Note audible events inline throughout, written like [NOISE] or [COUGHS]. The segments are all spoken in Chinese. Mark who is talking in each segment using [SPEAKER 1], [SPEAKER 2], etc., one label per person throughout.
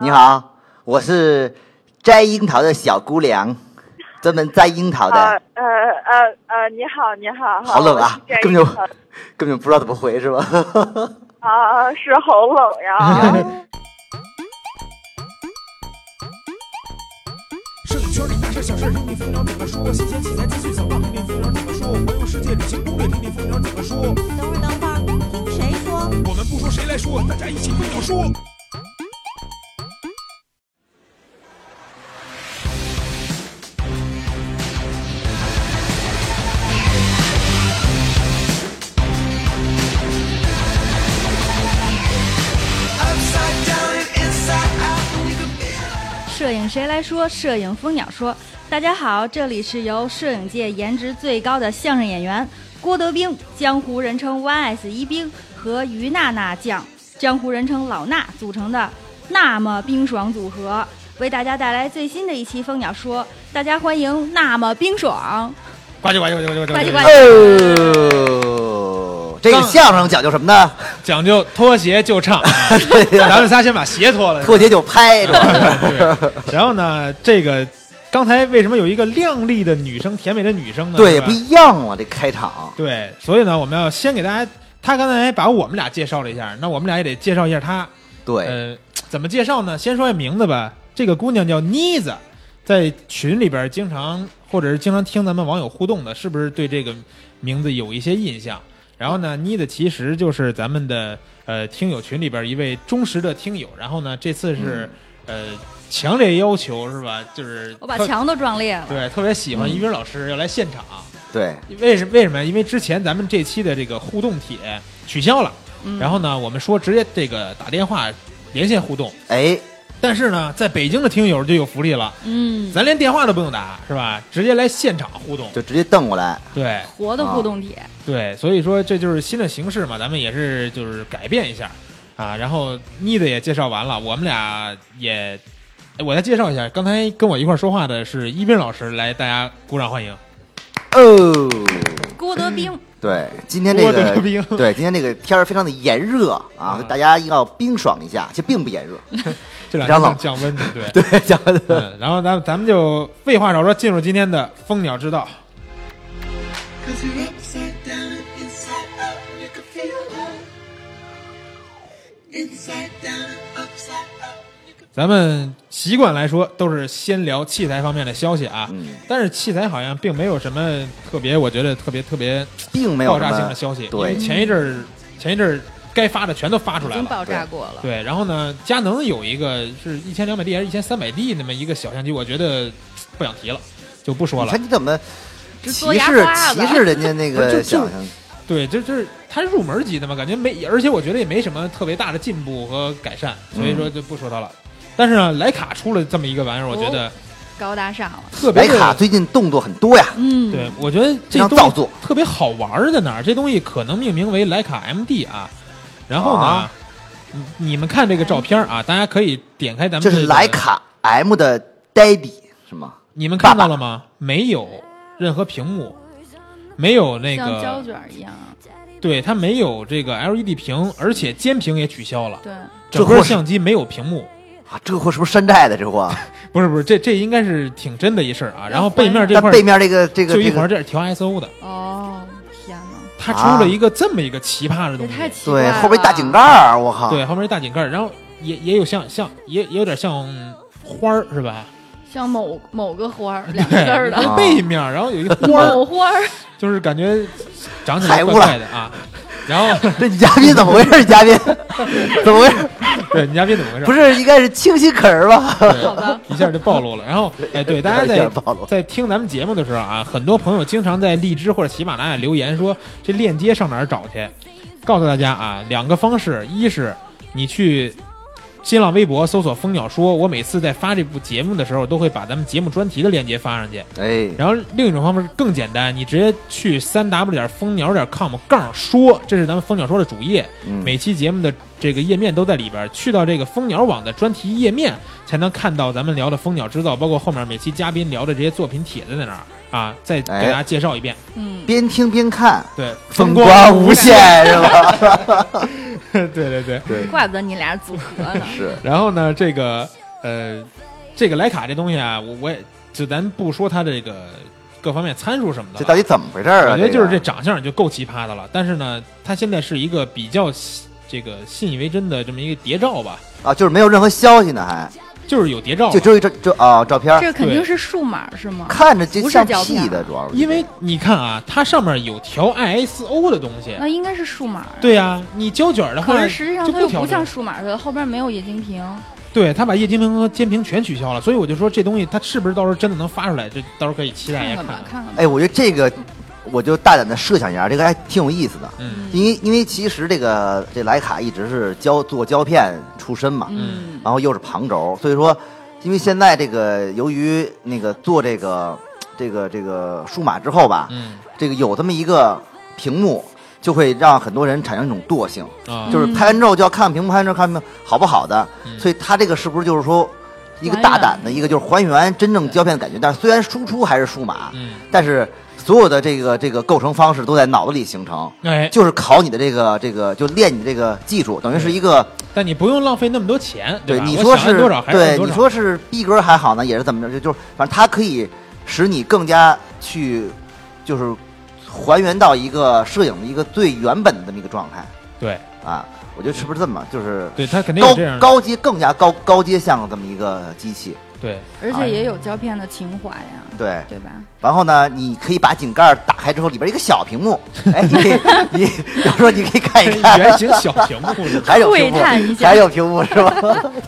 [SPEAKER 1] 你好，我是摘樱桃的小姑娘，专门摘樱桃
[SPEAKER 2] 啊
[SPEAKER 1] 的。
[SPEAKER 3] 呃呃呃，你好，你好，
[SPEAKER 1] 好冷啊
[SPEAKER 3] 我是这，
[SPEAKER 1] 根本就
[SPEAKER 3] 个
[SPEAKER 1] 根本就不知道怎么回是吧？
[SPEAKER 3] 啊，是好冷呀。
[SPEAKER 1] [LAUGHS]
[SPEAKER 4] 摄影圈里大事小事，听听蜂鸟怎么说；新鲜器材资讯小报，听听蜂鸟怎么说。环游世界旅行攻略，听听蜂鸟怎么说。
[SPEAKER 5] 等会儿，等会儿，听谁说？
[SPEAKER 4] 我们不说谁来说，大家一起蜂鸟说。
[SPEAKER 6] 摄影谁来说？摄影蜂鸟说。大家好，这里是由摄影界颜值最高的相声演员郭德兵，江湖人称 “YS 一兵”和于娜娜酱，江湖人称老衲组成的“那么冰爽”组合，为大家带来最新的一期《蜂鸟说》。大家欢迎“那么冰爽
[SPEAKER 7] 呱唧呱唧呱唧呱唧”，呱
[SPEAKER 6] 呱唧
[SPEAKER 7] 唧
[SPEAKER 6] 呱
[SPEAKER 8] 哎
[SPEAKER 7] 呱唧，
[SPEAKER 1] 哦，这个
[SPEAKER 7] 刚
[SPEAKER 1] 相声讲究什么呢？
[SPEAKER 7] 讲究脱鞋
[SPEAKER 1] [LAUGHS]
[SPEAKER 7] 就唱。
[SPEAKER 1] 对呀
[SPEAKER 7] 咱们仨先把鞋脱了。
[SPEAKER 1] 脱鞋就拍，是吧？
[SPEAKER 7] [LAUGHS] 对然后呢，这个刚才为什么有一个靓丽的女生、甜美的女生呢？
[SPEAKER 1] 对，
[SPEAKER 7] 是吧
[SPEAKER 1] 不一样啊了，这开场。
[SPEAKER 7] 对，所以呢，我们要先给大家，他刚才把我们俩介绍了一下，那我们俩也得介绍一下她。
[SPEAKER 1] 对，
[SPEAKER 7] 呃，怎么介绍呢？先说下名字吧。这个姑娘叫妮子，在群里边经常或者是经常听咱们网友互动的，是不是对这个名字有一些印象？然后呢，妮子其实就是咱们的呃听友群里边一位忠实的听友。然后呢，这次是、呃强烈要求是吧？就是
[SPEAKER 6] 我把
[SPEAKER 7] 特
[SPEAKER 6] 墙都撞裂了。
[SPEAKER 7] 对特别喜欢
[SPEAKER 1] 嗯
[SPEAKER 7] 一斌老师要来现场。
[SPEAKER 1] 对，
[SPEAKER 7] 为什为什么？因为之前咱们这期的这个互动帖取消了，
[SPEAKER 6] 嗯
[SPEAKER 7] 然后呢，我们说直接这个打电话连线互动。
[SPEAKER 1] 哎，
[SPEAKER 7] 但是呢，在北京的听友就有福利了，
[SPEAKER 6] 嗯，
[SPEAKER 7] 咱连电话都不用打，是吧？直接来现场互动。
[SPEAKER 1] 就直接瞪过来。
[SPEAKER 7] 对
[SPEAKER 6] 活的互动帖，
[SPEAKER 7] 对，所以说这就是新的形式嘛，咱们也是就是改变一下啊。然后妮子也介绍完了，我们俩也，哎我再介绍一下，刚才跟我一块儿说话的是一斌老师，来大家鼓掌欢迎。
[SPEAKER 1] 哦，
[SPEAKER 6] 郭德兵，
[SPEAKER 1] 对，今天这
[SPEAKER 7] 郭德
[SPEAKER 1] 个
[SPEAKER 7] 纲
[SPEAKER 1] 对今天这个天儿非常的炎热啊
[SPEAKER 7] 啊，
[SPEAKER 1] 大家要冰爽一下，其实并不炎热。
[SPEAKER 7] 这两
[SPEAKER 1] 张老
[SPEAKER 7] 天降温的， [LAUGHS]
[SPEAKER 1] [LAUGHS]
[SPEAKER 7] 对。
[SPEAKER 1] 对，讲的
[SPEAKER 7] [LAUGHS] 嗯，然后咱们咱们就废话少说，进入今天的蜂鸟之道。咱们习惯来说都是先聊器材方面的消息啊，
[SPEAKER 1] 嗯
[SPEAKER 7] 但是器材好像并没有什么特别，我觉得特别特别
[SPEAKER 1] 并没有
[SPEAKER 7] 爆炸
[SPEAKER 1] 什
[SPEAKER 7] 性
[SPEAKER 1] 么
[SPEAKER 7] 的消息。因
[SPEAKER 1] 对
[SPEAKER 7] 为前一阵儿前一阵儿该发的全都发出
[SPEAKER 6] 已
[SPEAKER 7] 来
[SPEAKER 6] 经
[SPEAKER 7] 了。
[SPEAKER 6] 爆炸过了。
[SPEAKER 7] 对，然后呢，佳能有一个是一千两百 D 还是一千三百 D 那么一个小相机，我觉得不想提了，就不说
[SPEAKER 1] 你
[SPEAKER 7] 了。
[SPEAKER 1] 看你怎么
[SPEAKER 6] 直
[SPEAKER 1] 歧
[SPEAKER 6] 嘬牙
[SPEAKER 1] 视
[SPEAKER 6] 花子
[SPEAKER 1] 歧视人家那
[SPEAKER 7] 不是
[SPEAKER 1] 个
[SPEAKER 7] 就
[SPEAKER 1] 想
[SPEAKER 7] 就
[SPEAKER 1] 象？
[SPEAKER 7] 对，这这是它入门级的嘛，感觉没，而且我觉得也没什么特别大的进步和改善，所以
[SPEAKER 1] 嗯
[SPEAKER 7] 说就不说它了。但是呢，徕卡出了这么一个玩意儿，我觉得
[SPEAKER 6] 高大上了。
[SPEAKER 7] 特别
[SPEAKER 1] 莱
[SPEAKER 7] 的
[SPEAKER 1] 哦卡最近动作很多呀，
[SPEAKER 6] 嗯，
[SPEAKER 7] 对，我觉得
[SPEAKER 1] 非
[SPEAKER 7] 这
[SPEAKER 1] 常
[SPEAKER 7] 东
[SPEAKER 1] 造
[SPEAKER 7] 西
[SPEAKER 1] 作。
[SPEAKER 7] 特别好玩儿在哪儿？这东西可能命名为徕卡 MD 啊，然后呢，
[SPEAKER 1] 啊
[SPEAKER 7] 你你们看这个照片儿啊，大家可以点开咱们
[SPEAKER 1] 这是
[SPEAKER 7] 个
[SPEAKER 1] 莱，卡 M 的 Daddy 是吗？
[SPEAKER 7] 你们看到了吗？没有任何屏幕，没有那
[SPEAKER 6] 像胶
[SPEAKER 7] 个，
[SPEAKER 6] 卷儿一样。啊
[SPEAKER 7] 对，它没有这个 LED 屏，而且尖屏也取消了。
[SPEAKER 6] 对，
[SPEAKER 7] 整
[SPEAKER 1] 这
[SPEAKER 7] 个
[SPEAKER 1] 货是
[SPEAKER 7] 相机没有屏幕，
[SPEAKER 1] 啊，这货是不是山寨的？这货，
[SPEAKER 7] 不是不是，这这应该是挺真的一事儿啊。然后背面这
[SPEAKER 1] 但
[SPEAKER 7] 块儿
[SPEAKER 1] 背面这个这个
[SPEAKER 7] 就一
[SPEAKER 1] 这
[SPEAKER 7] 会儿
[SPEAKER 1] 个，
[SPEAKER 7] 这是调 ISO 的，
[SPEAKER 6] 哦，天哪，
[SPEAKER 7] 它出了一个这么一个奇葩
[SPEAKER 6] 这
[SPEAKER 7] 的东西，
[SPEAKER 6] 太奇怪
[SPEAKER 1] 对，
[SPEAKER 6] 了。
[SPEAKER 1] 后边一大井盖儿，啊我靠，
[SPEAKER 7] 对，后面一大井盖儿，然后也也有像像也也有点像花儿是吧？
[SPEAKER 6] 像某某个花儿，两个字儿
[SPEAKER 7] 对
[SPEAKER 6] 的
[SPEAKER 1] 啊
[SPEAKER 7] 一个背面，然后有一个 [LAUGHS] 花儿，
[SPEAKER 6] 某花儿，
[SPEAKER 7] 就是感觉长起来怪怪的啊。然后 [LAUGHS]
[SPEAKER 1] 这女嘉宾怎么回事？女嘉宾怎么回事？
[SPEAKER 7] 对，你嘉宾怎么回事？
[SPEAKER 1] 不是应该是清晰可儿吧？
[SPEAKER 6] 好吧
[SPEAKER 7] 对，一下就暴露了。
[SPEAKER 1] [LAUGHS]
[SPEAKER 7] 然后，哎，对，大家
[SPEAKER 1] 有点
[SPEAKER 7] 在
[SPEAKER 1] 暴露
[SPEAKER 7] 在听咱们节目的时候啊，很多朋友经常在荔枝或者喜马拉雅留言说，这链接上哪儿找去？告诉大家啊，两个方式，一是你去。新浪微博搜索“蜂鸟说”，我每次在发这部节目的时候，都会把咱们节目专题的链接发上去。
[SPEAKER 1] 哎，
[SPEAKER 7] 然后另一种方式更简单，你直接去三 w 点蜂鸟点 com 杠说，这是咱们蜂鸟说的主页，
[SPEAKER 1] 嗯
[SPEAKER 7] 每期节目的这个页面都在里边儿，去到这个蜂鸟网的专题页面，才能看到咱们聊的蜂鸟制造，包括后面每期嘉宾聊的这些作品帖子在哪儿啊，再给
[SPEAKER 1] 哎
[SPEAKER 7] 大家介绍一遍。
[SPEAKER 6] 嗯，
[SPEAKER 1] 边听边看，
[SPEAKER 7] 对，
[SPEAKER 1] 风光无限是吧？
[SPEAKER 7] [LAUGHS] 对对 [LAUGHS] 对。
[SPEAKER 1] 对，。
[SPEAKER 6] 怪不得你俩是组合呢
[SPEAKER 1] 是
[SPEAKER 7] 然后呢，这个呃，这个徕卡这东西啊，我我也就咱不说它这个各方面参数什么的
[SPEAKER 1] 这
[SPEAKER 7] 了，
[SPEAKER 1] 到底怎么回事儿啊？
[SPEAKER 7] 我觉得就是
[SPEAKER 1] 这
[SPEAKER 7] 这
[SPEAKER 1] 个
[SPEAKER 7] 长相就够奇葩的了。但是呢，它现在是一个比较信这个信以为真的这么一个谍照吧，
[SPEAKER 1] 啊，就是没有任何消息呢，还
[SPEAKER 7] 就是有谍照
[SPEAKER 1] 就
[SPEAKER 7] 嘛。
[SPEAKER 1] 只有一张就啊照片儿，
[SPEAKER 6] 这肯定是数码是吗？
[SPEAKER 1] 看着就
[SPEAKER 6] 不是
[SPEAKER 1] 像
[SPEAKER 6] 胶片
[SPEAKER 1] 屁的，主要是
[SPEAKER 7] 因为你看啊，它上面有调 ISO 的东西
[SPEAKER 6] 那。应该是数码。
[SPEAKER 7] 对呀、你胶卷的话，
[SPEAKER 6] 可是实际上
[SPEAKER 7] 就
[SPEAKER 6] 它又
[SPEAKER 7] 调
[SPEAKER 6] 不
[SPEAKER 7] 这个
[SPEAKER 6] 像数码似的，后边没有液晶屏。
[SPEAKER 7] 对他把液晶屏和监屏全取消了，所以我就说这东西它是不是到时候真的能发出来？这到时候可以期待一
[SPEAKER 6] 看
[SPEAKER 7] 下
[SPEAKER 6] 看吧，看看吧。
[SPEAKER 1] 哎，我觉得这个我就大胆的设想一下，这个还挺有意思的。
[SPEAKER 7] 嗯
[SPEAKER 1] 因为因为其实这个这徕卡一直是胶做胶片出身嘛，
[SPEAKER 7] 嗯
[SPEAKER 1] 然后又是旁轴，所以说，因为现在这个由于那个做这个这个这个数码之后吧，
[SPEAKER 7] 嗯
[SPEAKER 1] 这个有这么一个屏幕，就会让很多人产生一种惰性，
[SPEAKER 7] 啊，
[SPEAKER 1] 就是拍完之后就要看屏幕，拍完之后看屏幕好不好的，
[SPEAKER 7] 嗯
[SPEAKER 1] 所以它这个是不是就是说一个
[SPEAKER 6] 还原
[SPEAKER 1] 大胆的一个就是还原真正胶片的感觉，但是虽然输出还是数码，
[SPEAKER 7] 嗯，
[SPEAKER 1] 但是所有的这个这个构成方式都在脑子里形成。
[SPEAKER 7] 哎，
[SPEAKER 1] 就是考你的这个这个，就练你这个技术，等于是一个
[SPEAKER 7] 但你不用浪费那么多钱，
[SPEAKER 1] 对
[SPEAKER 7] 吧？
[SPEAKER 1] 你
[SPEAKER 7] 我
[SPEAKER 1] 说
[SPEAKER 7] 想
[SPEAKER 1] 是
[SPEAKER 7] 按多少还是按
[SPEAKER 1] 对
[SPEAKER 7] 多
[SPEAKER 1] 你
[SPEAKER 7] 少
[SPEAKER 1] 说是逼格还好呢，也是怎么着？就就是反正它可以使你更加去就是还原到一个摄影的一个最原本的这么一个状态
[SPEAKER 7] 对
[SPEAKER 1] 啊。我觉得是不是这么就是
[SPEAKER 7] 对，它肯定有
[SPEAKER 1] 高
[SPEAKER 7] 这样的
[SPEAKER 1] 高阶更加高高阶项的这么一个机器？ [LAUGHS]
[SPEAKER 7] 对，
[SPEAKER 6] 而且也有胶片的情怀呀，
[SPEAKER 1] 对，
[SPEAKER 6] 对吧？
[SPEAKER 1] 然后呢，你可以把井盖打开之后，里边一个小屏幕，哎，
[SPEAKER 7] [LAUGHS]
[SPEAKER 1] 你可以你有时候你可以看一看，
[SPEAKER 7] 圆形小屏幕，
[SPEAKER 1] 还有屏幕
[SPEAKER 6] 窥探一，下
[SPEAKER 1] 还有屏幕是
[SPEAKER 7] [LAUGHS]
[SPEAKER 1] 吧？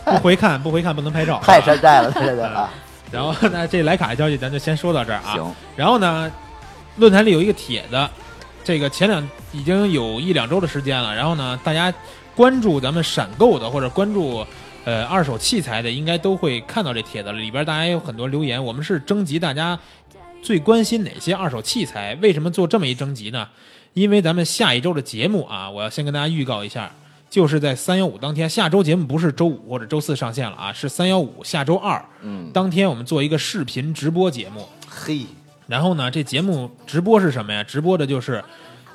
[SPEAKER 7] 不回看不回看不能拍照，
[SPEAKER 1] 太
[SPEAKER 7] 是吧
[SPEAKER 1] 山寨了，太山寨了啊！
[SPEAKER 7] 然后呢，这徕卡消息咱就先说到这儿啊。
[SPEAKER 1] 行，
[SPEAKER 7] 然后呢，论坛里有一个帖子，这个前两已经有一两周的时间了。然后呢，大家关注咱们闪购的或者关注呃二手器材的，应该都会看到这帖子了。里边大家有很多留言，我们是征集大家最关心哪些二手器材。为什么做这么一征集呢？因为咱们下一周的节目啊，我要先跟大家预告一下。就是在三幺五当天，下周节目不是周五或者周四上线了啊，是三幺五下周二
[SPEAKER 1] 嗯，
[SPEAKER 7] 当天，我们做一个视频直播节目，
[SPEAKER 1] 嘿，
[SPEAKER 7] 然后呢，这节目直播是什么呀？直播的就是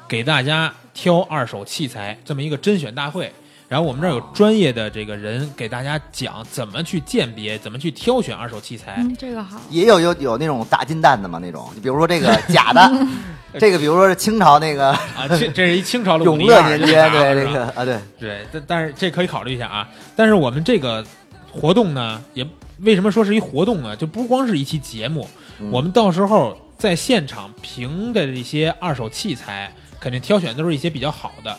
[SPEAKER 7] 给大家挑二手器材这么一个甄选大会。然后我们这儿有专业的这个人给大家讲怎么去鉴别、怎么去挑选二手器材。
[SPEAKER 6] 嗯，这个好。
[SPEAKER 1] 也有有有那种打金蛋的嘛，那种，比如说这个假
[SPEAKER 7] [LAUGHS]
[SPEAKER 1] 的，这个比如说是清朝那个
[SPEAKER 7] 啊，这这是一清朝
[SPEAKER 1] [LAUGHS]
[SPEAKER 7] 的
[SPEAKER 1] 永
[SPEAKER 7] 武力
[SPEAKER 1] 乐
[SPEAKER 7] 样儿
[SPEAKER 1] 年
[SPEAKER 7] 就
[SPEAKER 1] 间，
[SPEAKER 7] 拿
[SPEAKER 1] 对
[SPEAKER 7] 了
[SPEAKER 1] 这
[SPEAKER 7] 是吧
[SPEAKER 1] 个啊，对，
[SPEAKER 7] 对，但但是这可以考虑一下啊。但是我们这个活动呢，也为什么说是一活动呢？就不光是一期节目，
[SPEAKER 1] 嗯
[SPEAKER 7] 我们到时候在现场评的这些二手器材，肯定挑选都是一些比较好的。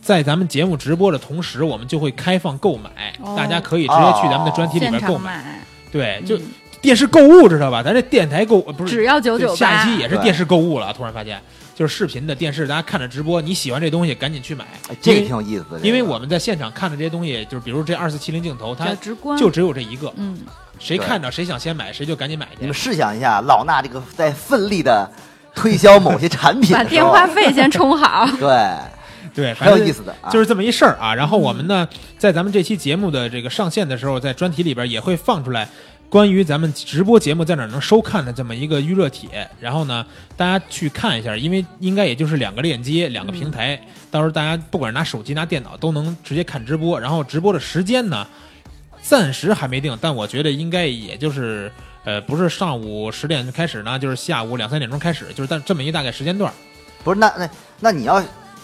[SPEAKER 7] 在咱们节目直播的同时，我们就会开放购买，
[SPEAKER 6] 哦
[SPEAKER 7] 大家可以直接去咱们的专题里
[SPEAKER 6] 现
[SPEAKER 7] 边购
[SPEAKER 6] 场
[SPEAKER 7] 买。
[SPEAKER 6] 买，
[SPEAKER 7] 对，
[SPEAKER 6] 嗯
[SPEAKER 7] 就电视购物知道吧？咱这电台购呃不是
[SPEAKER 6] 只要九
[SPEAKER 7] 对
[SPEAKER 6] 九八。
[SPEAKER 7] 下一期也是
[SPEAKER 1] 对
[SPEAKER 7] 电视购物了啊。突然发现，就是视频的电视，大家看着直播，你喜欢这东西赶紧去买
[SPEAKER 1] 哎，这
[SPEAKER 7] 因
[SPEAKER 1] 个
[SPEAKER 7] 为
[SPEAKER 1] 挺有意思的，这个
[SPEAKER 7] 因为我们在现场看的这些东西，就是比如这二四七零镜头，
[SPEAKER 6] 比
[SPEAKER 7] 它
[SPEAKER 6] 较直观，
[SPEAKER 7] 就只有这一个，
[SPEAKER 6] 嗯，
[SPEAKER 7] 谁
[SPEAKER 1] 对嗯
[SPEAKER 7] 看着谁想先买，谁就赶紧买
[SPEAKER 1] 你
[SPEAKER 7] 去
[SPEAKER 1] 们。试想一下，老衲这个在奋力的推销某些产品
[SPEAKER 6] 把
[SPEAKER 1] 的时
[SPEAKER 6] 电
[SPEAKER 1] 候，
[SPEAKER 6] 话费先充
[SPEAKER 7] [LAUGHS]
[SPEAKER 6] 好。
[SPEAKER 1] 对，
[SPEAKER 7] 对，
[SPEAKER 1] 很
[SPEAKER 7] 很
[SPEAKER 1] 有意思的啊，
[SPEAKER 7] 就是是这么一事儿啊。然后我们呢，在咱们这期节目的这个上线的时候，在专题里边也会放出来关于咱们直播节目在哪儿能收看的这么一个预热帖。然后呢，大家去看一下，因为应该也就是两个链接、两个平台，到时候大家不管是拿手机、拿电脑都能直接看直播。然后直播的时间呢，暂时还没定，但我觉得应该也就是。呃，不是上午十点开始呢，就是下午两三点钟开始，就是但这么一大概时间段儿。
[SPEAKER 1] 不是那那那你要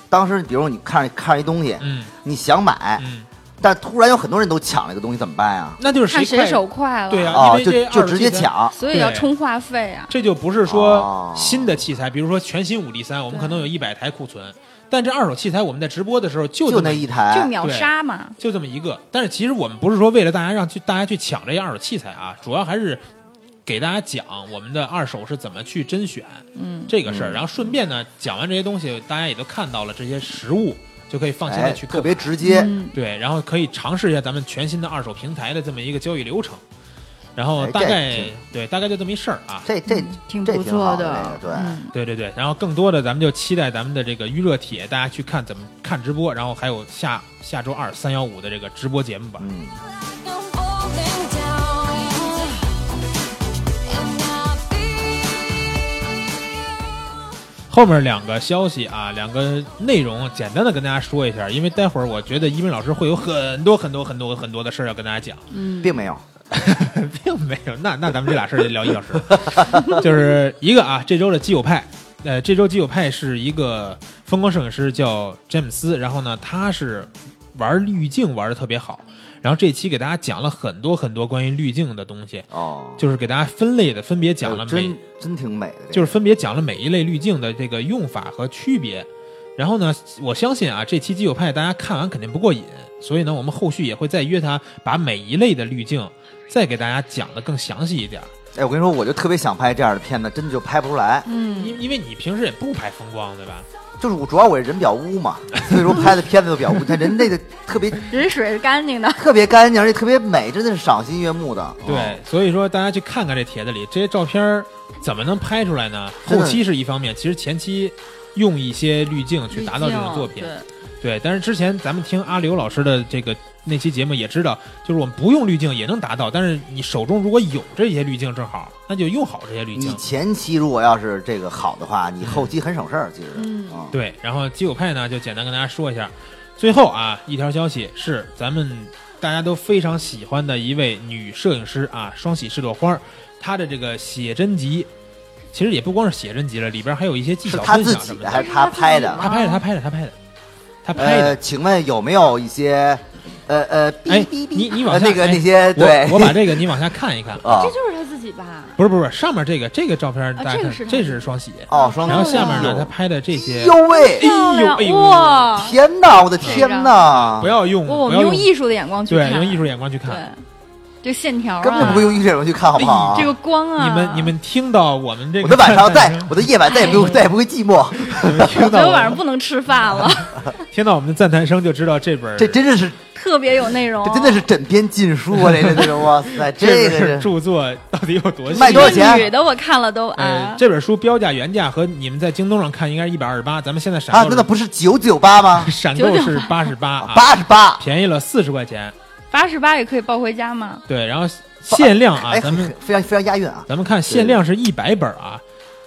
[SPEAKER 1] 当时比如你看看一东西，
[SPEAKER 7] 嗯
[SPEAKER 1] 你想买，
[SPEAKER 7] 嗯，
[SPEAKER 1] 但突然有很多人都抢这个东西，怎么办呀？
[SPEAKER 7] 那就是
[SPEAKER 6] 看
[SPEAKER 7] 快
[SPEAKER 6] 谁手快了，
[SPEAKER 7] 对啊
[SPEAKER 1] 啊，
[SPEAKER 7] 因为这
[SPEAKER 1] 就就直接
[SPEAKER 7] 26
[SPEAKER 1] 抢，
[SPEAKER 6] 所以要充话费啊。
[SPEAKER 7] 这就不是说
[SPEAKER 1] 哦
[SPEAKER 7] 新的器材，比如说全新五 D 三，我
[SPEAKER 6] 对
[SPEAKER 7] 们可能有一百台库存，但这二手器材我们在直播的时候就
[SPEAKER 1] 就
[SPEAKER 7] 这
[SPEAKER 1] 那
[SPEAKER 7] 么
[SPEAKER 1] 一台，
[SPEAKER 6] 就秒杀嘛，
[SPEAKER 7] 就这么一个。但是其实我们不是说为了大家让去大家去抢这些二手器材啊，主要还是给大家讲我们的二手是怎么去甄选
[SPEAKER 6] 嗯，
[SPEAKER 7] 这个事儿，
[SPEAKER 1] 嗯
[SPEAKER 7] 然后顺便呢讲完这些东西，大家也都看到了这些实物，就可以放心
[SPEAKER 1] 哎，
[SPEAKER 7] 的去
[SPEAKER 1] 特
[SPEAKER 7] 购。
[SPEAKER 1] 别直接，
[SPEAKER 6] 嗯
[SPEAKER 7] 对，然后可以尝试一下咱们全新的二手平台的这么一个交易流程，然后
[SPEAKER 1] 哎
[SPEAKER 7] 大
[SPEAKER 1] 这
[SPEAKER 7] 概
[SPEAKER 1] 挺
[SPEAKER 7] 对大概就这么一事儿啊。
[SPEAKER 1] 这这
[SPEAKER 6] 嗯挺
[SPEAKER 1] 这
[SPEAKER 6] 不
[SPEAKER 1] 挺好
[SPEAKER 6] 错
[SPEAKER 1] 的，这个
[SPEAKER 6] 的，
[SPEAKER 1] 对。
[SPEAKER 6] 嗯
[SPEAKER 7] 对对对，然后更多的咱们就期待咱们的这个预热帖，大家去看怎么看直播，然后还有下下周二三幺五的这个直播节目吧。
[SPEAKER 1] 嗯，
[SPEAKER 7] 后面两个消息啊，两个内容简单的跟大家说一下，因为待会儿我觉得一鸣老师会有很多很多很多很多的事儿要跟大家讲，
[SPEAKER 6] 嗯，
[SPEAKER 1] 并没有。
[SPEAKER 7] 并 [LAUGHS] 没有。那那咱们这俩事儿就聊一小时， [LAUGHS] 就是一个啊，这周的基友派，呃，这周基友派是一个风光摄影师叫詹姆斯，然后呢，他是玩滤镜玩的特别好，然后这期给大家讲了很多很多关于滤镜的东西，
[SPEAKER 1] 哦，
[SPEAKER 7] 就是给大家分类的分别讲
[SPEAKER 1] 哎
[SPEAKER 7] 了
[SPEAKER 1] 呦
[SPEAKER 7] 每
[SPEAKER 1] 真真挺美的这个，
[SPEAKER 7] 就是分别讲了每一类滤镜的这个用法和区别。然后呢，我相信啊，这期基友派大家看完肯定不过瘾，所以呢，我们后续也会再约他把每一类的滤镜再给大家讲的更详细一点儿。
[SPEAKER 1] 哎，我跟你说，我就特别想拍这样的片子，真的就拍不出来。
[SPEAKER 6] 嗯，
[SPEAKER 7] 因因为你平时也不拍风光，对吧？
[SPEAKER 1] 就是我主要我这人比较污嘛，所以说拍的片子都比较污。但人那个特别
[SPEAKER 6] 人水是干净的，
[SPEAKER 1] 特别干净，而且特别美，真的是赏心悦目的。哦
[SPEAKER 7] 对，哦所以说大家去看看这帖子里这些照片儿怎么能拍出来呢？
[SPEAKER 1] 真
[SPEAKER 7] 后
[SPEAKER 1] 的
[SPEAKER 7] 期是一方面，其实前期用一些滤镜去达到这种作品，
[SPEAKER 6] 啊
[SPEAKER 7] 对，但是之前咱们听阿刘老师的这个那期节目也知道，就是我们不用滤镜也能达到，但是你手中如果有这些滤镜正好，那就用好这些滤
[SPEAKER 1] 你
[SPEAKER 7] 镜。
[SPEAKER 1] 前期如果要是这个好的话，你后期很省事儿，其实。
[SPEAKER 6] 嗯
[SPEAKER 1] 啊，
[SPEAKER 7] 嗯对，然后基友派呢就简单跟大家说一下，最后啊一条消息是咱们大家都非常喜欢的一位女摄影师啊，双喜是朵花儿，她的这个写真集，其实也不光是写真集了，里边还有一些技
[SPEAKER 1] 是
[SPEAKER 7] 巧
[SPEAKER 1] 他
[SPEAKER 7] 分
[SPEAKER 1] 自
[SPEAKER 7] 享什
[SPEAKER 1] 己
[SPEAKER 7] 么
[SPEAKER 1] 的
[SPEAKER 7] 的。
[SPEAKER 1] 还是他拍的？
[SPEAKER 7] 她拍的，她拍的，她拍的，她拍的。
[SPEAKER 1] 呃，请问有没有一些，呃呃，哔
[SPEAKER 7] 哎
[SPEAKER 1] 哔哔，
[SPEAKER 7] 你你往
[SPEAKER 1] 呃
[SPEAKER 7] 下
[SPEAKER 1] 那个
[SPEAKER 7] 哎
[SPEAKER 1] 那些对
[SPEAKER 7] 我，我把这个你往下看一看。
[SPEAKER 1] 啊
[SPEAKER 6] 这就是他自己吧？
[SPEAKER 7] 不是不是不是，上面这个这个照片大家
[SPEAKER 6] 啊这
[SPEAKER 7] 看，
[SPEAKER 6] 个是他
[SPEAKER 7] 这是双喜，
[SPEAKER 1] 哦，双
[SPEAKER 7] 然后下面呢
[SPEAKER 1] 哎呦
[SPEAKER 7] 他拍的这些，
[SPEAKER 1] 哟喂，
[SPEAKER 6] 漂亮
[SPEAKER 7] 哎呦哎呦
[SPEAKER 6] 哇！
[SPEAKER 1] 天哪，我的天哪，
[SPEAKER 7] 不要用
[SPEAKER 6] 哇我
[SPEAKER 7] 不
[SPEAKER 6] 们哦
[SPEAKER 7] 要
[SPEAKER 6] 用艺术的眼光去
[SPEAKER 7] 对
[SPEAKER 6] 看，
[SPEAKER 7] 用艺术眼光去看。
[SPEAKER 6] 对，这线条啊
[SPEAKER 1] 根本就不用用这种去看好不好？
[SPEAKER 6] 这个光啊，
[SPEAKER 7] 你们你们听到我们这个，
[SPEAKER 1] 我的晚上再，我
[SPEAKER 7] 我
[SPEAKER 1] 的夜晚再也不
[SPEAKER 6] 哎
[SPEAKER 1] 用再也不会寂寞，
[SPEAKER 6] 我
[SPEAKER 7] 听
[SPEAKER 6] 觉
[SPEAKER 7] 到
[SPEAKER 6] 得
[SPEAKER 7] 我
[SPEAKER 6] 晚上
[SPEAKER 7] 们
[SPEAKER 6] 不能吃饭
[SPEAKER 7] [LAUGHS]
[SPEAKER 6] 了，
[SPEAKER 7] 听到我们的赞叹声就知道这本
[SPEAKER 1] 这真的是
[SPEAKER 6] 特别有内容，
[SPEAKER 1] 这真的是枕边禁书啊！这这这种，哇塞，这
[SPEAKER 7] [LAUGHS] 这
[SPEAKER 1] 个
[SPEAKER 7] 本
[SPEAKER 1] 是
[SPEAKER 7] 著作到底有多
[SPEAKER 1] 卖
[SPEAKER 6] 一
[SPEAKER 7] 细？
[SPEAKER 1] 多
[SPEAKER 6] 个
[SPEAKER 1] 少钱啊
[SPEAKER 6] 女的我看了都
[SPEAKER 7] 呃
[SPEAKER 6] 啊，，
[SPEAKER 7] 这本书标价原价和你们在京东上看应该是一百二十八，咱们现在闪
[SPEAKER 1] 啊，真
[SPEAKER 7] 购是
[SPEAKER 1] 的不是九九八吗？
[SPEAKER 7] 闪购是八十八啊，
[SPEAKER 1] 八十八，
[SPEAKER 7] 便宜了四十块钱。
[SPEAKER 6] 八十八也可以抱回家嘛。
[SPEAKER 7] 对，然后限量啊，
[SPEAKER 1] 哎，
[SPEAKER 7] 咱们
[SPEAKER 1] 非常非常押韵啊！
[SPEAKER 7] 咱们看限量是一百本啊。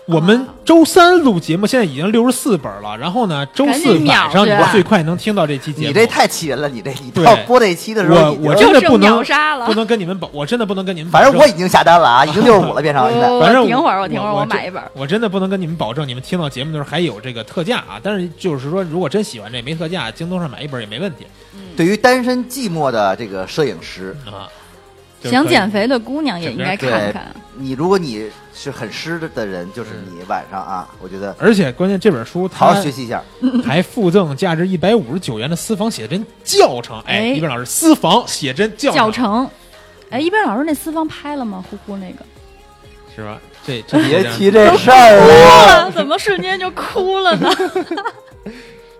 [SPEAKER 7] 我们周三录节目，现在已经六十四本了。然后呢，周四晚
[SPEAKER 6] 赶紧秒
[SPEAKER 7] 上你
[SPEAKER 6] 去啊
[SPEAKER 7] 最快能听到这期节目。
[SPEAKER 1] 你这太气人了，你这你
[SPEAKER 7] 对
[SPEAKER 1] 到播这一期的时候，
[SPEAKER 7] 我
[SPEAKER 1] 你就
[SPEAKER 7] 我真的不
[SPEAKER 6] 就剩秒
[SPEAKER 7] 能
[SPEAKER 6] 杀了
[SPEAKER 7] 不能跟你们保，我真的不能跟你们保
[SPEAKER 1] 反
[SPEAKER 7] 证。
[SPEAKER 1] 正我已经下单了啊，已经六十五了，
[SPEAKER 6] [LAUGHS]
[SPEAKER 1] 变成现在
[SPEAKER 6] 我
[SPEAKER 7] 反正
[SPEAKER 6] 停会儿，
[SPEAKER 7] 我
[SPEAKER 6] 我停会儿，
[SPEAKER 7] 我
[SPEAKER 6] 我
[SPEAKER 7] 这
[SPEAKER 6] 买一本。
[SPEAKER 7] 我真的不能跟你们保证，你们听到节目的时候还有这个特价啊。但是就是说，如果真喜欢这没特价，京东上买一本也没问题
[SPEAKER 1] 对于单身寂寞的这个摄影师，
[SPEAKER 7] 啊。就是
[SPEAKER 6] 想
[SPEAKER 7] 可以
[SPEAKER 6] 减肥的姑娘也应该看看，
[SPEAKER 1] 你如果你是很湿的人，就是你晚上啊，我觉得
[SPEAKER 7] 而且关键这本书
[SPEAKER 1] 好
[SPEAKER 7] 它
[SPEAKER 1] 好学习一
[SPEAKER 7] [LAUGHS]
[SPEAKER 1] 下。
[SPEAKER 7] 还附赠价值一百五十九元的私房写真教程。哎，
[SPEAKER 6] 哎
[SPEAKER 7] 一本老师私房写真教
[SPEAKER 6] 教程。哎，一边老师那私房拍了吗？呼呼那个
[SPEAKER 7] 是吧？这这
[SPEAKER 1] 别
[SPEAKER 7] 这
[SPEAKER 1] 提这事儿
[SPEAKER 7] [LAUGHS]
[SPEAKER 6] 哭
[SPEAKER 1] 了，
[SPEAKER 6] 了，怎么瞬间就哭了
[SPEAKER 1] [LAUGHS]
[SPEAKER 6] 呢？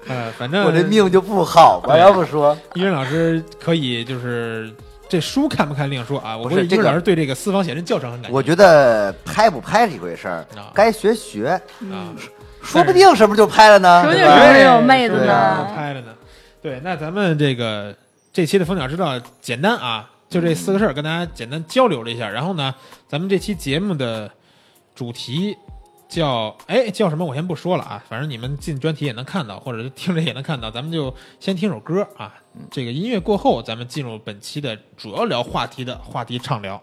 [SPEAKER 7] 呃，反正
[SPEAKER 1] 我这命就不
[SPEAKER 7] [LAUGHS]
[SPEAKER 1] 好吧？
[SPEAKER 7] 对
[SPEAKER 1] 要不说
[SPEAKER 7] 一位老师可以就是这书看不看另说啊。我
[SPEAKER 1] 不
[SPEAKER 7] 估
[SPEAKER 1] 是
[SPEAKER 7] 计一
[SPEAKER 1] 这
[SPEAKER 7] 位
[SPEAKER 1] 个
[SPEAKER 7] 老师对这个私房写真教程很感兴
[SPEAKER 1] 我
[SPEAKER 7] 趣。
[SPEAKER 1] 觉得拍不拍是一回事儿
[SPEAKER 7] 啊，
[SPEAKER 1] 该学学，
[SPEAKER 7] 啊，
[SPEAKER 1] 说不定什么时候就拍了呢，
[SPEAKER 6] 说不定
[SPEAKER 1] 对吧
[SPEAKER 6] 什么时候有妹
[SPEAKER 1] 子呢
[SPEAKER 7] 对啊拍了呢。对，那咱们这个这期的蜂鸟之道简单啊，就这四个事儿跟大家简单交流了一下。然后呢，咱们这期节目的主题叫哎叫什么？我先不说了啊，反正你们进专题也能看到，或者是听着也能看到。咱们就先听首歌啊，这个音乐过后，咱们进入本期的主要聊话题的话题畅聊。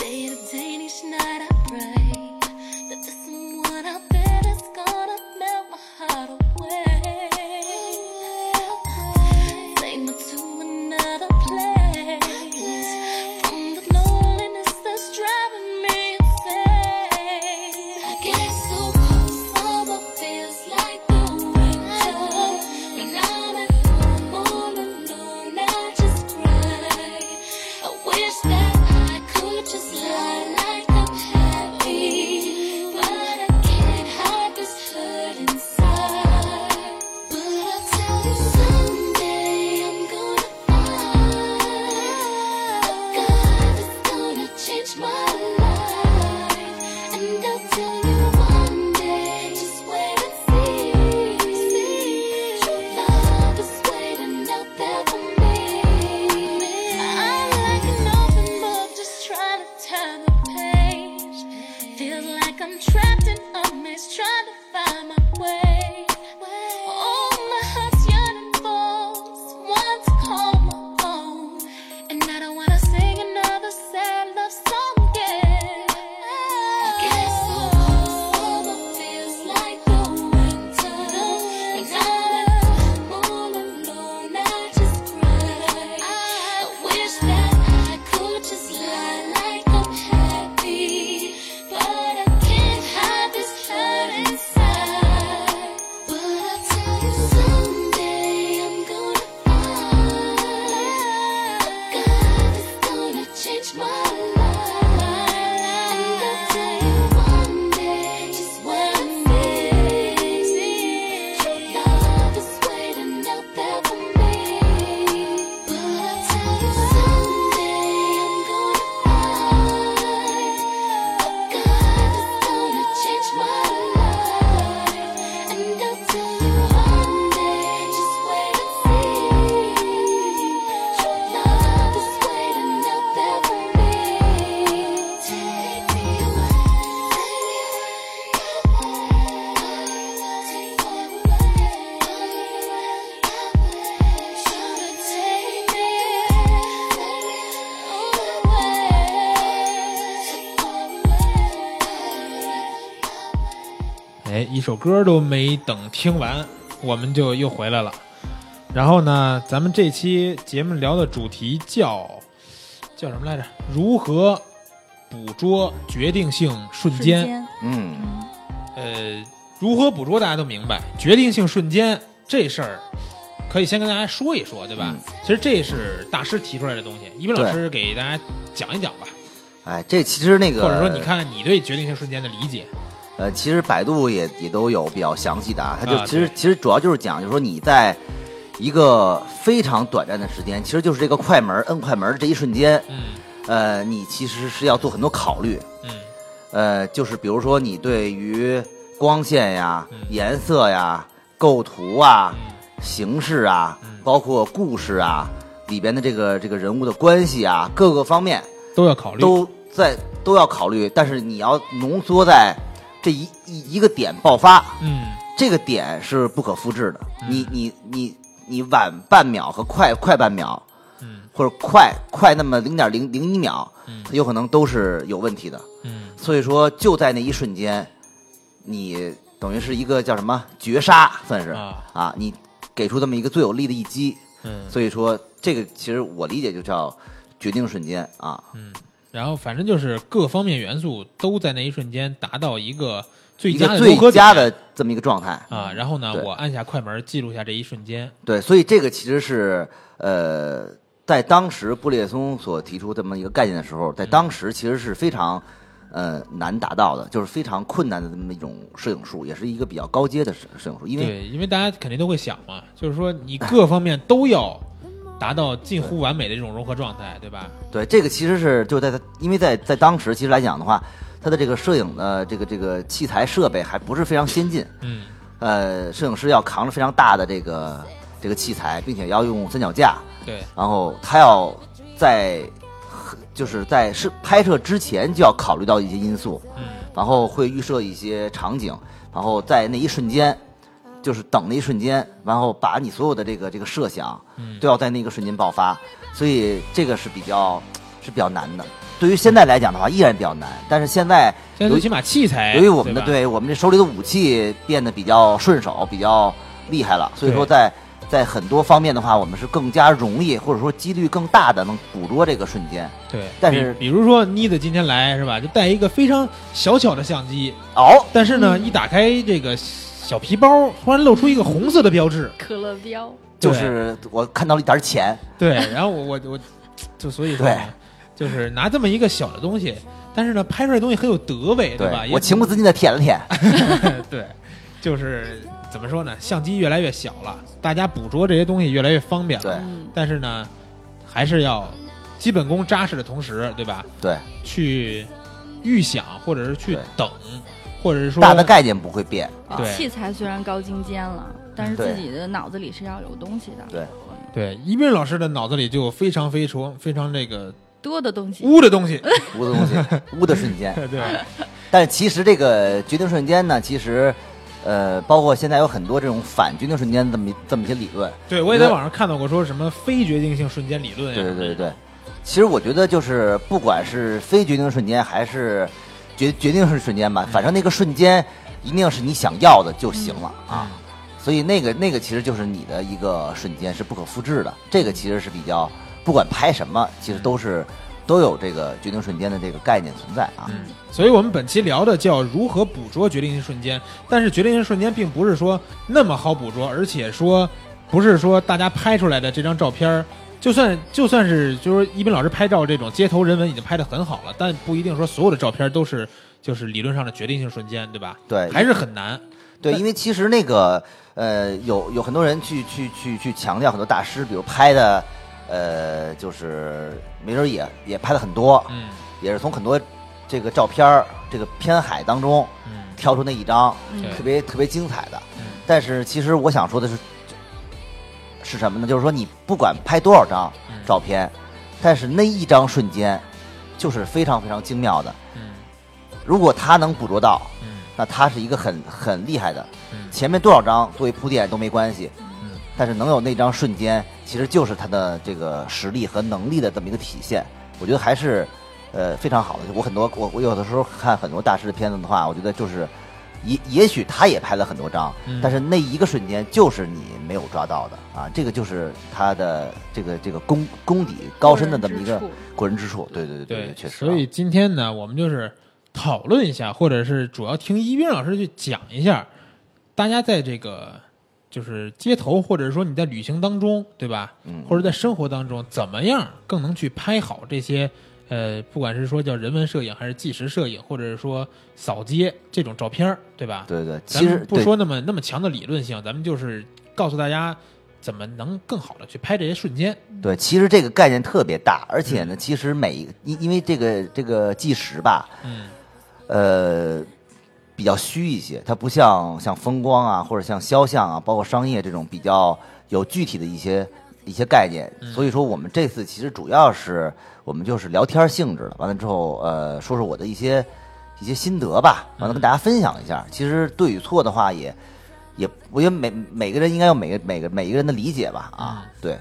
[SPEAKER 9] Day to day, each night I pray that there's someone out there that's gonna melt my heart away. Take me to another place from the loneliness that's driving me insane. I get so cold, summer feels like the winter, when I'm at home all alone, I just cry. I changed my life. And I'll tell you one day just what it means. Your love is waiting out there for me. But I'll tell you someday I'm gonna find a God that's gonna change my life. And I'll tell you one day just wait and see. Your love is waiting out there for me. Take me away, take
[SPEAKER 7] 哎，一首歌都没等听完，我们就又回来了。然后呢，咱们这期节目聊的主题叫叫什么来着？如何捕捉决定性瞬
[SPEAKER 6] 瞬
[SPEAKER 7] 间？
[SPEAKER 6] 间，
[SPEAKER 1] 嗯，
[SPEAKER 7] 呃，如何捕捉大家都明白，决定性瞬间这事儿，可以先跟大家说一说，对吧？其实这是大师提出来的东西，一斌老
[SPEAKER 1] 对
[SPEAKER 7] 师给大家讲一讲吧，
[SPEAKER 1] 哎，这其实那个，
[SPEAKER 7] 或者说你看看你对决定性瞬间的理解。
[SPEAKER 1] 呃，其实百度也也都有比较详细的啊，它就
[SPEAKER 7] 啊
[SPEAKER 1] 其实、其实主要就是讲，就是说你在一个非常短暂的时间，其实就是这个快门儿摁快门儿这一瞬间，
[SPEAKER 7] 嗯
[SPEAKER 1] 呃，你其实是要做很多考虑，
[SPEAKER 7] 嗯
[SPEAKER 1] 呃，就是比如说你对于光线呀、颜色呀、构图啊、
[SPEAKER 7] 嗯
[SPEAKER 1] 形式啊，包括故事啊里边的这个这个人物的关系啊，各个方面
[SPEAKER 7] 都要考虑。
[SPEAKER 1] 都在都要考虑，但是你要浓缩在这一一一个点爆发，
[SPEAKER 7] 嗯
[SPEAKER 1] 这个点是不可复制的。你你你你晚半秒和快快半秒，
[SPEAKER 7] 嗯
[SPEAKER 1] 或者快快那么零点零零一秒，
[SPEAKER 7] 嗯
[SPEAKER 1] 它有可能都是有问题的。
[SPEAKER 7] 嗯
[SPEAKER 1] 所以说，就在那一瞬间，你等于是一个叫什么绝杀，算是
[SPEAKER 7] 啊
[SPEAKER 1] 你给出这么一个最有力的一击。
[SPEAKER 7] 嗯
[SPEAKER 1] 所以说，这个其实我理解就叫决定瞬间啊。
[SPEAKER 7] 嗯，然后反正就是各方面元素都在那一瞬间达到一个最
[SPEAKER 1] 一
[SPEAKER 7] 佳
[SPEAKER 1] 个
[SPEAKER 7] 的
[SPEAKER 1] 最
[SPEAKER 7] 融合
[SPEAKER 1] 佳
[SPEAKER 7] 点
[SPEAKER 1] 的嗯这么一个状态
[SPEAKER 7] 啊。然后呢，
[SPEAKER 1] 对
[SPEAKER 7] 我按下快门记录下这一瞬间。
[SPEAKER 1] 对，所以这个其实是呃，在当时布列松所提出这么一个概念的时候，在
[SPEAKER 7] 嗯
[SPEAKER 1] 当时其实是非常呃难达到的，就是非常困难的这么一种摄影术，也是一个比较高阶的摄摄影术，因为
[SPEAKER 7] 对，因为大家肯定都会想嘛，就是说你各方面都要达到近乎完美的这种融合状态，对吧？
[SPEAKER 1] 对这个其实是就在它，因为在在当时其实来讲的话，它的这个摄影的这个这个器材设备还不是非常先进，
[SPEAKER 7] 嗯
[SPEAKER 1] 呃，摄影师要扛着非常大的这个这个器材，并且要用三脚架，，
[SPEAKER 7] 对，
[SPEAKER 1] 然后他要在就是在是拍摄之前就要考虑到一些因素，
[SPEAKER 7] 嗯
[SPEAKER 1] 然后会预设一些场景，然后在那一瞬间，就是等那一瞬间，然后把你所有的这个这个设想
[SPEAKER 7] 嗯，
[SPEAKER 1] 都要在那个瞬间爆发，所以这个是比较是比较难的。对于现在来讲的话，依然比较难，但是现在
[SPEAKER 7] 现在最起码器材，
[SPEAKER 1] 由于我们的
[SPEAKER 7] 哎吧，
[SPEAKER 1] 对我们这手里的武器变得比较顺手，比较厉害了，所以说
[SPEAKER 7] 对
[SPEAKER 1] 在在很多方面的话，我们是更加容易或者说几率更大的能捕捉这个瞬间。
[SPEAKER 7] 对，
[SPEAKER 1] 但是
[SPEAKER 7] 比比如说妮子今天来是吧，就带一个非常小巧的相机，
[SPEAKER 1] 哦，
[SPEAKER 7] 但是呢，一打开这个小皮包，突然露出一个红色的标志，
[SPEAKER 6] 可乐标，
[SPEAKER 7] 对
[SPEAKER 1] 就是我看到了一沓钱，
[SPEAKER 7] [LAUGHS] 对，然后我我我，就所以说呢，就是拿这么一个小的东西，但是呢，拍出来的东西很有德味，
[SPEAKER 1] 对
[SPEAKER 7] 吧？也
[SPEAKER 1] 我情不自禁的舔了舔。
[SPEAKER 7] 对，就是怎么说呢？相机越来越小了，大家捕捉这些东西越来越方便了。
[SPEAKER 1] 对
[SPEAKER 7] [LAUGHS] 但是呢，还是要基本功扎实的同时，对吧？
[SPEAKER 1] 对，
[SPEAKER 7] 去预想，或者是去
[SPEAKER 1] 对
[SPEAKER 7] 等，或者是说
[SPEAKER 1] 大的概念不会变啊。
[SPEAKER 7] 对
[SPEAKER 6] 哦器材虽然高精尖了，但是
[SPEAKER 1] 对
[SPEAKER 6] 自己的脑子里是要有东西的，嗯
[SPEAKER 1] 对，
[SPEAKER 7] 对一斌老师的脑子里就有非常非常非常这个
[SPEAKER 6] 多的东西。
[SPEAKER 7] 污的
[SPEAKER 1] [LAUGHS]
[SPEAKER 7] 东西。
[SPEAKER 1] 污的东西，污的瞬
[SPEAKER 7] [LAUGHS]
[SPEAKER 1] 间。
[SPEAKER 7] 对，
[SPEAKER 1] 但是其实这个决定瞬间呢，其实，呃，包括现在有很多这种反决定瞬间的这么一这么一些理论。
[SPEAKER 7] 对我也在网上看到过说什么非决定性瞬间理论呀、
[SPEAKER 1] 对对对对对，其实我觉得就是不管是非决定瞬间还是决决定是瞬间吧，反正那个瞬间一定是你想要的就行了啊。所以那个那个其实就是你的一个瞬间是不可复制的，这个其实是比较不管拍什么，其实都是都有这个决定瞬间的这个概念存在啊。
[SPEAKER 7] 所以我们本期聊的叫如何捕捉决定性瞬间，但是决定性瞬间并不是说那么好捕捉，而且说不是说大家拍出来的这张照片儿就算就算是就是说一斌老师拍照这种街头人文已经拍的很好了，但不一定说所有的照片都是就是理论上的决定性瞬间，对吧？
[SPEAKER 1] 对
[SPEAKER 7] 还是很难。
[SPEAKER 1] 对，因为其实那个呃，有有很多人去去去去强调很多大师，比如拍的呃，就是没准也也拍了很多，
[SPEAKER 7] 嗯
[SPEAKER 1] 也是从很多这个照片儿这个片海当中
[SPEAKER 7] 嗯，
[SPEAKER 1] 挑出那一张
[SPEAKER 7] 对
[SPEAKER 1] 特别特别精彩的
[SPEAKER 7] 嗯。
[SPEAKER 1] 但是其实我想说的是是什么呢？就是说你不管拍多少张
[SPEAKER 7] 嗯
[SPEAKER 1] 照片，但是那一张瞬间就是非常非常精妙的。
[SPEAKER 7] 嗯
[SPEAKER 1] 如果他能捕捉到，
[SPEAKER 7] 嗯
[SPEAKER 1] 那他是一个很很厉害的。
[SPEAKER 7] 嗯
[SPEAKER 1] 前面多少张作为铺垫都没关系，
[SPEAKER 7] 嗯
[SPEAKER 1] 但是能有那张瞬间，其实就是他的这个实力和能力的这么一个体现。我觉得还是，呃，非常好的。我很多我我有的时候看很多大师的片子的话，我觉得就是，也也许他也拍了很多张，
[SPEAKER 7] 嗯
[SPEAKER 1] 但是那一个瞬间就是你没有抓到的啊，这个就是他的这个这个功功底高深的这么一个
[SPEAKER 6] 过人之处
[SPEAKER 1] 过人之处。对对对对，确实啊。
[SPEAKER 7] 所以今天呢，我们就是讨论一下，或者是主要听一斌老师去讲一下，大家在这个就是街头，或者说你在旅行当中，对吧？
[SPEAKER 1] 嗯
[SPEAKER 7] 或者在生活当中，怎么样更能去拍好这些？呃，不管是说叫人文摄影，还是纪实摄影，或者是说扫街这种照片儿，对吧？
[SPEAKER 1] 对对，
[SPEAKER 7] 咱
[SPEAKER 1] 其
[SPEAKER 7] 们
[SPEAKER 1] 实
[SPEAKER 7] 不
[SPEAKER 1] 对
[SPEAKER 7] 说那么那么强的理论性，咱们就是告诉大家怎么能更好的去拍这些瞬间。
[SPEAKER 1] 对，其实这个概念特别大，而且呢，其实每一个因因为这个这个计时吧，
[SPEAKER 7] 嗯
[SPEAKER 1] 呃，比较虚一些，它不像像风光啊，或者像肖像啊，包括商业这种比较有具体的一些一些概念。所以说，我们这次其实主要是我们就是聊天性质的，完了之后，呃，说说我的一些一些心得吧，完了跟大家分享一下。其实对与错的话也，也我觉得每每个人应该有每个每个每个人的理解吧，啊，对。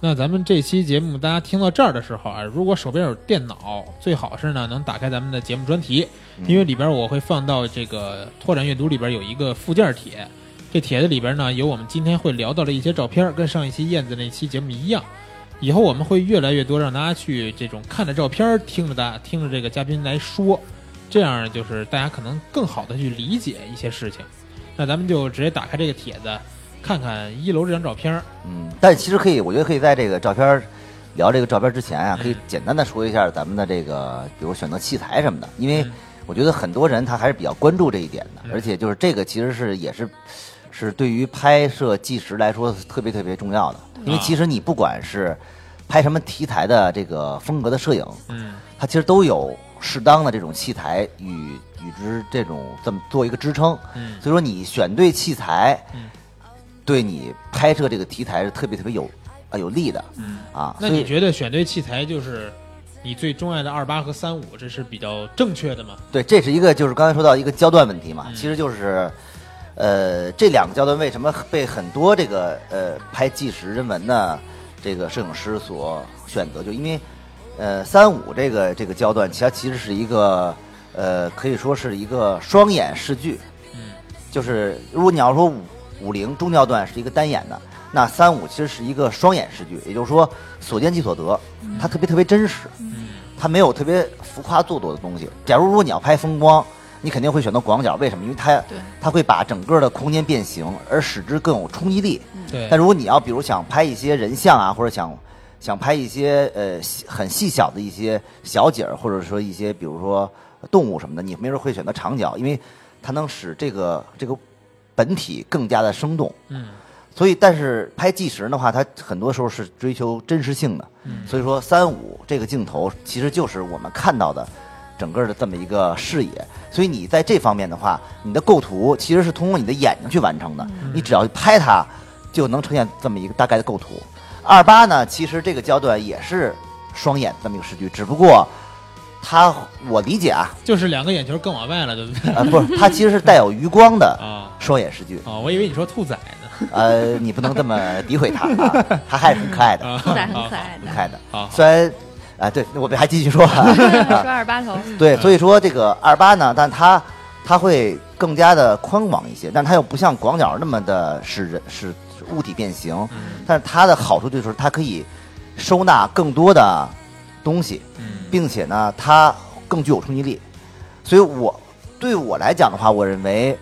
[SPEAKER 7] 那咱们这期节目大家听到这儿的时候啊，如果手边有电脑，最好是呢能打开咱们的节目专题，因为里边我会放到这个拓展阅读里边有一个附件帖，这帖子里边呢有我们今天会聊到的一些照片，跟上一期燕子那期节目一样。以后我们会越来越多让大家去这种看着照片，听着大家听着这个嘉宾来说，这样就是大家可能更好的去理解一些事情。那咱们就直接打开这个帖子，看看一楼这张照片。
[SPEAKER 1] 嗯，但其实可以，我觉得可以在这个照片儿聊这个照片儿之前啊，可以简单的说一下咱们的这个，比如选择器材什么的，因为
[SPEAKER 7] 嗯
[SPEAKER 1] 我觉得很多人他还是比较关注这一点的，
[SPEAKER 7] 嗯
[SPEAKER 1] 而且就是这个其实是也是是对于拍摄纪实来说特别特别重要的，因为
[SPEAKER 7] 啊
[SPEAKER 1] 其实你不管是拍什么题材的这个风格的摄影，
[SPEAKER 7] 嗯
[SPEAKER 1] 它其实都有适当的这种器材与与之这种这么做一个支撑。
[SPEAKER 7] 嗯
[SPEAKER 1] 所以说你选对器材，
[SPEAKER 7] 嗯
[SPEAKER 1] 对你拍摄这个题材是特别特别有啊、有利的
[SPEAKER 7] 嗯。
[SPEAKER 1] 啊。
[SPEAKER 7] 那
[SPEAKER 1] 所
[SPEAKER 7] 你
[SPEAKER 1] 以
[SPEAKER 7] 觉得选对器材就是你最钟爱的二八和三五，这是比较正确的吗？
[SPEAKER 1] 对，这是一个就是刚才说到一个焦段问题嘛，其实就是。呃，这两个焦段为什么被很多这个呃拍纪实人文的这个摄影师所选择？就因为呃三五这个这个焦段，其实它其实是一个呃可以说是一个双眼视距，
[SPEAKER 7] 嗯
[SPEAKER 1] 就是如果你要说五五零中焦段是一个单眼的，那三五其实是一个双眼视距，也就是说所见即所得，它特别特别真实，它没有特别浮夸做作的东西。假如如果你要拍风光，你肯定会选择广角，为什么？因为它它会把整个的空间变形，而使之更有冲击力。
[SPEAKER 7] 对
[SPEAKER 1] 但如果你要比如想拍一些人像啊，或者想想拍一些呃细很细小的一些小景儿，或者说一些比如说动物什么的，你没准会选择长角，因为它能使这个这个本体更加的生动。
[SPEAKER 7] 嗯
[SPEAKER 1] 所以，但是拍纪实的话，它很多时候是追求真实性的。所以说，三五这个镜头其实就是我们看到的整个的这么一个视野。所以你在这方面的话，你的构图其实是通过你的眼睛去完成的。你只要拍它，就能呈现这么一个大概的构图。二八呢，其实这个焦段也是双眼这么一个视距，只不过它我理解啊，
[SPEAKER 7] 就是两个眼球更往外了，
[SPEAKER 1] [LAUGHS]
[SPEAKER 7] 对不对？
[SPEAKER 1] 呃，不是，它其实是带有余光的
[SPEAKER 7] 啊
[SPEAKER 1] 双眼视距。
[SPEAKER 7] 啊，我以为你说兔崽呢。
[SPEAKER 1] 呃，你不能这么诋毁他啊，他还是很可爱的，
[SPEAKER 7] 啊，
[SPEAKER 6] 兔仔很可爱
[SPEAKER 1] 很 [LAUGHS]
[SPEAKER 6] 的
[SPEAKER 1] 可，爱的
[SPEAKER 7] 好。
[SPEAKER 1] 虽然，啊，对我们还继续说啊，
[SPEAKER 6] 说二八头，
[SPEAKER 1] 对，所以说这个二八呢，但它它会更加的宽广一些，但它又不像广角那么的使人使物体变形，但是它的好处就是它可以收纳更多的东西，
[SPEAKER 7] 嗯
[SPEAKER 1] 并且呢，它更具有冲击力。所以我对我来讲的话，我认为，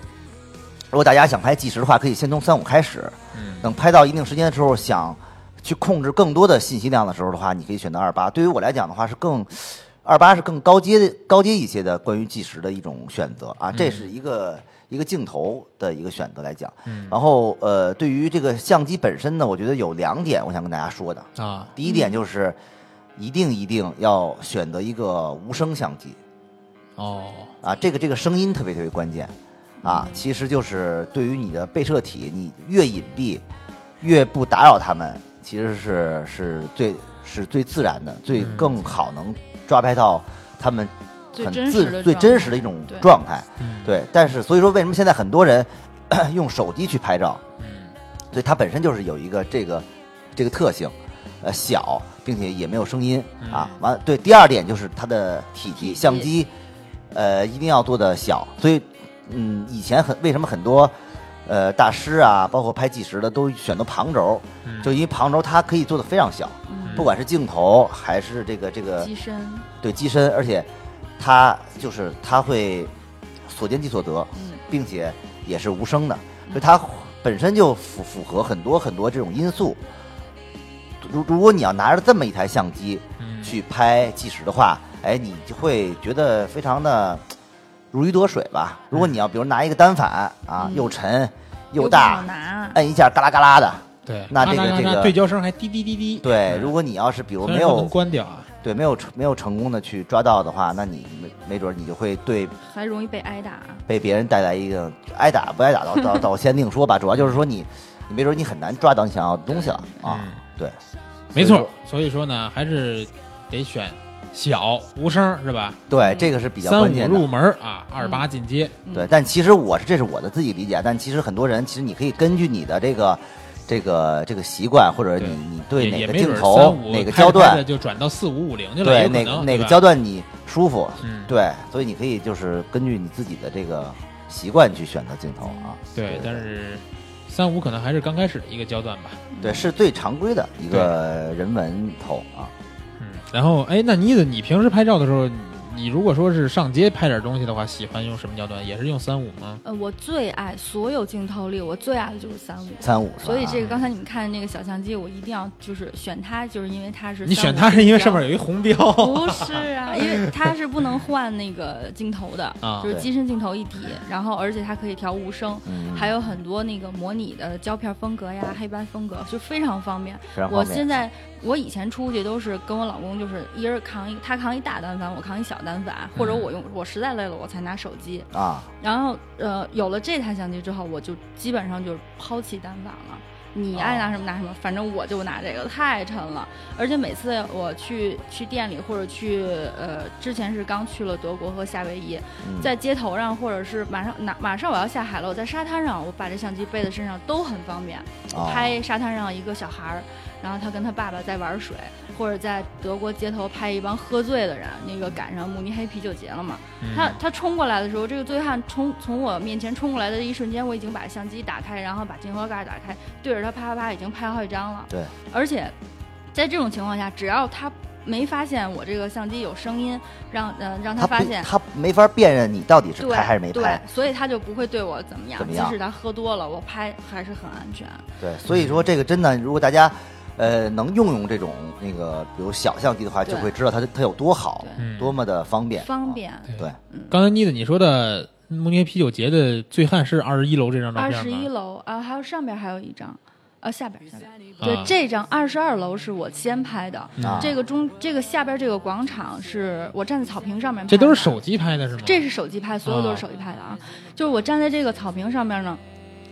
[SPEAKER 1] 如果大家想拍纪实的话，可以先从三五开始，
[SPEAKER 7] 嗯
[SPEAKER 1] 等拍到一定时间的时候，想去控制更多的信息量的时候的话，你可以选择二八。对于我来讲的话，是更二八是更高阶的高阶一些的关于计时的一种选择啊，这是一个、一个镜头的一个选择来讲。然后呃，对于这个相机本身呢，我觉得有两点我想跟大家说的。
[SPEAKER 7] 啊，
[SPEAKER 1] 第一
[SPEAKER 8] 嗯
[SPEAKER 1] 点就是，一定一定要选择一个无声相机
[SPEAKER 7] 哦，
[SPEAKER 1] 啊，这个这个声音特别特别关键啊，其实就是对于你的被摄体，你越隐蔽，越不打扰他们，其实是是最是最自然的，最
[SPEAKER 7] 嗯
[SPEAKER 1] 更好能抓拍到他们
[SPEAKER 8] 最
[SPEAKER 1] 很
[SPEAKER 8] 真实
[SPEAKER 1] 自
[SPEAKER 8] 的
[SPEAKER 1] 最
[SPEAKER 8] 状
[SPEAKER 1] 真
[SPEAKER 8] 态
[SPEAKER 1] 实的一种
[SPEAKER 8] 对
[SPEAKER 1] 状态。
[SPEAKER 7] 嗯，
[SPEAKER 1] 对，但是所以说，为什么现在很多人 [COUGHS] 用手机去拍照？
[SPEAKER 7] 嗯
[SPEAKER 1] 所以它本身就是有一个这个这个特性，呃，小，并且也没有声音啊。完了，对，第二点就是它的体积，
[SPEAKER 8] 积
[SPEAKER 1] 相机，呃，一定要做的小。所以，嗯，以前很为什么很多呃大师啊，包括拍纪实的都选择旁轴，
[SPEAKER 7] 嗯
[SPEAKER 1] 就因为旁轴它可以做的非常小，不管是镜头还是这个这个
[SPEAKER 8] 机身，
[SPEAKER 1] 对机身，而且它就是它会所见即所得，
[SPEAKER 8] 嗯
[SPEAKER 1] 并且也是无声的，所以它本身就符符合很多很多这种因素。如如果你要拿着这么一台相机
[SPEAKER 7] 嗯
[SPEAKER 1] 去拍纪实的话，哎，你就会觉得非常的如鱼得水吧。如果你要比如拿一个单反啊，又沉又
[SPEAKER 6] 又不
[SPEAKER 1] 大
[SPEAKER 6] 好，拿，
[SPEAKER 1] 摁一下嘎啦嘎啦的，
[SPEAKER 7] 对，
[SPEAKER 1] 那这个这个
[SPEAKER 7] 对焦声还滴滴滴滴，
[SPEAKER 1] 对。
[SPEAKER 7] 嗯
[SPEAKER 1] 如果你要是比如
[SPEAKER 7] 虽然
[SPEAKER 1] 没
[SPEAKER 7] 说
[SPEAKER 1] 有
[SPEAKER 7] 能关掉啊，
[SPEAKER 1] 对没有成没有成功的去抓到的话，那你没没准你就会对
[SPEAKER 6] 还容易被挨打。啊
[SPEAKER 1] 被别人带来一个挨打不挨打到到到先另说吧，主要就是说你，你没准你很难抓到你想要的东西了啊
[SPEAKER 7] 嗯。
[SPEAKER 1] 对，
[SPEAKER 7] 没错，所以说呢，还是得选小无声是吧？
[SPEAKER 1] 对，这个是比较
[SPEAKER 7] 嗯三
[SPEAKER 1] 关
[SPEAKER 7] 五
[SPEAKER 1] 键的
[SPEAKER 7] 入。门儿啊，二八进阶，
[SPEAKER 1] 对，但其实我是这是我的自己理解，但其实很多人其实你可以根据你的这个这个这个习惯，或者
[SPEAKER 7] 对
[SPEAKER 1] 你你对
[SPEAKER 7] 也
[SPEAKER 1] 哪
[SPEAKER 7] 也
[SPEAKER 1] 个
[SPEAKER 7] 没
[SPEAKER 1] 镜
[SPEAKER 7] 准三
[SPEAKER 1] 头
[SPEAKER 7] 五
[SPEAKER 1] 哪个
[SPEAKER 7] 拍
[SPEAKER 1] 焦
[SPEAKER 7] 着拍着
[SPEAKER 1] 段，
[SPEAKER 7] 就转到四五五零去了，也
[SPEAKER 1] 对哪
[SPEAKER 7] 有可
[SPEAKER 1] 个
[SPEAKER 7] 能
[SPEAKER 1] 哪个
[SPEAKER 7] 对吧
[SPEAKER 1] 焦段你舒服，
[SPEAKER 7] 嗯
[SPEAKER 1] 对，所以你可以就是根据你自己的这个习惯去选择镜头啊。
[SPEAKER 7] 对，但是三五可能还是刚开始的一个阶段吧。
[SPEAKER 6] 嗯
[SPEAKER 1] 对是最常规的一个人文头啊。
[SPEAKER 7] 嗯，然后哎，那妮子，你平时拍照的时候，你你如果说是上街拍点东西的话，喜欢用什么焦段？也是用三五吗？
[SPEAKER 8] 呃，我最爱所有镜头里，我最爱的就是三五。
[SPEAKER 1] 三五是吧，
[SPEAKER 8] 所以这个刚才你们看那个小相机，我一定要就是选它，就是因为它是
[SPEAKER 7] 你选
[SPEAKER 8] 35
[SPEAKER 7] 它是因为
[SPEAKER 8] 指
[SPEAKER 7] 上
[SPEAKER 8] 标
[SPEAKER 7] 面有一红标，
[SPEAKER 8] 不是
[SPEAKER 1] [LAUGHS]
[SPEAKER 8] 啊，因为它是不能换那个镜头的，
[SPEAKER 7] 啊
[SPEAKER 8] 就是
[SPEAKER 1] 对
[SPEAKER 8] 机身镜头一体，然后而且它可以调无声，
[SPEAKER 1] 嗯
[SPEAKER 8] 还有很多那个模拟的胶片风格呀、黑白风格，就非常方便。
[SPEAKER 1] 非常
[SPEAKER 8] 我
[SPEAKER 1] 方便
[SPEAKER 8] 现在我以前出去都是跟我老公，就是一人扛一，他扛一大单反，我扛一小单反，或
[SPEAKER 1] 嗯
[SPEAKER 8] 者我用我实在累了我才拿手机。
[SPEAKER 1] 啊。
[SPEAKER 8] 然后呃，有了这台相机之后，我就基本上就是抛弃单反了。你爱
[SPEAKER 1] 哦
[SPEAKER 8] 拿什么拿什么，反正我就拿这个，太沉了。而且每次我去去店里或者去呃，之前是刚去了德国和夏威夷，
[SPEAKER 1] 嗯
[SPEAKER 8] 在街头上或者是马上拿马上我要下海了，我在沙滩上，我把这相机背在身上都很方便。
[SPEAKER 1] 哦
[SPEAKER 8] 拍沙滩上一个小孩儿，然后他跟他爸爸在玩水，或者在德国街头拍一帮喝醉的人，那个赶上慕尼黑啤酒节了嘛，
[SPEAKER 7] 嗯
[SPEAKER 1] 嗯
[SPEAKER 8] 他他冲过来的时候，这个醉汉冲从我面前冲过来的一瞬间，我已经把相机打开，然后把镜头盖打开，对着他啪啪啪已经拍好几张了。
[SPEAKER 1] 对，
[SPEAKER 8] 而且在这种情况下，只要他没发现我这个相机有声音，让呃让
[SPEAKER 1] 他
[SPEAKER 8] 他发
[SPEAKER 1] 不
[SPEAKER 8] 现。
[SPEAKER 1] 他没法辨认你到底是
[SPEAKER 8] 对
[SPEAKER 1] 拍还是没
[SPEAKER 8] 对
[SPEAKER 1] 拍，，
[SPEAKER 8] 所以他就不会对我怎么样，
[SPEAKER 1] 怎么样
[SPEAKER 8] 即使他喝多了，我拍还是很安全。
[SPEAKER 1] 对，所以说这个真的，如果大家呃能用用这种那个比如小相机的话，
[SPEAKER 8] 对
[SPEAKER 1] 就会知道它它有多好
[SPEAKER 8] 对，
[SPEAKER 7] 嗯
[SPEAKER 1] 多么的方便，
[SPEAKER 8] 方。便。嗯
[SPEAKER 1] 对，哦
[SPEAKER 7] 刚才妮子你说的慕尼黑啤酒节的醉汉是二十一楼这张照
[SPEAKER 8] 二
[SPEAKER 7] 片吗？
[SPEAKER 8] 十一楼啊，还有上边还有一张，啊下边下边。对，
[SPEAKER 7] 啊
[SPEAKER 8] 这张二十二楼是我先拍的，
[SPEAKER 1] 啊
[SPEAKER 8] 这个中这个下边这个广场是我站在草坪上面拍的，
[SPEAKER 7] 这都是手机拍的是吗？
[SPEAKER 8] 这是手机拍，所有都是手机拍的啊。就是我站在这个草坪上面呢，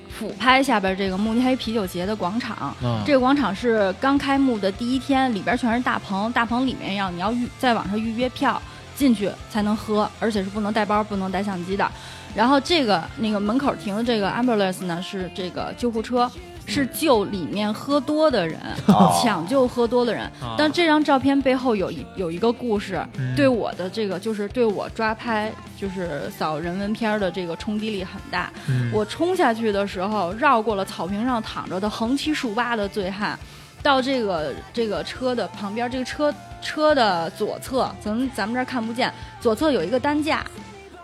[SPEAKER 8] 俯拍下边这个慕尼黑啤酒节的广场。
[SPEAKER 7] 啊
[SPEAKER 8] 这个广场是刚开幕的第一天，里边全是大棚，大棚里面要你要预在网上预约票进去才能喝，而且是不能带包、不能带相机的。然后这个那个门口停的这个 ambulance 呢是这个救护车，是
[SPEAKER 7] 嗯
[SPEAKER 8] 救里面喝多的人，
[SPEAKER 1] 哦
[SPEAKER 8] 抢救喝多的人。
[SPEAKER 7] 啊
[SPEAKER 8] 但这张照片背后有一有一个故事，
[SPEAKER 7] 嗯
[SPEAKER 8] 对我的这个就是对我抓拍就是扫人文片儿的这个冲击力很大。
[SPEAKER 7] 嗯
[SPEAKER 8] 我冲下去的时候，绕过了草坪上躺着的横七竖八的醉汉，到这个这个车的旁边，这个车车的左侧，咱们咱们这儿看不见，左侧有一个担架。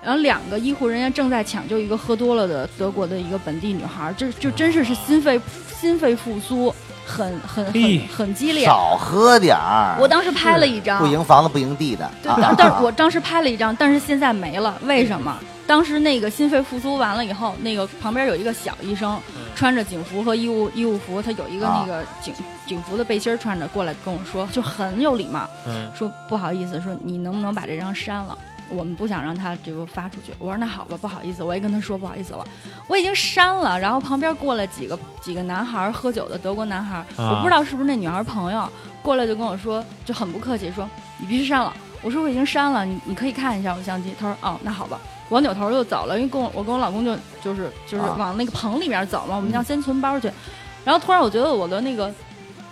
[SPEAKER 8] 然后两个医护人员正在抢救一个喝多了的德国的一个本地女孩儿，这就真是是心肺心肺复苏，很很
[SPEAKER 7] 嘿
[SPEAKER 8] 很很激烈。
[SPEAKER 1] 少喝点儿。
[SPEAKER 8] 我当时拍了一张，
[SPEAKER 1] 不赢房子不赢地的，
[SPEAKER 8] 对，
[SPEAKER 1] 啊
[SPEAKER 8] 但但是我当时拍了一张，但是现在没了，为什么？当时那个心肺复苏完了以后，那个旁边有一个小医生，穿着警服和医务医务服，他有一个
[SPEAKER 1] 啊
[SPEAKER 8] 那个警、警服的背心儿穿着过来跟我说，就很有礼貌，
[SPEAKER 7] 嗯，
[SPEAKER 8] 说不好意思，说你能不能把这张删了？我们不想让他这个发出去。我说那好吧，不好意思，我也跟他说不好意思了，我已经删了。然后旁边过来几个几个男孩儿喝酒的德国男孩儿，
[SPEAKER 7] 啊
[SPEAKER 8] 我不知道是不是那女孩儿朋友过来就跟我说，就很不客气说你必须删了。我说我已经删了，你你可以看一下我相机。他说哦，那好吧。我扭头就走了，因为跟我我跟我老公就就是就是
[SPEAKER 1] 啊
[SPEAKER 8] 往那个棚里面走嘛，我们要先存包去。然后突然我觉得我的那个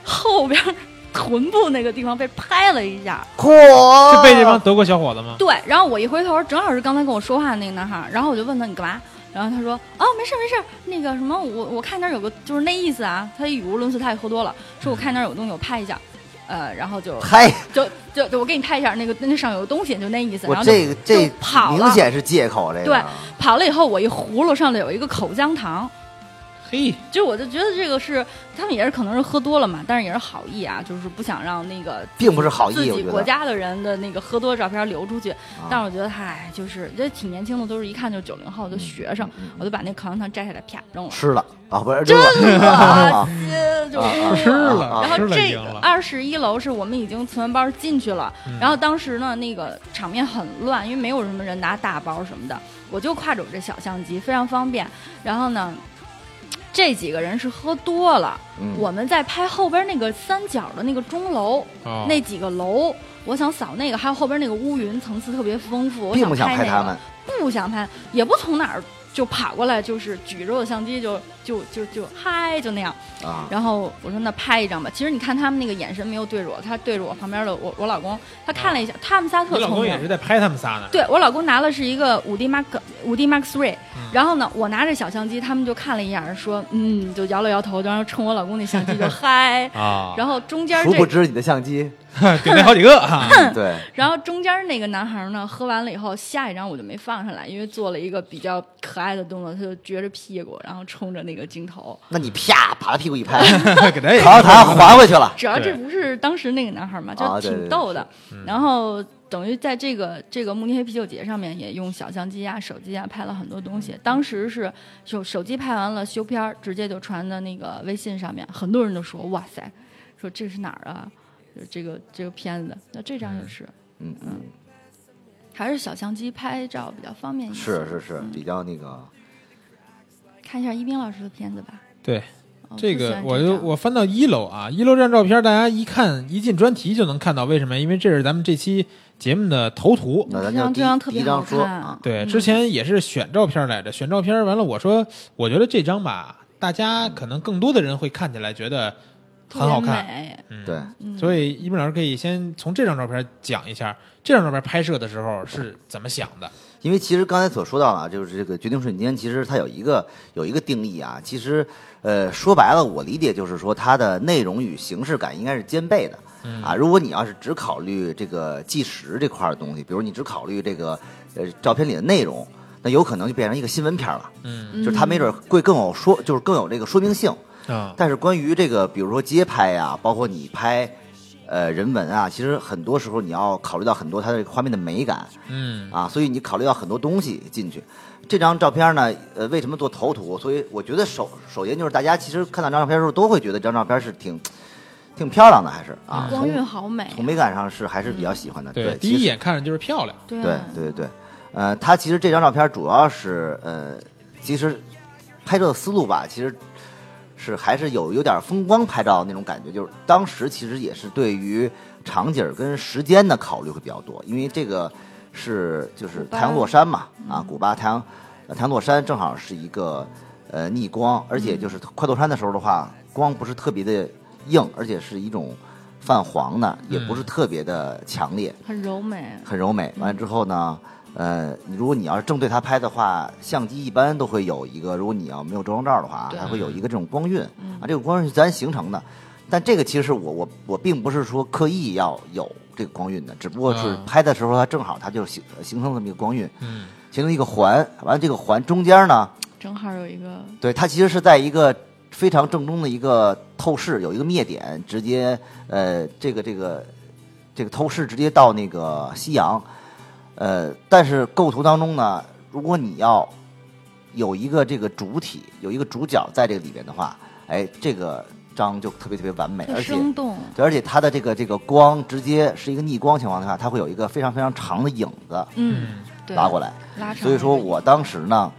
[SPEAKER 8] 后边儿 [LAUGHS] 臀部那个地方被拍了一下，
[SPEAKER 1] 嚯，
[SPEAKER 7] 是被这帮德国小伙子吗？
[SPEAKER 8] 对，然后我一回头，正好是刚才跟我说话那个男孩儿，然后我就问他你干嘛？然后他说哦，没事儿没事儿，那个什么，我我看那儿有个，就是那意思啊。他语无伦次，他也喝多了，说我看那儿有个东西，我拍一下，呃，然后就
[SPEAKER 1] 嗨，
[SPEAKER 8] 就就就我给你拍一下，那个那上有个东西，就那意思。
[SPEAKER 1] 我
[SPEAKER 8] 然后
[SPEAKER 1] 这
[SPEAKER 8] 就
[SPEAKER 1] 个这
[SPEAKER 8] 就跑了
[SPEAKER 1] 明显是借口，这个
[SPEAKER 8] 对跑了以后，我一葫芦上头有一个口香糖，
[SPEAKER 7] 嘿，
[SPEAKER 8] 就我就觉得这个是他们也是可能是喝多了嘛，但是也是好意啊，就是不想让那个
[SPEAKER 1] 并不是好
[SPEAKER 8] 自
[SPEAKER 1] 意，我
[SPEAKER 8] 己
[SPEAKER 1] 觉
[SPEAKER 8] 国
[SPEAKER 1] 得。
[SPEAKER 8] 家的人的那个喝多照片流出去。
[SPEAKER 1] 啊
[SPEAKER 8] 但是我觉得，嗨，就是这挺年轻的，都是一看就是九零后的学生，
[SPEAKER 1] 嗯
[SPEAKER 8] 我就把那口香糖摘下来，啪扔了。
[SPEAKER 1] 吃了啊，不是这个
[SPEAKER 8] 这就
[SPEAKER 1] 啊
[SPEAKER 7] 吃了，
[SPEAKER 1] 啊
[SPEAKER 8] [LAUGHS] 然后
[SPEAKER 7] 哦吃了，嗯
[SPEAKER 8] 这
[SPEAKER 7] 赢了。
[SPEAKER 8] 二十一楼是我们已经存完包进去了，然后当时呢，那个场面很乱，因为没有什么人拿大包什么的，我就挎着我这小相机，非常方便。然后呢，这几个人是喝多了，
[SPEAKER 1] 嗯
[SPEAKER 8] 我们在拍后边那个三角的那个钟楼，
[SPEAKER 7] 哦
[SPEAKER 8] 那几个楼，我想扫那个，还有后边那个乌云层次特别丰富，我
[SPEAKER 1] 并不想
[SPEAKER 8] 拍那
[SPEAKER 1] 拍
[SPEAKER 8] 个
[SPEAKER 1] 他们，
[SPEAKER 8] 不想拍，也不从哪儿就跑过来，就是举着我的相机就就就就嗨就那样。
[SPEAKER 1] 啊，
[SPEAKER 8] 然后我说那拍一张吧。其实你看他们那个眼神没有对着我，他对着我旁边的我我老公，他看了一下，他们仨特
[SPEAKER 7] 你老
[SPEAKER 8] 聪
[SPEAKER 7] 公也是
[SPEAKER 8] 明。
[SPEAKER 7] 在拍他们仨呢，
[SPEAKER 8] 对我老公拿了是一个五 D Mark 五 D Mark Three，
[SPEAKER 7] 嗯
[SPEAKER 8] 然后呢，我拿着小相机，他们就看了一眼，说嗯，就摇了摇头，然后冲我老公那相机就嗨。
[SPEAKER 7] 啊，
[SPEAKER 8] 然后中间
[SPEAKER 1] 殊不
[SPEAKER 8] 这，
[SPEAKER 1] 知你的相机，
[SPEAKER 7] 点了好几
[SPEAKER 8] [LAUGHS]
[SPEAKER 7] 个啊，
[SPEAKER 8] 嗯
[SPEAKER 1] 对，
[SPEAKER 8] 然后中间那个男孩呢，喝完了以后，下一张我就没放上来，因为做了一个比较可爱的动作，他就撅着屁股，然后冲着那个镜头。
[SPEAKER 1] 那你啪把他屁股
[SPEAKER 7] [LAUGHS]
[SPEAKER 1] 一拍，
[SPEAKER 7] 给他也
[SPEAKER 1] 口香糖还回去了。
[SPEAKER 8] 主要这
[SPEAKER 7] 对
[SPEAKER 8] 不是当时那个男孩嘛，
[SPEAKER 1] 啊对对
[SPEAKER 8] 就挺
[SPEAKER 1] 对嗯
[SPEAKER 8] 逗的。然后等于在这个这个慕尼黑啤酒节上面，也用小相机啊、手机啊拍了很多东
[SPEAKER 1] 嗯
[SPEAKER 8] 西。当时是手手机拍完了修片儿，直接就传到那个微信上面，很多人都说：“哇塞，说这是哪儿啊？这个这个片子。”那这张也是，
[SPEAKER 1] 嗯
[SPEAKER 8] 嗯，还是小相机拍照比较方便一些。
[SPEAKER 1] 是是是，比较那个
[SPEAKER 8] 看一下一冰老师的片子吧。
[SPEAKER 7] 对
[SPEAKER 8] 哦
[SPEAKER 7] 这
[SPEAKER 8] 不喜
[SPEAKER 7] 个
[SPEAKER 8] 欢，
[SPEAKER 7] 我
[SPEAKER 8] 这
[SPEAKER 7] 就
[SPEAKER 8] 张
[SPEAKER 7] 我翻到一楼啊，一楼这张照片，大家一看一进专题就能看到，为什么？因为这是咱们这期节目的头图。
[SPEAKER 1] 那咱就
[SPEAKER 8] 这张
[SPEAKER 1] 第
[SPEAKER 8] 这张特
[SPEAKER 1] 第
[SPEAKER 8] 别
[SPEAKER 1] 一
[SPEAKER 8] 好
[SPEAKER 1] 张说
[SPEAKER 8] 看
[SPEAKER 1] 啊，
[SPEAKER 7] 对，之前也是选照片来着，选照片完了，我说我觉得这张吧，大家可能更多的人会看起来觉得
[SPEAKER 8] 特
[SPEAKER 7] 很好
[SPEAKER 8] 别
[SPEAKER 7] 看，
[SPEAKER 8] 美
[SPEAKER 7] 嗯，
[SPEAKER 1] 对，
[SPEAKER 8] 嗯
[SPEAKER 7] 所以一鸣老师可以先从这张照片讲一下，这张照片拍摄的时候是怎么想的？
[SPEAKER 1] 因为其实刚才所说到了，啊就是这个决定瞬间，其实它有一个有一个定义啊。其实，呃，说白了，我理解就是说，它的内容与形式感应该是兼备的。
[SPEAKER 7] 嗯
[SPEAKER 1] 啊，如果你要是只考虑这个纪实这块儿的东西，比如你只考虑这个呃照片里的内容，那有可能就变成一个新闻片儿了。
[SPEAKER 7] 嗯
[SPEAKER 1] 就是它没准儿会更有说，就是更有这个说明性。
[SPEAKER 8] 嗯
[SPEAKER 7] 啊，
[SPEAKER 1] 但是关于这个，比如说街拍呀、包括你拍，呃，人文啊，其实很多时候你要考虑到很多它的这个画面的美感
[SPEAKER 7] 嗯
[SPEAKER 1] 啊，所以你考虑到很多东西进去。这张照片呢，呃，为什么做头图？所以我觉得首首先就是大家其实看到这张照片的时候，都会觉得这张照片是挺挺漂亮的，还是啊，
[SPEAKER 8] 光晕
[SPEAKER 1] 从
[SPEAKER 8] 好美啊，
[SPEAKER 1] 从美感上是还是比较喜欢的。
[SPEAKER 7] 嗯对，第
[SPEAKER 1] 其实
[SPEAKER 7] 一眼看着就是漂亮，
[SPEAKER 8] 对啊
[SPEAKER 1] 对对对对，呃，他其实这张照片主要是呃，其实拍摄的思路吧，其实是还是有有点风光拍照那种感觉，就是当时其实也是对于场景跟时间的考虑会比较多，因为这个是就是
[SPEAKER 8] 古巴嗯
[SPEAKER 1] 太阳落山嘛，啊，古巴太阳呃太阳落山正好是一个呃逆光，而且
[SPEAKER 8] 嗯
[SPEAKER 1] 就是快落山的时候的话，光不是特别的硬，而且是一种泛黄的，也不是
[SPEAKER 8] 嗯
[SPEAKER 1] 特别的强烈。
[SPEAKER 8] 很柔美。
[SPEAKER 1] 很柔美。完了之后呢，呃，你如果你要是正对它拍的话，相机一般都会有一个，如果你要没有遮光罩的话，啊
[SPEAKER 8] 对
[SPEAKER 1] 它会有一个这种光晕啊，这个光晕是自然形成的。但这个其实我我我并不是说刻意要有这个光晕的，只不过是
[SPEAKER 7] 嗯
[SPEAKER 1] 拍的时候它正好它就形呃形成这么一个光晕，
[SPEAKER 7] 嗯
[SPEAKER 1] 形成一个环。完了这个环中间呢，
[SPEAKER 8] 正好有一个
[SPEAKER 1] 对它其实是在一个非常正宗的一个透视，有一个灭点，直接呃，这个这个这个透视直接到那个西洋，呃，但是构图当中呢，如果你要有一个这个主体，有一个主角在这个里面的话，哎，这个章就特别特别完美，
[SPEAKER 6] 特
[SPEAKER 1] 而且
[SPEAKER 6] 生动，
[SPEAKER 1] 对而且它的这个这个光直接是一个逆光情况下，它会有一个非常非常长的影子
[SPEAKER 6] 嗯，对，
[SPEAKER 1] 拉过来。
[SPEAKER 6] 拉长，
[SPEAKER 1] 所以说我当时呢，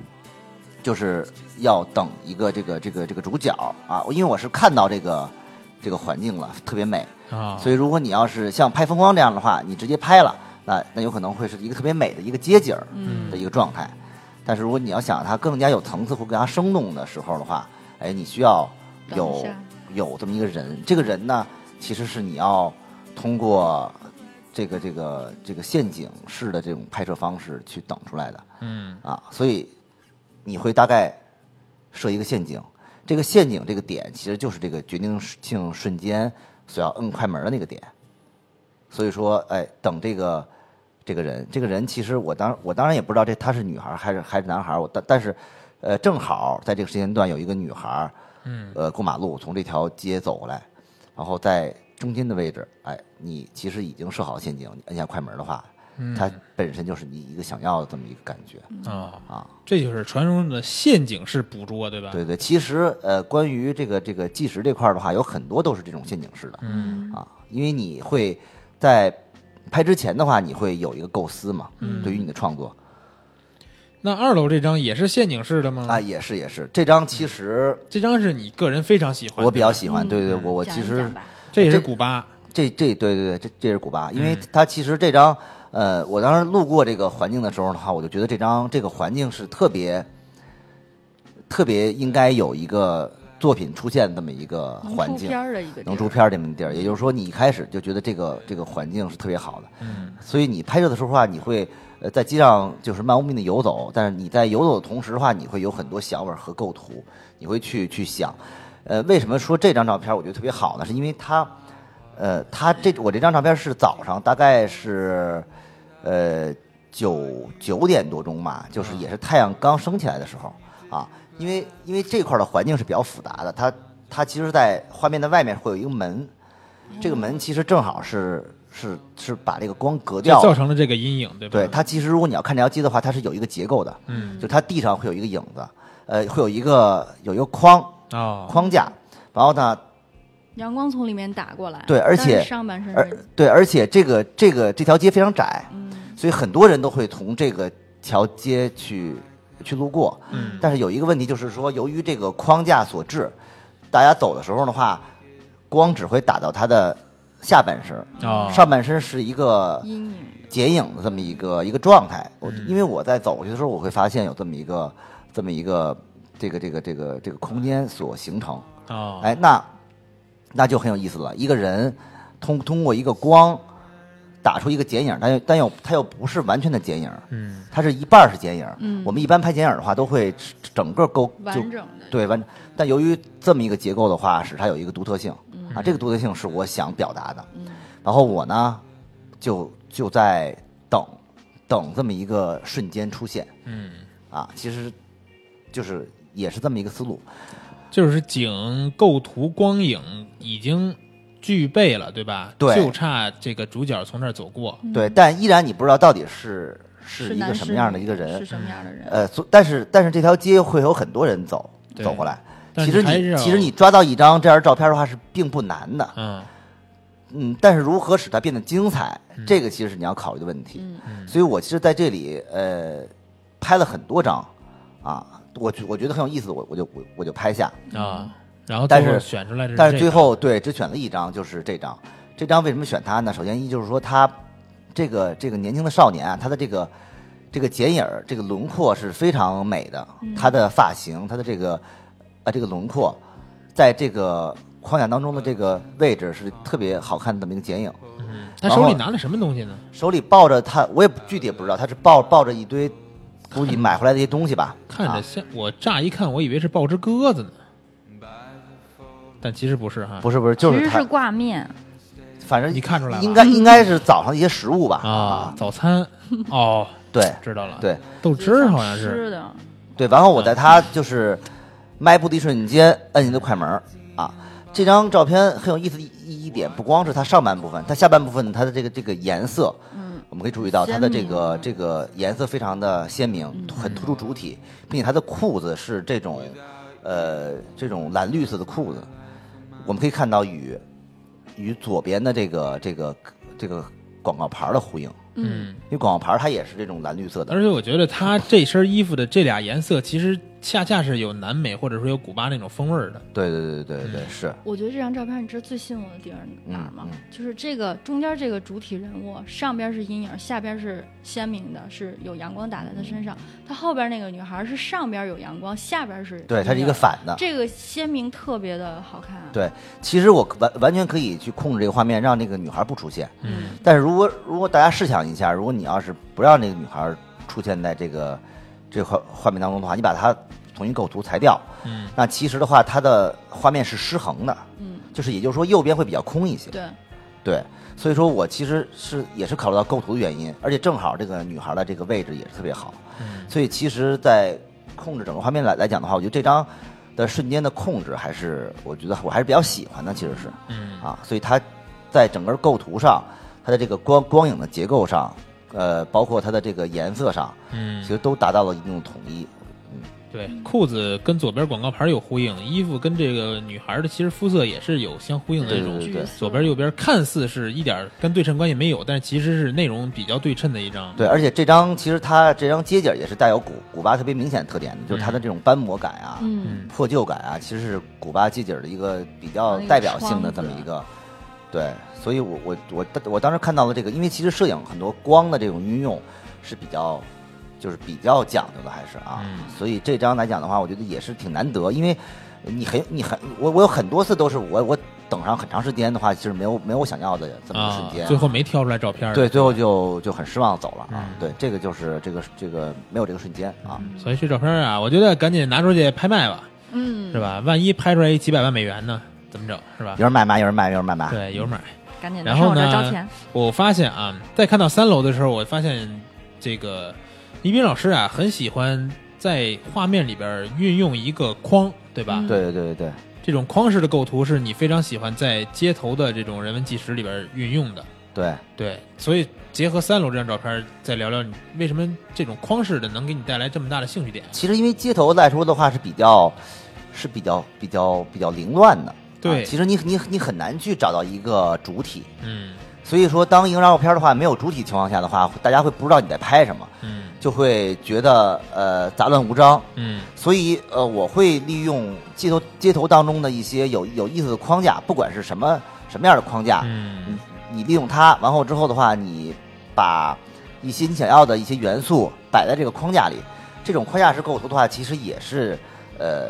[SPEAKER 1] 就是要等一个这个这个这个主角啊，因为我是看到这个这个环境了，特别美。
[SPEAKER 7] 啊，
[SPEAKER 1] 所以如果你要是像拍风光这样的话，你直接拍了，那那有可能会是一个特别美的一个街景儿
[SPEAKER 7] 嗯
[SPEAKER 1] 的一个状态。但是如果你要想它更加有层次或更加生动的时候的话，哎，你需要
[SPEAKER 6] 等一
[SPEAKER 1] 有
[SPEAKER 6] 下
[SPEAKER 1] 有这么一个人，这个人呢，其实是你要通过这个这个这个陷阱式的这种拍摄方式去等出来的。
[SPEAKER 7] 嗯
[SPEAKER 1] 啊，所以你会大概设一个陷阱，这个陷阱这个点其实就是这个决定性瞬间所要摁快门的那个点。所以说，哎，等这个这个人，这个人其实我当我当然也不知道这他是女孩儿还是还是男孩儿，我但但是呃正好在这个时间段有一个女孩儿，
[SPEAKER 7] 嗯
[SPEAKER 1] 呃过马路从这条街走过来，然后在中间的位置，哎，你其实已经设好陷阱，你摁下快门的话，
[SPEAKER 7] 嗯
[SPEAKER 1] 它本身就是你一个想要的这么一个感觉。
[SPEAKER 7] 啊
[SPEAKER 1] 啊，
[SPEAKER 7] 这就是传说中的陷阱式捕捉，对吧？
[SPEAKER 1] 对对，其实呃，关于这个这个计时这块儿的话，有很多都是这种陷阱式的、
[SPEAKER 7] 嗯
[SPEAKER 1] 啊，因为你会在拍之前的话，你会有一个构思嘛，
[SPEAKER 7] 嗯
[SPEAKER 1] 对于你的创作
[SPEAKER 7] 那二楼这张也是陷阱式的吗？
[SPEAKER 1] 啊，也是也是。这张其实
[SPEAKER 7] 这张是你个人非常喜欢的，
[SPEAKER 1] 我比较喜欢，对对，
[SPEAKER 7] 嗯
[SPEAKER 1] 我我
[SPEAKER 6] 讲
[SPEAKER 1] 其
[SPEAKER 6] 一
[SPEAKER 1] 实
[SPEAKER 6] 讲吧
[SPEAKER 7] 这也是
[SPEAKER 1] 这
[SPEAKER 7] 古巴，
[SPEAKER 1] 这这对对对，这这是古巴，因为
[SPEAKER 7] 嗯
[SPEAKER 1] 它其实这张呃，我当时路过这个环境的时候的话，我就觉得这张这个环境是特别特别应该有一个作品出现这么一个
[SPEAKER 8] 能
[SPEAKER 1] 环
[SPEAKER 8] 出
[SPEAKER 1] 境
[SPEAKER 8] 片，儿的一个地
[SPEAKER 1] 能
[SPEAKER 8] 儿
[SPEAKER 1] 出片儿这么地儿，也就是说你一开始就觉得这个这个环境是特别好的，
[SPEAKER 7] 嗯
[SPEAKER 1] 所以你拍摄的时候的话，你会呃在街上就是漫无目的地游走，但是你在游走的同时的话，你会有很多想法和构图，你会去去想，呃，为什么说这张照片我觉得特别好呢？是因为它，呃，它这我这张照片是早上大概是，呃九九点多钟吧，就是也是太阳刚升起来的时候啊，因为因为这块儿的环境是比较复杂的，它它其实，在画面的外面会有一个门，这个门其实正好是是是把这个光隔
[SPEAKER 7] 就
[SPEAKER 1] 掉
[SPEAKER 7] 造
[SPEAKER 1] 了。
[SPEAKER 7] 成了这个阴影，对吧？
[SPEAKER 1] 对它其实，如果你要看这条街的话，它是有一个结构的，
[SPEAKER 7] 嗯
[SPEAKER 1] 就它地上会有一个影子，呃，会有一个有一个框
[SPEAKER 7] 啊，
[SPEAKER 1] 框架，然后呢，
[SPEAKER 8] 阳光从里面打过来，
[SPEAKER 1] 对而
[SPEAKER 8] 但是
[SPEAKER 1] 且呃
[SPEAKER 8] 上
[SPEAKER 7] 嗯
[SPEAKER 8] 半身
[SPEAKER 1] 而
[SPEAKER 8] 是
[SPEAKER 1] 对，而且这个这个这条街非常窄，所以很多人都会从这个条街去去路过。
[SPEAKER 7] 嗯
[SPEAKER 1] 但是有一个问题就是说，由于这个框架所致，大家走的时候的话，光只会打到他的下半身，
[SPEAKER 7] 啊
[SPEAKER 1] 上半身是一个
[SPEAKER 8] 阴影，
[SPEAKER 1] 剪影的这么一个一个状态。我
[SPEAKER 7] 嗯
[SPEAKER 1] 因为我在走过去的时候，我会发现有这么一个这么一个这个这个这个这个空间所形成。
[SPEAKER 7] 啊，
[SPEAKER 1] 哎，那那就很有意思了。一个人通通过一个光打出一个剪影，但又但又它又不是完全的剪影，
[SPEAKER 7] 嗯
[SPEAKER 1] 它是一半儿是剪影。
[SPEAKER 8] 嗯
[SPEAKER 1] 我们一般拍剪影的话，都会整个构就
[SPEAKER 8] 完整的，
[SPEAKER 1] 对完整。但由于这么一个结构的话，使它有一个独特性
[SPEAKER 8] 嗯
[SPEAKER 1] 啊，这个独特性是我想表达的。然后我呢，就就在等等这么一个瞬间出现
[SPEAKER 7] 嗯，
[SPEAKER 1] 啊，其实就是也是这么一个思路。
[SPEAKER 7] 就是景构图光影已经具备了，对吧？
[SPEAKER 1] 对
[SPEAKER 7] 就差这个主角从这儿走过，
[SPEAKER 1] 对，但依然你不知道到底是是一
[SPEAKER 8] 男
[SPEAKER 1] 个
[SPEAKER 8] 嗯是
[SPEAKER 1] 什么样的
[SPEAKER 8] 女
[SPEAKER 1] 一个
[SPEAKER 8] 是
[SPEAKER 1] 人，
[SPEAKER 8] 什么样的人，
[SPEAKER 1] 呃，所但是但是这条街会有很多人走
[SPEAKER 7] 对
[SPEAKER 1] 走过来。
[SPEAKER 7] 但
[SPEAKER 1] 其
[SPEAKER 7] 是
[SPEAKER 1] 实
[SPEAKER 7] 你还是
[SPEAKER 1] 你
[SPEAKER 7] 要
[SPEAKER 1] 其实你抓到一张这样的照片的话是并不难的，
[SPEAKER 7] 嗯
[SPEAKER 1] 嗯，但是如何使它变得精彩，这个其实是你要考虑的问题。
[SPEAKER 8] 嗯
[SPEAKER 7] 嗯
[SPEAKER 1] 所以我其实在这里呃拍了很多张啊，我觉我觉得很有意思，我我就我我就拍下，
[SPEAKER 7] 啊，然后
[SPEAKER 1] 嗯但
[SPEAKER 7] 最后
[SPEAKER 1] 是
[SPEAKER 7] 选出来嗯这
[SPEAKER 1] 但是最
[SPEAKER 7] 个
[SPEAKER 1] 后对只选了一张，就是这张。这张为什么选它呢？首先一就是说他这个这个年轻的少年啊，他的这个这个剪影儿这个轮廓是非常美的，
[SPEAKER 6] 嗯
[SPEAKER 1] 他的发型，他的这个啊这个轮廓，在这个框架当中的这个位置是特别好看的这么一个剪影。
[SPEAKER 7] 嗯他手里拿了什么东西呢？
[SPEAKER 1] 手里抱着他，我也不具体也不知道，他是抱抱着一堆估计买回来的一些东西吧。
[SPEAKER 7] 看着
[SPEAKER 1] 啊、
[SPEAKER 7] 像我乍一看，我以为是抱只鸽子呢，但其实不是哈，
[SPEAKER 1] 不是不是，就
[SPEAKER 6] 其
[SPEAKER 1] 是
[SPEAKER 6] 实
[SPEAKER 1] 他
[SPEAKER 6] 是，挂面，
[SPEAKER 1] 反正
[SPEAKER 7] 你看出来了
[SPEAKER 1] 应该应该是早上的一些食物吧。
[SPEAKER 7] 啊，早餐哦，
[SPEAKER 1] 对
[SPEAKER 7] 知道
[SPEAKER 1] [LAUGHS]
[SPEAKER 7] 了，
[SPEAKER 1] 对，
[SPEAKER 7] 豆汁儿好像是
[SPEAKER 8] 吃的，
[SPEAKER 1] 对，然后我在他就是，迈步的一瞬间摁您的快门儿啊。这张照片很有意思的一一点，不光是它上半部分，它下半部分它的这个这个颜色，嗯，我们可以注意到它的这个这个颜色非常的鲜明，很突出主体，并且它的裤子是这种，呃，这种蓝绿色的裤子，我们可以看到与与左边的这个这个这个广告牌儿的呼应，
[SPEAKER 7] 嗯，
[SPEAKER 1] 因为广告牌儿它也是这种蓝绿色的，
[SPEAKER 7] 而且我觉得他这身衣服的这俩颜色，其实恰恰是有南美或者说有古巴那种风味儿的。
[SPEAKER 1] 对对对对对对，是，
[SPEAKER 8] 我觉得这张照片，你知道最吸引我的地方是哪儿吗？
[SPEAKER 1] 嗯嗯
[SPEAKER 8] 就是这个中间这个主体人物，上边是阴影，下边是鲜明的，是有阳光打在她身上。她后边那个女孩是上边有阳光，下边是
[SPEAKER 1] 嗯对，它是一
[SPEAKER 8] 阴
[SPEAKER 1] 个
[SPEAKER 8] 影
[SPEAKER 1] 反的，
[SPEAKER 8] 这个鲜明特别的好看、啊。
[SPEAKER 1] 对，其实我完完全可以去控制这个画面，让那个女孩不出现。
[SPEAKER 7] 嗯，
[SPEAKER 1] 但是如果如果大家试想一下，如果你要是不让那个女孩出现在这个这个画画面当中的话，你把它重新构图裁掉，
[SPEAKER 7] 嗯，
[SPEAKER 1] 那其实的话，它的画面是失衡的，
[SPEAKER 8] 嗯，
[SPEAKER 1] 就是也就是说右边会比较空一些，
[SPEAKER 8] 对，
[SPEAKER 1] 对，所以说我其实是也是考虑到构图的原因，而且正好这个女孩的这个位置也是特别好，
[SPEAKER 7] 嗯
[SPEAKER 1] 所以其实，在控制整个画面来来讲的话，我觉得这张的瞬间的控制还是我觉得我还是比较喜欢的，其实是，
[SPEAKER 7] 嗯
[SPEAKER 1] 啊，所以它在整个构图上，它的这个光光影的结构上，呃，包括它的这个颜色上，其
[SPEAKER 7] 嗯，
[SPEAKER 1] 实都达到了一定的统一，
[SPEAKER 7] 对，裤子跟左边广告牌有呼应，衣服跟这个女孩的其实肤色也是有相呼应的
[SPEAKER 1] 对
[SPEAKER 7] 这
[SPEAKER 1] 对对
[SPEAKER 7] 种。
[SPEAKER 1] 对
[SPEAKER 8] 橘色
[SPEAKER 7] 左边右边看似是一点儿跟对称关系没有，但其实是内容比较对称的一张。
[SPEAKER 1] 对，而且这张其实它这张街景也是带有古古巴特别明显的特点的，就是
[SPEAKER 7] 嗯
[SPEAKER 1] 它的这种斑驳感啊，
[SPEAKER 8] 嗯，
[SPEAKER 1] 破旧感啊，其实是古巴街景的一个比较代表性的这么一个，对，所以我我我我当时看到了这个，因为其实摄影很多光的这种运用是比较就是比较讲究的，还是啊，
[SPEAKER 7] 嗯
[SPEAKER 1] 所以这张来讲的话，我觉得也是挺难得，因为你很你很我我有很多次都是我我等上很长时间的话，其实没有没有我想要的这么一个瞬
[SPEAKER 7] 啊
[SPEAKER 1] 间，，
[SPEAKER 7] 最后没挑出来照片儿。
[SPEAKER 1] 对，最后就就很失望地走了啊
[SPEAKER 7] 嗯，
[SPEAKER 1] 对，这个就是这个这个没有这个瞬间啊，
[SPEAKER 7] 所以这照片儿啊，我觉得赶紧拿出去拍卖吧，
[SPEAKER 8] 嗯，
[SPEAKER 7] 是吧？万一拍出来一几百万美元呢，怎么整？是吧
[SPEAKER 1] 有？人买卖，有人卖，有人卖卖，
[SPEAKER 7] 对，有人买。
[SPEAKER 6] 啊赶紧
[SPEAKER 7] 然
[SPEAKER 6] 上
[SPEAKER 7] 后
[SPEAKER 6] 我这
[SPEAKER 7] 呢
[SPEAKER 6] 儿交钱。
[SPEAKER 7] 我发现啊，在看到三楼的时候，我发现这个倪斌老师啊，很喜欢在画面里边运用一个框，对吧？
[SPEAKER 8] 嗯
[SPEAKER 1] 对对对对。
[SPEAKER 7] 这种框式的构图是你非常喜欢在街头的这种人文纪实里边运用的。
[SPEAKER 1] 对，
[SPEAKER 7] 对，所以结合三楼这张照片，再聊聊你为什么这种框式的能给你带来这么大的兴趣点？
[SPEAKER 1] 其实因为街头来说的话是比较，是比较比较比较凌乱的。
[SPEAKER 7] 对
[SPEAKER 1] 啊其实你你你很难去找到一个主体，
[SPEAKER 7] 嗯
[SPEAKER 1] 所以说当一张照片的话没有主体情况下的话，大家会不知道你在拍什么，
[SPEAKER 7] 嗯
[SPEAKER 1] 就会觉得呃杂乱无章。
[SPEAKER 7] 嗯
[SPEAKER 1] 所以呃，我会利用街头街头当中的一些有有意思的框架，不管是什么什么样的框架，
[SPEAKER 7] 嗯
[SPEAKER 1] 你你利用它，完后之后的话，你把一些你想要的一些元素摆在这个框架里，这种框架式构图的话，其实也是呃，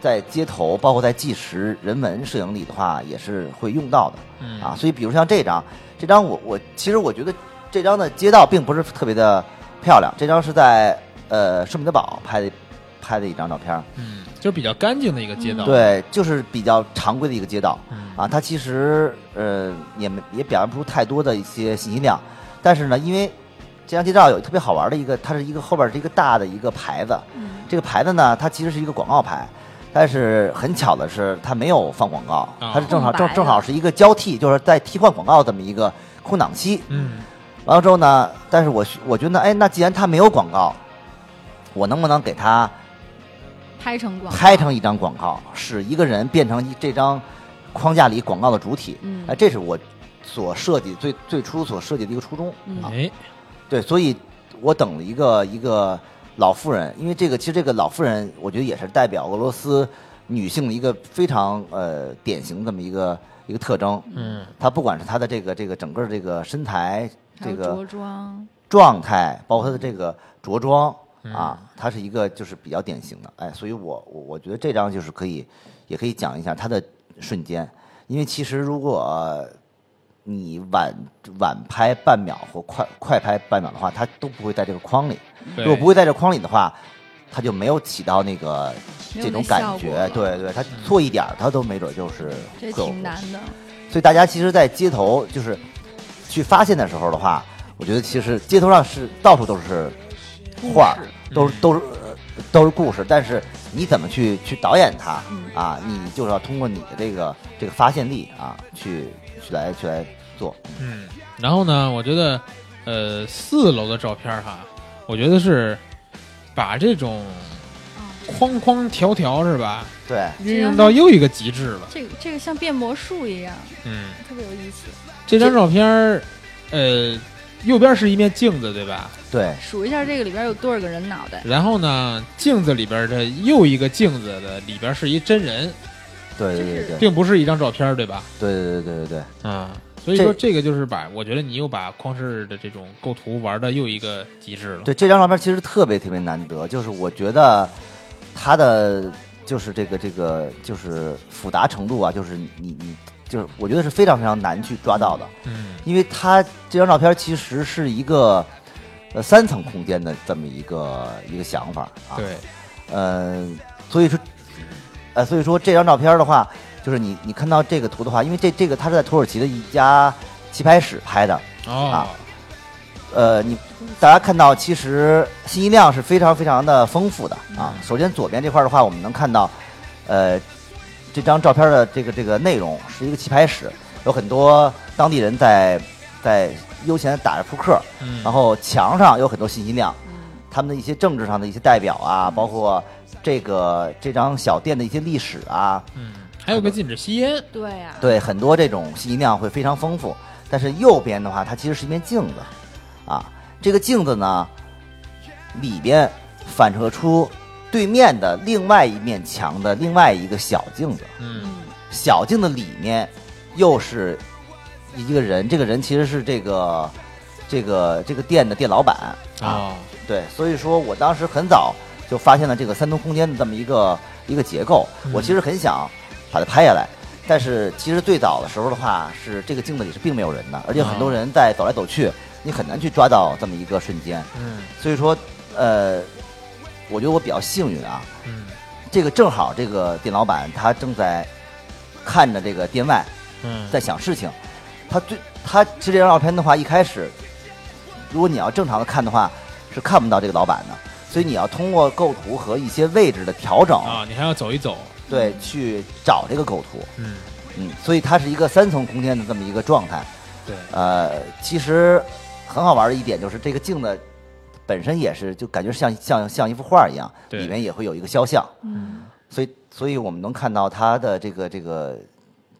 [SPEAKER 1] 在街头包括在纪实、人文摄影里的话，也是会用到的
[SPEAKER 7] 嗯
[SPEAKER 1] 啊。所以，比如像这张，这张我我其实我觉得这张的街道并不是特别的漂亮，这张是在呃圣彼得堡拍的拍的一张照片儿，
[SPEAKER 7] 嗯，就是比较干净的一个街道。，
[SPEAKER 1] 对，就是比较常规的一个街道。
[SPEAKER 7] 嗯
[SPEAKER 1] 啊，它其实呃也没也表现不出太多的一些信息量，但是呢，因为这张街道有特别好玩的一个，它是一个后边是一个大的一个牌子，
[SPEAKER 7] 嗯
[SPEAKER 1] 这个牌子呢，它其实是一个广告牌，但是很巧的是，它没有放广告，
[SPEAKER 7] 啊
[SPEAKER 1] 它是正
[SPEAKER 6] 空
[SPEAKER 1] 好
[SPEAKER 6] 白
[SPEAKER 1] 正
[SPEAKER 6] 的
[SPEAKER 1] 正好是一个交替，就是在替换广告这么一个空档期。
[SPEAKER 7] 嗯
[SPEAKER 1] 完了之后呢，但是我需我觉得，哎，那既然它没有广告，我能不能给它
[SPEAKER 8] 拍成光，
[SPEAKER 1] 拍成一张广告，使一个人变成一这张框架里广告的主体。
[SPEAKER 8] 嗯
[SPEAKER 1] 哎，这是我所设计最最初所设计的一个初衷。
[SPEAKER 8] 嗯
[SPEAKER 1] 啊，
[SPEAKER 7] 哎
[SPEAKER 1] 对，所以我等了一个一个老妇人，因为这个其实这个老妇人，我觉得也是代表俄罗斯女性的一个非常呃典型的这么一个一个特征。
[SPEAKER 7] 嗯
[SPEAKER 1] 她不管是她的这个这个整个这个身材，
[SPEAKER 8] 还
[SPEAKER 1] 这
[SPEAKER 8] 有
[SPEAKER 1] 个
[SPEAKER 8] 着装，
[SPEAKER 1] 状态，包括他的这个着装
[SPEAKER 8] 嗯
[SPEAKER 1] 啊，它是一个就是比较典型的，哎，所以我我我觉得这张就是可以，也可以讲一下他的瞬间，因为其实如果、呃你晚晚拍半秒或快快拍半秒的话，它都不会在这个框里，
[SPEAKER 7] 对
[SPEAKER 1] 如果不会在这框里的话，它就没有起到那个
[SPEAKER 8] 没有
[SPEAKER 1] 这种
[SPEAKER 8] 那
[SPEAKER 1] 感
[SPEAKER 8] 效果
[SPEAKER 1] 觉
[SPEAKER 8] 了，
[SPEAKER 1] 对对，它错一点儿它都没准就是
[SPEAKER 8] 这
[SPEAKER 1] 会有
[SPEAKER 8] 挺难的。
[SPEAKER 1] 所以大家其实，在街头就是去发现的时候的话，我觉得其实街头上是到处都是画儿，都是都是、呃都是故事，但是你怎么去去导演它
[SPEAKER 8] 嗯
[SPEAKER 1] 啊？你就是要通过你的这个这个发现力啊，去去来去来做。
[SPEAKER 7] 嗯，然后呢，我觉得，呃，四楼的照片儿哈，我觉得是把这种
[SPEAKER 8] 啊
[SPEAKER 7] 框框条条是吧，
[SPEAKER 1] 对，
[SPEAKER 7] 运用到又一个极致了。
[SPEAKER 8] 这个这个像变魔术一样，
[SPEAKER 7] 嗯，
[SPEAKER 8] 特别有意思。
[SPEAKER 7] 这张照片儿，呃，右边是一面镜子，对吧？
[SPEAKER 1] 对，
[SPEAKER 8] 数一下这个里边有多少个人脑袋？
[SPEAKER 7] 然后呢，镜子里边的又一个镜子的里边是一真人，
[SPEAKER 1] 对，对，对，对，
[SPEAKER 7] 并不是一张照片儿，对吧？
[SPEAKER 1] 对，对，对，对，对，
[SPEAKER 7] 啊、所以说
[SPEAKER 1] 这
[SPEAKER 7] 这个就是把，我觉得你又把框式的这种构图玩的又一个极致了。
[SPEAKER 1] 对，这张照片其实特别特别难得，就是我觉得它的就是这个这个就是复杂程度啊，就是你你就是我觉得是非常非常难去抓到的，
[SPEAKER 7] 嗯
[SPEAKER 1] 因为它这张照片其实是一个呃三层空间的这么一个一个想法啊，
[SPEAKER 7] 对，
[SPEAKER 1] 呃，所以说呃所以说这张照片的话，就是你你看到这个图的话，因为这这个它是在土耳其的一家棋牌室拍的，
[SPEAKER 7] 哦，
[SPEAKER 1] 呃，你大家看到，其实信息量是非常非常的丰富的啊。首先左边这块的话，我们能看到，呃，这张照片的这个这个内容是一个棋牌室，有很多当地人在在悠闲地打着扑克，
[SPEAKER 7] 嗯，
[SPEAKER 1] 然后墙上有很多信息量，他们的一些政治上的一些代表啊，包括这个这张小店的一些历史啊，
[SPEAKER 7] 嗯，还有个禁止吸烟，
[SPEAKER 8] 对啊呀、
[SPEAKER 1] 对，很多这种信息量会非常丰富。但是右边的话，它其实是一面镜子，啊，这个镜子呢，里边反射出对面的另外一面墙的另外一个小镜子，
[SPEAKER 7] 嗯
[SPEAKER 1] 小镜子里面又是一个人，这个人其实是这个这个这个店的店老板啊，
[SPEAKER 7] 哦，
[SPEAKER 1] 对，所以说我当时很早就发现了这个三重空间的这么一个一个结构，我其实很想把它拍下来，但是其实最早的时候的话，是这个镜子里是并没有人的，而且很多人在走来走去，你很难去抓到这么一个瞬间，
[SPEAKER 7] 嗯
[SPEAKER 1] 所以说，呃，我觉得我比较幸运啊，
[SPEAKER 7] 嗯
[SPEAKER 1] 这个正好这个店老板他正在看着这个店外，
[SPEAKER 7] 嗯，
[SPEAKER 1] 在想事情。他最他其实这张照片的话，一开始如果你要正常的看的话，是看不到这个老板的，所以你要通过构图和一些位置的调整，
[SPEAKER 7] 啊，你还要走一走，
[SPEAKER 1] 对，去找这个构图。
[SPEAKER 7] 嗯，
[SPEAKER 1] 嗯，所以它是一个三层空间的这么一个状态。
[SPEAKER 7] 嗯对，
[SPEAKER 1] 呃，其实很好玩的一点就是这个镜子本身也是，就感觉像像像一幅画一样，
[SPEAKER 7] 对
[SPEAKER 1] 里面也会有一个肖像。嗯，所以所以我们能看到它的这个这个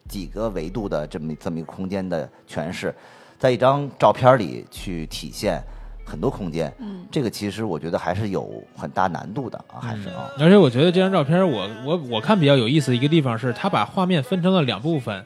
[SPEAKER 1] 几个维度的这么这么一个空间的诠释，在一张照片里去体现很多空间。嗯，这个其实我觉得还是有很大难度的啊，还是啊，
[SPEAKER 7] 而且我觉得这张照片我，我我看比较有意思的一个地方是，它把画面分成了两部分。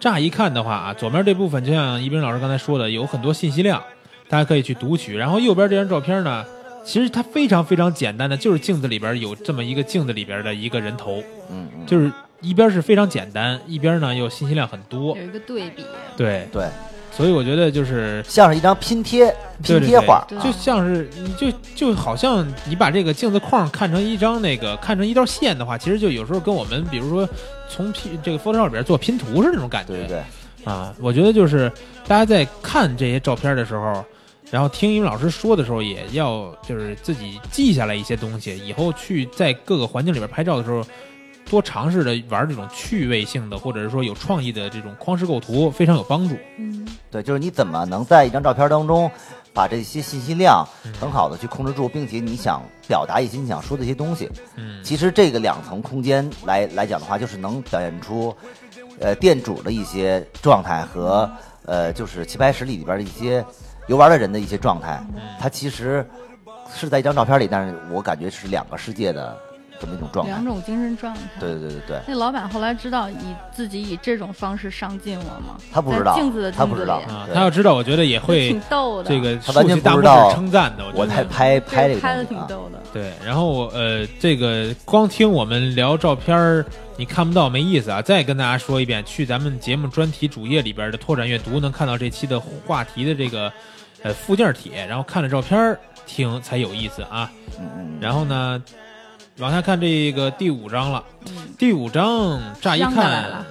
[SPEAKER 7] 乍一看的话啊，左面这部分就像一冰老师刚才说的，有很多信息量，大家可以去读取。然后右边这张照片呢，其实它非常非常简单的，就是镜子里边有这么一个镜子里边的一个人头，
[SPEAKER 1] 嗯嗯，
[SPEAKER 7] 就是一边是非常简单，一边呢又信息量很多
[SPEAKER 8] 有。一个对比，
[SPEAKER 7] 对，
[SPEAKER 1] 对，
[SPEAKER 7] 所以我觉得就是
[SPEAKER 1] 像是一张拼贴拼
[SPEAKER 7] 对对
[SPEAKER 1] 贴
[SPEAKER 7] 对
[SPEAKER 1] 画，
[SPEAKER 8] 对
[SPEAKER 7] 就像是你就就好像你把这个镜子框看成一张那个看成一道线的话，其实就有时候跟我们比如说从拼这个 Photoshop 里边做拼图是那种感觉。
[SPEAKER 1] 对对对。
[SPEAKER 7] 啊，我觉得就是大家在看这些照片的时候，然后听英语老师说的时候，也要就是自己记下来一些东西，以后去在各个环境里边拍照的时候。多尝试着玩这种趣味性的，或者是说有创意的这种框式构图，非常有帮助。
[SPEAKER 1] 对，就是你怎么能在一张照片当中把这些信息量很好的去控制住，并且你想表达一些你想说的一些东西。
[SPEAKER 7] 嗯，
[SPEAKER 1] 其实这个两层空间来来讲的话，就是能表现出，呃，店主的一些状态和呃，就是棋牌室里边的一些游玩的人的一些状态。
[SPEAKER 7] 嗯
[SPEAKER 1] 它其实是在一张照片里，但是我感觉是两个世界的这么一种状态
[SPEAKER 8] 两。种精神状态。
[SPEAKER 1] 对对对对对，
[SPEAKER 8] 那老板后来知道以自己以这种方式上进我吗？
[SPEAKER 1] 他不知道
[SPEAKER 8] 在镜子的镜子
[SPEAKER 1] 他
[SPEAKER 8] 里
[SPEAKER 1] 不知道
[SPEAKER 7] 啊，
[SPEAKER 1] 对
[SPEAKER 7] 他要知道，我觉得
[SPEAKER 1] [LAUGHS]
[SPEAKER 7] 也会
[SPEAKER 8] 挺逗的。
[SPEAKER 7] 这个
[SPEAKER 1] 他完全
[SPEAKER 7] 竖起大
[SPEAKER 1] 不
[SPEAKER 7] 拇
[SPEAKER 1] 知道
[SPEAKER 7] 指称赞的，
[SPEAKER 1] 我
[SPEAKER 7] 我觉
[SPEAKER 1] 在
[SPEAKER 7] 得
[SPEAKER 1] 拍拍这
[SPEAKER 8] 这
[SPEAKER 1] 个
[SPEAKER 8] 拍的
[SPEAKER 1] 东西
[SPEAKER 8] 挺
[SPEAKER 1] 啊。
[SPEAKER 8] 逗的。
[SPEAKER 7] 对。然后我呃，这个光听我们聊照片儿，你看不到没意思啊。再跟大家说一遍，去咱们节目专题主页里边的拓展阅读，能看到这期的话题的这个呃附件帖，然后看了照片儿听才有意思啊。
[SPEAKER 1] 嗯嗯，
[SPEAKER 7] 然后呢，往下看这个第五章了。第五章乍一
[SPEAKER 8] 香的来
[SPEAKER 7] 看
[SPEAKER 8] 了，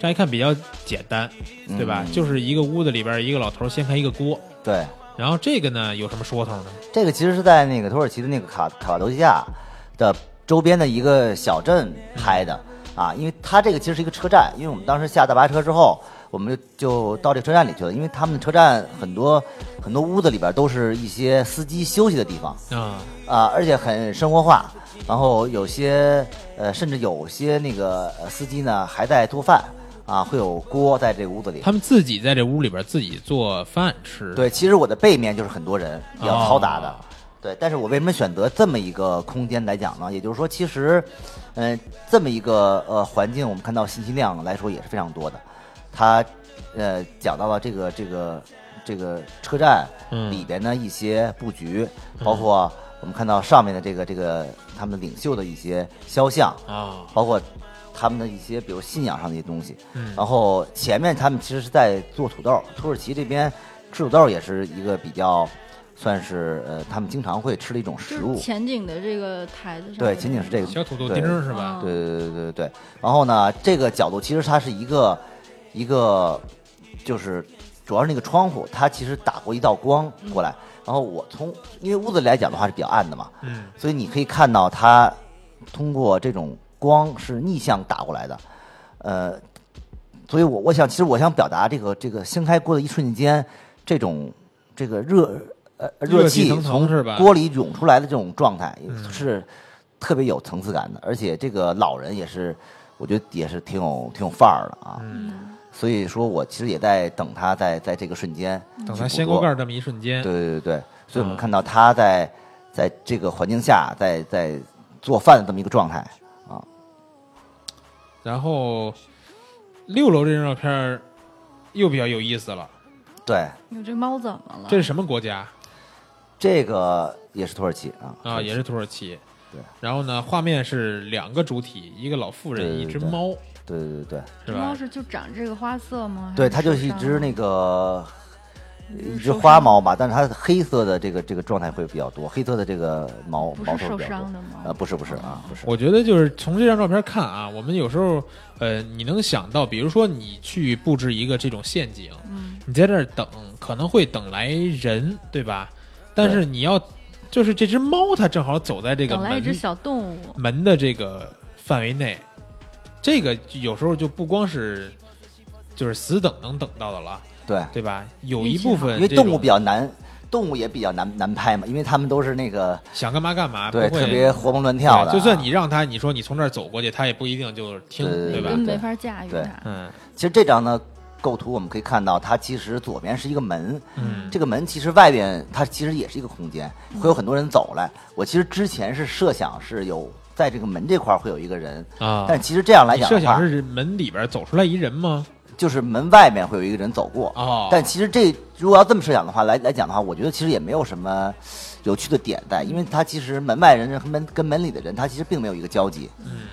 [SPEAKER 7] 乍一看比较简单，对吧？
[SPEAKER 1] 嗯
[SPEAKER 7] 就是一个屋子里边儿，一个老头儿掀开一个锅。
[SPEAKER 1] 对。
[SPEAKER 7] 然后这个呢有什么说头呢？
[SPEAKER 1] 这个其实是在那个土耳其的那个卡卡帕多西亚的周边的一个小镇拍的啊，因为它这个其实是一个车站，因为我们当时下大巴车之后，我们就就到这个车站里去了，因为他们车站很多很多屋子里边都是一些司机休息的地方，
[SPEAKER 7] 啊，
[SPEAKER 1] 啊，而且很生活化。然后有些呃，甚至有些那个呃司机呢还在做饭啊，会有锅在这个屋子里。
[SPEAKER 7] 他们自己在这屋里边自己做饭吃。，
[SPEAKER 1] 对，其实我的背面就是很多人比较嘈杂的。
[SPEAKER 7] 哦
[SPEAKER 1] 对，但是我为什么选择这么一个空间来讲呢？也就是说，其实，嗯、这么一个呃环境，我们看到信息量来说也是非常多的。它，呃，讲到了这个这个这个车站
[SPEAKER 7] 嗯
[SPEAKER 1] 里边的一些布局，包括我们看到上面的这个这个他们领袖的一些肖像，
[SPEAKER 7] 啊，
[SPEAKER 1] 包括他们的一些，比如信仰上的一些东西。
[SPEAKER 7] 嗯
[SPEAKER 1] 然后前面他们其实是在做土豆，土耳其这边吃土豆也是一个比较算是呃他们经常会吃的一种
[SPEAKER 8] 就
[SPEAKER 1] 食
[SPEAKER 8] 是
[SPEAKER 1] 物。
[SPEAKER 8] 前景的这个台子上。
[SPEAKER 1] 对，仅仅是这个
[SPEAKER 7] 小土豆
[SPEAKER 1] 对
[SPEAKER 7] 丁儿是吧？
[SPEAKER 1] 对对对对对。然后呢，这个角度其实它是一个一个，就是主要是那个窗户，它其实打过一道光过来。然后我从因为屋子来讲的话是比较暗的嘛，
[SPEAKER 7] 嗯，
[SPEAKER 1] 所以你可以看到它通过这种光是逆向打过来的，呃，所以我我想，其实我想表达这个这个掀开锅的一瞬间，这种这个热呃
[SPEAKER 7] 热
[SPEAKER 1] 热
[SPEAKER 7] 气
[SPEAKER 1] 气
[SPEAKER 7] 腾腾
[SPEAKER 1] 从
[SPEAKER 7] 是吧嗯
[SPEAKER 1] 锅里涌出来的这种状态是特别有层次感的，而且这个老人也是，我觉得也是挺有挺有范儿的啊。
[SPEAKER 8] 嗯
[SPEAKER 1] 所以说我其实也在等他在在这个瞬间
[SPEAKER 7] 等
[SPEAKER 1] 去捕
[SPEAKER 7] 它掀锅盖
[SPEAKER 1] 捉
[SPEAKER 7] 儿这么一瞬间，
[SPEAKER 1] 对对对，所以我们
[SPEAKER 7] 啊
[SPEAKER 1] 看到他在在这个环境下，在在做饭的这么一个状态。
[SPEAKER 7] 然后六楼这张照片儿又比较有意思了。
[SPEAKER 1] 对，
[SPEAKER 8] 哟，这猫怎么了？
[SPEAKER 7] 这是什么国家
[SPEAKER 1] 这个也是土耳其啊
[SPEAKER 7] 啊？也是土耳其。
[SPEAKER 1] 对。
[SPEAKER 7] 然后呢，画面是两个主体，一个老妇人，
[SPEAKER 1] 对
[SPEAKER 7] 一只
[SPEAKER 1] 对对
[SPEAKER 7] 猫，
[SPEAKER 1] 对对对对，
[SPEAKER 7] 是
[SPEAKER 8] 这猫
[SPEAKER 7] 吧？
[SPEAKER 8] 是就长这个花色吗？
[SPEAKER 1] 对，它就是一只那个一只花猫吧，但是它黑色的这个这个状态会比较多，黑色的这个毛
[SPEAKER 8] 不
[SPEAKER 1] 毛
[SPEAKER 8] 是
[SPEAKER 1] 头
[SPEAKER 8] 受
[SPEAKER 1] 比较多
[SPEAKER 8] 伤。的吗？
[SPEAKER 1] 啊，不是不是啊，不是，
[SPEAKER 7] 我觉得就是从这张照片看啊，我们有时候，呃，你能想到，比如说你去布置一个这种陷阱，
[SPEAKER 8] 嗯，
[SPEAKER 7] 你在这儿等，可能会等来人，对吧？但是你要，就是这只猫，它正好走在这个
[SPEAKER 8] 等来一只
[SPEAKER 7] 门
[SPEAKER 8] 小动物，
[SPEAKER 7] 门的这个范围内，这个有时候就不光是就是死等能等到的了，
[SPEAKER 1] 对，
[SPEAKER 7] 对吧？有
[SPEAKER 8] 运
[SPEAKER 7] 一
[SPEAKER 8] 气
[SPEAKER 7] 部
[SPEAKER 8] 好
[SPEAKER 7] 分
[SPEAKER 1] 因为
[SPEAKER 7] 这
[SPEAKER 1] 动物
[SPEAKER 7] 种
[SPEAKER 1] 比较难，动物也比较难难拍嘛，因为它们都是那个
[SPEAKER 7] 想干嘛干嘛，
[SPEAKER 1] 对
[SPEAKER 7] 啊不会
[SPEAKER 1] 特别活蹦乱跳的啊，
[SPEAKER 7] 对就算你让它，你说你从这儿走过去，它也不一定就是听，
[SPEAKER 1] 对对
[SPEAKER 7] 吧
[SPEAKER 8] 根？本没法驾驭
[SPEAKER 1] 对
[SPEAKER 8] 它。
[SPEAKER 7] 嗯
[SPEAKER 1] 其实这张呢构图我们可以看到，它其实左边是一个门，
[SPEAKER 7] 嗯
[SPEAKER 1] 这个门其实外边它其实也是一个空间，会有很多人走来。我其实之前是设想是有在这个门这块儿会有一个人，
[SPEAKER 7] 啊。
[SPEAKER 1] 但其实这样来
[SPEAKER 7] 你
[SPEAKER 1] 讲
[SPEAKER 7] 设
[SPEAKER 1] 的
[SPEAKER 7] 想
[SPEAKER 1] 话，
[SPEAKER 7] 是门里边走出来一人吗？
[SPEAKER 1] 就是门外面会有一个人走过。
[SPEAKER 7] 哦，
[SPEAKER 1] 但其实这如果要这么设想的话，来来讲的话，我觉得其实也没有什么有趣的点在，因为它其实门外人和门跟门里的人，他其实并没有一个交集，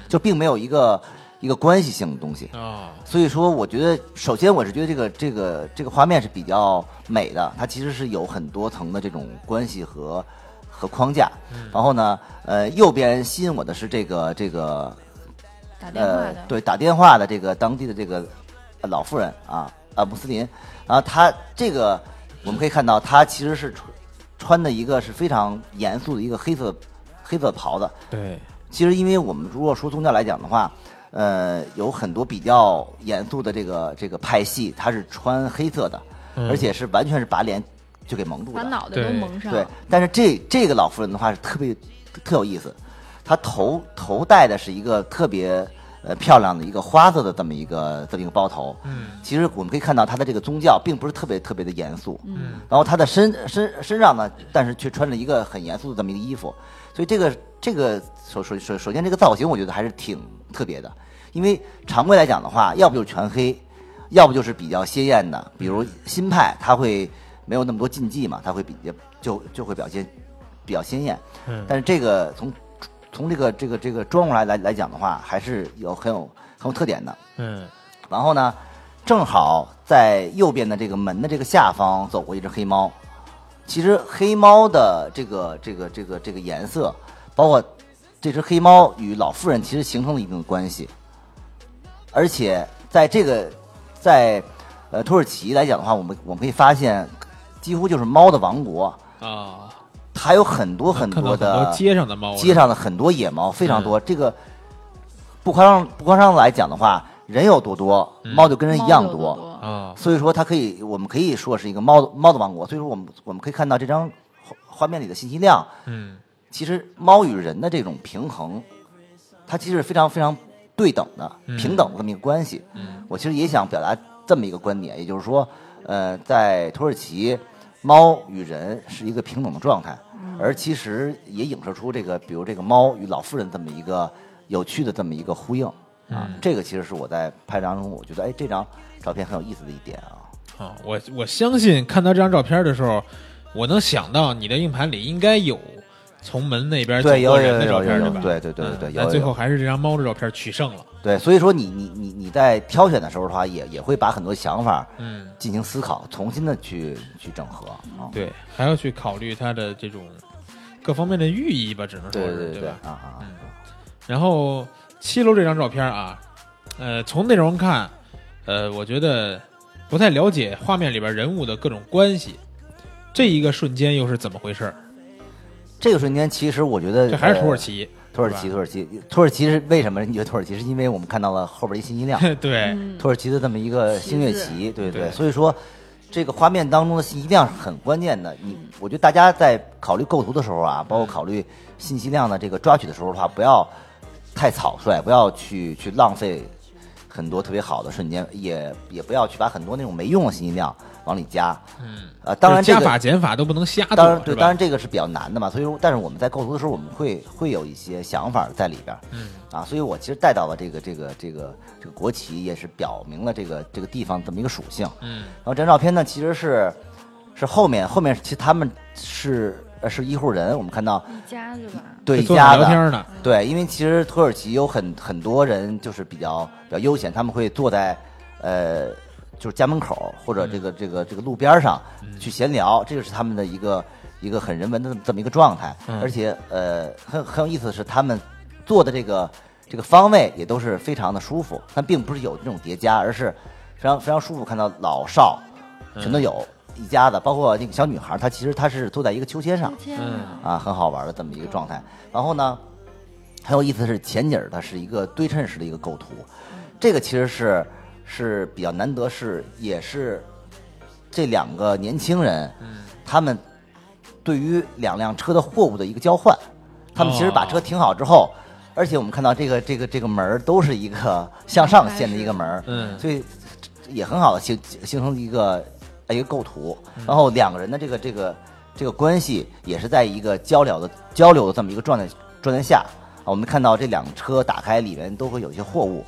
[SPEAKER 1] 就并没有一个一个关系性的东西。
[SPEAKER 7] 哦，
[SPEAKER 1] 所以说，我觉得首先我是觉得这个这个这个画面是比较美的，它其实是有很多层的这种关系和和框架。然后呢，呃，右边吸引我的是这个这个
[SPEAKER 8] 打电话
[SPEAKER 1] 呃
[SPEAKER 8] 的，，
[SPEAKER 1] 对打电话的这个当地的这个呃老妇人啊啊穆斯林，然后她这个我们可以看到，她其实是穿穿的一个是非常严肃的一个黑色黑色袍子，
[SPEAKER 7] 对，
[SPEAKER 1] 其实，因为我们如果说宗教来讲的话，呃，有很多比较严肃的这个这个派系，它是穿黑色的，
[SPEAKER 7] 嗯
[SPEAKER 1] 而且是完全是把脸就给蒙住
[SPEAKER 8] 把
[SPEAKER 1] 的。
[SPEAKER 8] 脑袋都
[SPEAKER 7] 对
[SPEAKER 8] 蒙上。
[SPEAKER 1] 对，但是这这个老妇人的话是特别特有意思，她头头戴的是一个特别呃漂亮的一个花色的这么一个这么一个包头。
[SPEAKER 7] 嗯
[SPEAKER 1] 其实我们可以看到，她的这个宗教并不是特别特别的严肃，
[SPEAKER 7] 嗯
[SPEAKER 1] 然后他的身身身上呢，但是却穿着一个很严肃的这么一个衣服，所以这个这个首首首首先这个造型我觉得还是挺特别的，因为常规来讲的话，要不就是全黑，要不就是比较鲜艳的，比
[SPEAKER 7] 嗯
[SPEAKER 1] 如新派他会没有那么多禁忌嘛，他会比较就就会表现比较鲜艳，
[SPEAKER 7] 嗯
[SPEAKER 1] 但是这个从从这个这个这个妆容来来来讲的话，还是有很有很有特点的。
[SPEAKER 7] 嗯
[SPEAKER 1] 然后呢，正好在右边的这个门的这个下方走过一只黑猫。其实黑猫的这个这个这个这个颜色，包括这只黑猫与老妇人其实形成了一定的关系，而且在这个在呃土耳其来讲的话，我们我们可以发现，几乎就是猫的王国。
[SPEAKER 7] 啊，
[SPEAKER 1] 还有很多很
[SPEAKER 7] 看到
[SPEAKER 1] 多
[SPEAKER 7] 很多
[SPEAKER 1] 的
[SPEAKER 7] 街上的嗯猫，
[SPEAKER 1] 街上的很多野猫，非常多。这个不夸张不夸张地来讲的话，人有多多，
[SPEAKER 7] 嗯
[SPEAKER 1] 猫就跟人一样
[SPEAKER 8] 猫有多
[SPEAKER 1] 多。
[SPEAKER 8] 多。
[SPEAKER 7] 啊，
[SPEAKER 1] 所以说，它可以，我们可以说是一个猫猫的王国。所以说，我们我们可以看到这张画画面里的信息量，
[SPEAKER 7] 嗯
[SPEAKER 1] 其实猫与人的这种平衡，它其实是非常非常对等的、
[SPEAKER 7] 嗯
[SPEAKER 1] 平等的这么一个关系。
[SPEAKER 7] 嗯
[SPEAKER 1] 我其实也想表达这么一个观点，也就是说，呃，在土耳其，猫与人是一个平等的状态，而其实也影射出这个，比如这个猫与老妇人这么一个有趣的这么一个呼应啊。
[SPEAKER 7] 嗯
[SPEAKER 1] 这个其实是我在拍当中，我觉得哎，这张照片很有意思的一点啊。
[SPEAKER 7] 啊，我我相信看到这张照片的时候，我能想到你的硬盘里应该有从门那边走
[SPEAKER 1] 对，有
[SPEAKER 7] 过
[SPEAKER 1] 有
[SPEAKER 7] 人
[SPEAKER 1] 有
[SPEAKER 7] 的照
[SPEAKER 1] 有有
[SPEAKER 7] 片，
[SPEAKER 1] 有，
[SPEAKER 7] 吧？
[SPEAKER 1] 对对对对对，
[SPEAKER 7] 嗯
[SPEAKER 1] 有
[SPEAKER 7] 但
[SPEAKER 1] 有
[SPEAKER 7] 最后
[SPEAKER 1] 有。
[SPEAKER 7] 还是这张猫的照片取胜了。
[SPEAKER 1] 对，所以说你你你你在挑选的时候的话，也也会把很多想法
[SPEAKER 7] 嗯，
[SPEAKER 1] 进行思考，重新的去去整合啊。
[SPEAKER 7] 对，还要去考虑它的这种各方面的寓意吧，只能说
[SPEAKER 1] 对
[SPEAKER 7] 是
[SPEAKER 1] 对对
[SPEAKER 7] 吧？
[SPEAKER 1] 啊啊！
[SPEAKER 7] 嗯，然后七楼这张照片啊，呃，从内容看，呃，我觉得不太了解画面里边人物的各种关系，这一个瞬间又是怎么回事儿？
[SPEAKER 1] 这个瞬间，其实我觉得
[SPEAKER 7] 这还是土耳
[SPEAKER 1] 呃
[SPEAKER 7] 其，
[SPEAKER 1] 土耳其，
[SPEAKER 7] 是
[SPEAKER 1] 土耳其，土耳其是为什么？你觉得土耳其是因为我们看到了后边一信息量，
[SPEAKER 7] [LAUGHS] 对，
[SPEAKER 1] 土耳其的这么一个
[SPEAKER 8] 嗯旗
[SPEAKER 1] 星月
[SPEAKER 8] 子
[SPEAKER 1] 旗，对
[SPEAKER 7] 对
[SPEAKER 1] 对。所以说，这个画面当中的信息量是很关键的。你，
[SPEAKER 8] 嗯
[SPEAKER 1] 我觉得大家在考虑构图的时候啊，包括考虑信息量的这个抓取的时候的话，不要太草率，不要去去浪费很多特别好的瞬间，也也不要去把很多那种没用的信息量往里加。
[SPEAKER 7] 嗯，
[SPEAKER 1] 呃，当然
[SPEAKER 7] 就
[SPEAKER 1] 这
[SPEAKER 7] 是加
[SPEAKER 1] 个
[SPEAKER 7] 法减法都不能瞎做，
[SPEAKER 1] 当然，对，
[SPEAKER 7] 啊是
[SPEAKER 1] 当
[SPEAKER 7] 吧
[SPEAKER 1] 然？这个是比较难的嘛，所以说，但是我们在构图的时候，我们会会有一些想法在里边儿，
[SPEAKER 7] 嗯
[SPEAKER 1] 啊，所以我其实带到了这个这个这个这个国旗，也是表明了这个这个地方这么一个属性。
[SPEAKER 7] 嗯
[SPEAKER 1] 然后这张照片呢，其实是是后面后面，其实他们是呃是一户人，我们看到
[SPEAKER 8] 一家对吧？
[SPEAKER 1] 对一
[SPEAKER 7] 坐那
[SPEAKER 1] 家
[SPEAKER 7] 聊
[SPEAKER 1] 的，
[SPEAKER 7] 天呢，
[SPEAKER 1] 对，因为其实土耳其有很很多人就是比较比较悠闲，他们会坐在呃就是家门口或者这个、这个这个路边上去闲聊，这个是他们的一个一个很人文的这么一个状态，
[SPEAKER 7] 嗯
[SPEAKER 1] 而且呃很很有意思的是他们坐的这个这个方位也都是非常的舒服，但并不是有那种叠加，而是非常非常舒服，看到老少全都有。一家子，包括那个小女孩，她其实她是坐在一个秋千上，
[SPEAKER 8] 天
[SPEAKER 7] 嗯
[SPEAKER 8] 啊，
[SPEAKER 1] 啊，很好玩的这么一个状态。然后呢，很有意思的是前景儿它是一个对称式的一个构图，这个其实是是比较难得，是也是这两个年轻人，他们对于两辆车的货物的一个交换，他们其实把车停好之后。而且我们看到这个这个这个门儿都是一个向上线的一个门儿，
[SPEAKER 7] 嗯
[SPEAKER 1] 所以也很好的形形成一个一个构图，
[SPEAKER 7] 嗯
[SPEAKER 1] 然后两个人的这个这个这个关系也是在一个交流的交流的这么一个状态状态下啊，我们看到这两个车打开里面都会有一些货物，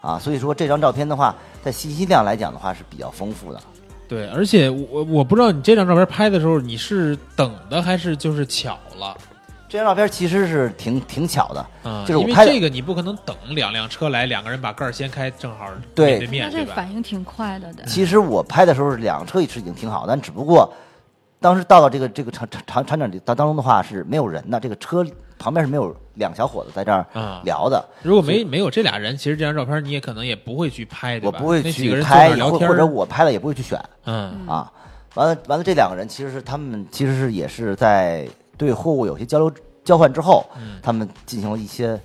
[SPEAKER 1] 啊，所以说这张照片的话，在信息量来讲的话是比较丰富的。
[SPEAKER 7] 对，而且我我不知道你这张照片拍的时候你是等的还是就是巧了。
[SPEAKER 1] 这张照片其实是挺挺巧的，
[SPEAKER 7] 啊，
[SPEAKER 1] 就是我
[SPEAKER 7] 因为
[SPEAKER 1] 拍的
[SPEAKER 7] 这个你不可能等两辆车来，两个人把盖儿掀开，正好
[SPEAKER 1] 对
[SPEAKER 7] 面对嗯面
[SPEAKER 8] 那这
[SPEAKER 7] 吧？
[SPEAKER 8] 反应挺快的，得
[SPEAKER 1] 其实我拍的时候是两个车也是已经挺好，但只不过当时到了这个这个场场场场景当当中的话是没有人的，这个车旁边是没有两小伙子在这儿
[SPEAKER 7] 啊
[SPEAKER 1] 聊的，
[SPEAKER 7] 如果没没有这俩人，其实这张照片你也可能也不会去拍，对
[SPEAKER 1] 我
[SPEAKER 7] 吧？
[SPEAKER 1] 不会
[SPEAKER 7] 那几
[SPEAKER 1] 去
[SPEAKER 7] 个人坐
[SPEAKER 1] 拍，
[SPEAKER 7] 那儿
[SPEAKER 1] 也
[SPEAKER 7] 聊
[SPEAKER 1] 会
[SPEAKER 7] 天儿，
[SPEAKER 1] 或者我拍了也不会去选
[SPEAKER 7] 嗯
[SPEAKER 1] 啊。完了完了，这两个人其实是他们其实是也是在对货物有些交流交换之后，
[SPEAKER 7] 嗯
[SPEAKER 1] 他们进行了一些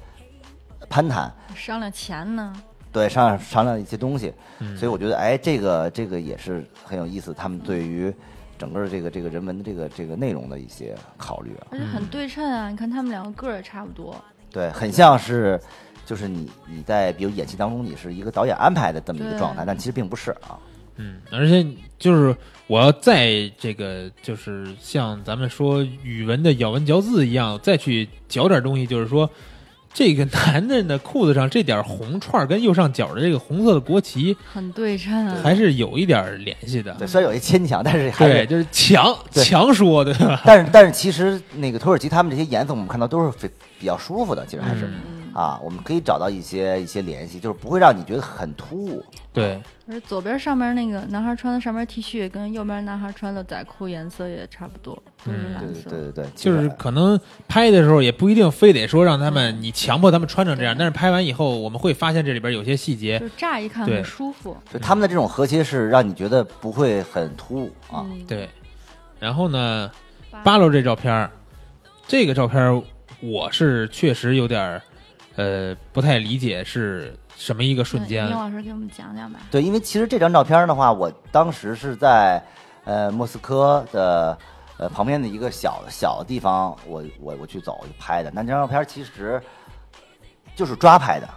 [SPEAKER 1] 攀谈，
[SPEAKER 8] 商量钱呢。
[SPEAKER 1] 对商量商量一些东西，
[SPEAKER 7] 嗯
[SPEAKER 1] 所以我觉得哎，这个这个也是很有意思，他们对于整个这个这个人文的这个这个内容的一些考虑啊，
[SPEAKER 8] 而且
[SPEAKER 7] 嗯
[SPEAKER 8] 很对称啊！你看他们两个个儿也差不多，
[SPEAKER 1] 对，很像是。就是你，你在比如演戏当中，你是一个导演安排的这么一个
[SPEAKER 8] 对
[SPEAKER 1] 状态，但其实并不是啊。
[SPEAKER 7] 嗯，而且就是我要再这个，就是像咱们说语文的咬文嚼字一样，再去嚼点东西，就是说。这个男人的裤子上这点红串儿跟右上角的这个红色的国旗
[SPEAKER 8] 很对称啊。
[SPEAKER 7] 还是有一点儿联系的，
[SPEAKER 1] 对，虽然有些牵强，但是还是
[SPEAKER 7] 对，就是强
[SPEAKER 1] 对
[SPEAKER 7] 强说，对吧？
[SPEAKER 1] 但是但是其实那个土耳其他们这些颜色我们看到都是非比较舒服的，其实还是、
[SPEAKER 7] 嗯
[SPEAKER 1] 啊，我们可以找到一些一些联系，就是不会让你觉得很突兀。
[SPEAKER 7] 对，
[SPEAKER 8] 而左边上面那个男孩穿的上面 T 恤，跟右边男孩穿的仔裤颜色也差不多，都
[SPEAKER 7] 嗯
[SPEAKER 8] 是
[SPEAKER 1] 对
[SPEAKER 8] 蓝
[SPEAKER 1] 对
[SPEAKER 8] 色。
[SPEAKER 1] 对对对，其
[SPEAKER 7] 就
[SPEAKER 1] 实
[SPEAKER 7] 是可能拍的时候也不一定非得说让他们你强迫他们穿成这样，但是拍完以后我们会发现这里边有些细节
[SPEAKER 8] 就，是乍一看
[SPEAKER 7] 对
[SPEAKER 8] 很舒服，
[SPEAKER 1] 就他们的这种和谐是让你觉
[SPEAKER 8] 嗯
[SPEAKER 1] 得不会很突兀啊。
[SPEAKER 7] 对。然后呢，八楼这照片儿这个照片儿我是确实有点儿呃不太理解是什么一个瞬间
[SPEAKER 8] 宁。老师给我们讲讲吧。
[SPEAKER 1] 对，因为其实这张照片的话，我当时是在呃莫斯科的呃旁边的一个小小的地方，我我我去走我去拍的。那张照片其实就是抓拍的，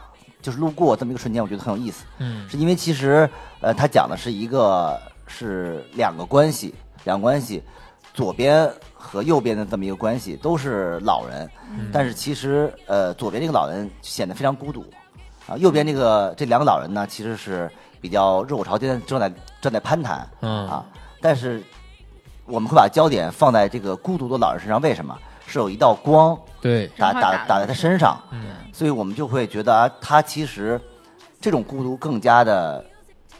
[SPEAKER 1] 就是路过这么一个瞬间，我觉得很有意思。
[SPEAKER 7] 嗯
[SPEAKER 1] 是因为其实呃，它讲的是一个是两个关系，两个关系，左边和右边的这么一个关系，都是老人，
[SPEAKER 7] 嗯
[SPEAKER 1] 但是其实呃，左边这个老人显得非常孤独，啊，右边这个这两个老人呢，其实是比较热火朝天，正在正在攀谈，
[SPEAKER 7] 嗯
[SPEAKER 1] 啊，但是我们会把焦点放在这个孤独的老人身上，为什么？是有一道光
[SPEAKER 7] 对，
[SPEAKER 1] 打
[SPEAKER 8] 正好
[SPEAKER 1] 打
[SPEAKER 8] 打
[SPEAKER 1] 打在
[SPEAKER 8] 在
[SPEAKER 1] 他身上，
[SPEAKER 7] 嗯
[SPEAKER 1] 所以我们就会觉得啊，他其实这种孤独更加的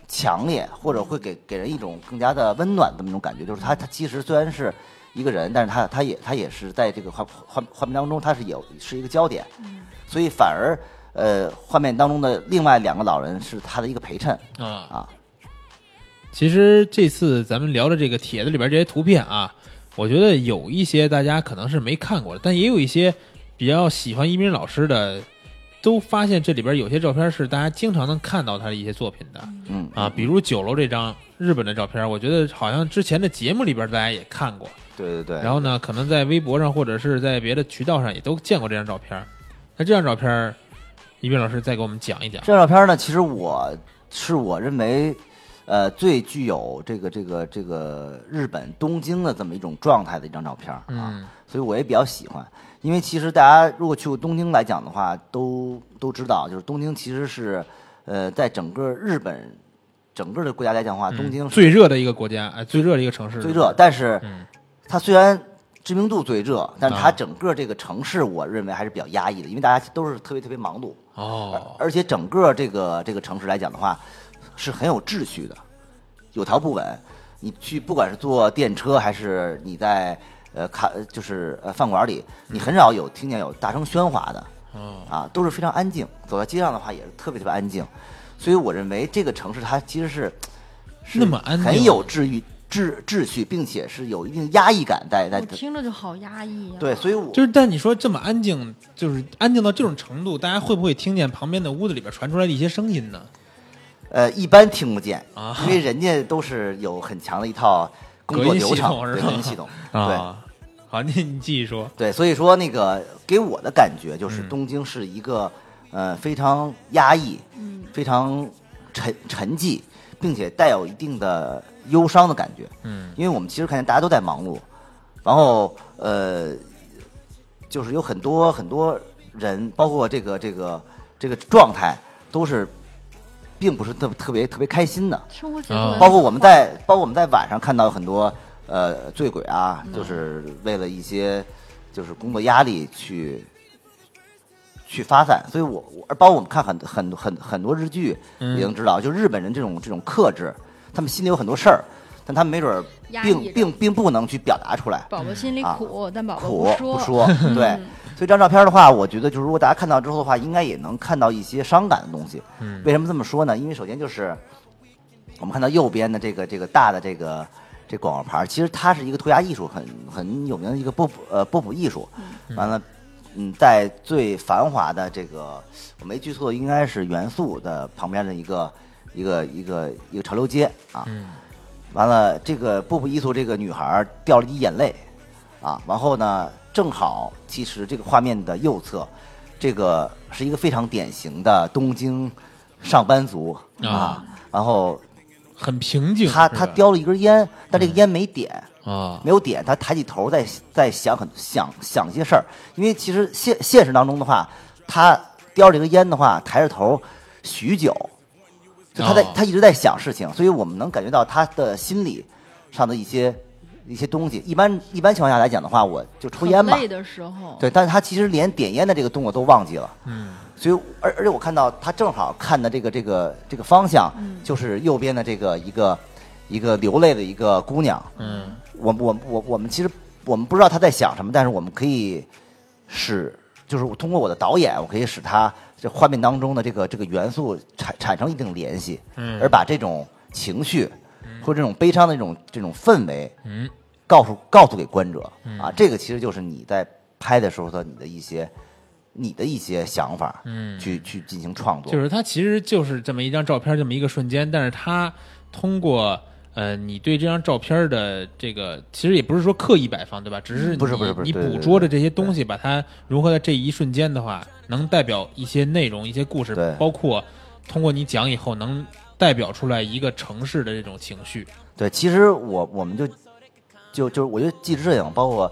[SPEAKER 1] 强烈，或者会给给人一种更加的温暖的那种感觉，就是他他其实虽然是一个人，但是他他也他也是在这个画画画面当中，他是有是一个焦点，所以反而呃画面当中的另外两个老人是他的一个陪衬
[SPEAKER 7] 啊。
[SPEAKER 1] 啊，
[SPEAKER 7] 其实这次咱们聊的这个帖子里边这些图片啊，我觉得有一些大家可能是没看过的，但也有一些比较喜欢一鸣老师的，都发现这里边有些照片是大家经常能看到他的一些作品的
[SPEAKER 1] 嗯
[SPEAKER 7] 啊，比如九楼这张日本的照片，我觉得好像之前的节目里边大家也看过，
[SPEAKER 1] 对对对，
[SPEAKER 7] 然后呢，可能在微博上或者是在别的渠道上也都见过这张照片。那这张照片，一鸣老师再给我们讲一讲。
[SPEAKER 1] 这张照片呢，其实我是我认为，呃，最具有这个这个这个日本东京的这么一种状态的一张照片啊，
[SPEAKER 7] 嗯
[SPEAKER 1] 所以我也比较喜欢。因为其实大家如果去过东京来讲的话，都都知道，就是东京其实是，呃，在整个日本整个的国家来讲的话，东京是
[SPEAKER 7] 嗯最热的一个国家，哎，最热的一个城市，
[SPEAKER 1] 最热，但是
[SPEAKER 7] 嗯
[SPEAKER 1] 它虽然知名度最热，但是它
[SPEAKER 7] 啊
[SPEAKER 1] 整个这个城市，我认为还是比较压抑的，因为大家都是特别特别忙碌。
[SPEAKER 7] 哦，
[SPEAKER 1] 而且整个这个这个城市来讲的话，是很有秩序的，有条不紊。你去不管是坐电车还是你在呃咖就是呃饭馆里，你很少有听见有大声喧哗的
[SPEAKER 7] 哦，
[SPEAKER 1] 啊，都是非常安静。走在街上的话也是特别特别安静，所以我认为这个城市它其实是是
[SPEAKER 7] 那么安静
[SPEAKER 1] 很有治愈秩秩序，并且是有一定压抑感在在
[SPEAKER 8] 我。听着就好压抑啊呀、
[SPEAKER 1] 对，所以我
[SPEAKER 7] 就是但你说这么安静，就是安静到这种程度，大家会不会听见旁边的屋子里边传出来的一些声音呢？
[SPEAKER 1] 呃，一般听不见
[SPEAKER 7] 啊
[SPEAKER 1] 因为人家都是有很强的一套工作流程，
[SPEAKER 7] 隔音系统
[SPEAKER 1] 对
[SPEAKER 7] 是吧
[SPEAKER 1] 隔音系统，对
[SPEAKER 7] 啊，好，你你继续说，
[SPEAKER 1] 对，所以说那个给我的感觉就是
[SPEAKER 7] 嗯
[SPEAKER 1] 东京是一个、呃非常压抑，非常沉沉寂，并且带有一定的忧伤的感觉，
[SPEAKER 7] 嗯
[SPEAKER 1] 因为我们其实看见大家都在忙碌，然后呃，就是有很多很多人，包括这个这个这个状态都是。并不是特特别特别开心的，
[SPEAKER 8] 生活节奏
[SPEAKER 7] 啊
[SPEAKER 8] 也
[SPEAKER 1] 包括我们在包括我们在晚上看到很多呃醉鬼
[SPEAKER 8] 嗯
[SPEAKER 1] 啊，就是为了一些就是工作压力去去发散，所以我我而包括我们看很很很很多日剧
[SPEAKER 7] 嗯
[SPEAKER 1] 也能知道，就日本人这种这种克制，他们心里有很多事儿，但他们没准儿
[SPEAKER 8] 压抑
[SPEAKER 1] 并
[SPEAKER 8] 着
[SPEAKER 1] 并并不能去表达出来，
[SPEAKER 8] 宝宝心里苦，但宝宝
[SPEAKER 1] 啊苦
[SPEAKER 8] 不
[SPEAKER 1] 不
[SPEAKER 8] 说。 [LAUGHS]
[SPEAKER 1] 说，
[SPEAKER 8] 嗯
[SPEAKER 1] 对。所以这张照片的话，我觉得就是如果大家看到之后的话，应该也能看到一些伤感的东西。
[SPEAKER 7] 嗯
[SPEAKER 1] 为什么这么说呢？因为首先就是我们看到右边的这个这个大的这个这广告牌，其实它是一个涂鸦艺术很很有名的一个波普呃波普艺术。完了，嗯，在最繁华的这个我没记错，应该是元素的旁边的一个一个一个一个潮流街啊。
[SPEAKER 7] 嗯
[SPEAKER 1] 完了，这个波普艺术这个女孩儿掉了一滴眼泪，啊，然后呢，正好其实这个画面的右侧，这个是一个非常典型的东京上班族啊
[SPEAKER 7] 啊，
[SPEAKER 1] 然后
[SPEAKER 7] 很平静，
[SPEAKER 1] 他
[SPEAKER 7] 是吧嗯
[SPEAKER 1] 他叼了一根烟，但这个烟没点，
[SPEAKER 7] 啊，
[SPEAKER 1] 没有点，他抬起头在在想很想想些事儿，因为其实现现实当中的话，他叼这个烟的话，抬着头许久，就他在、
[SPEAKER 7] 哦
[SPEAKER 1] 他一直在想事情，所以我们能感觉到他的心理上的一些一些东西。一般一般情况下来讲的话，我就抽烟嘛
[SPEAKER 8] 很，累的时候，
[SPEAKER 1] 对，但是他其实连点烟的这个动作都忘记了，
[SPEAKER 7] 哦嗯
[SPEAKER 1] 所以而而且我看到他正好看的这个这个这个方向，就是右边的这个一个一个流泪的一个姑娘，
[SPEAKER 7] 嗯
[SPEAKER 1] 我我我我们其实我们不知道他在想什么，但是我们可以使，就是我通过我的导演，我可以使他这画面当中的这个这个元素产产生一定联系，
[SPEAKER 7] 嗯
[SPEAKER 1] 而把这种情绪或者这种悲伤的这种这种氛围
[SPEAKER 7] 嗯
[SPEAKER 1] 告诉告诉给观者啊，这个其实就是你在拍的时候的你的一些你的一些想法，
[SPEAKER 7] 嗯
[SPEAKER 1] 去去进行创作，
[SPEAKER 7] 就是它其实就是这么一张照片，这么一个瞬间，但是它通过呃你对这张照片的这个，其实也不是说刻意摆放，对吧？只是你
[SPEAKER 1] 不是不是不是
[SPEAKER 7] 你
[SPEAKER 1] 对对
[SPEAKER 7] 捕
[SPEAKER 1] 对
[SPEAKER 7] 捉的这些东西，把它融合在这一瞬间的话，能代表一些内容、一些故事
[SPEAKER 1] 对，
[SPEAKER 7] 包括通过你讲以后能。代表出来一个城市的这种情绪，
[SPEAKER 1] 对，其实我我们就就就是我觉得纪实摄影，包括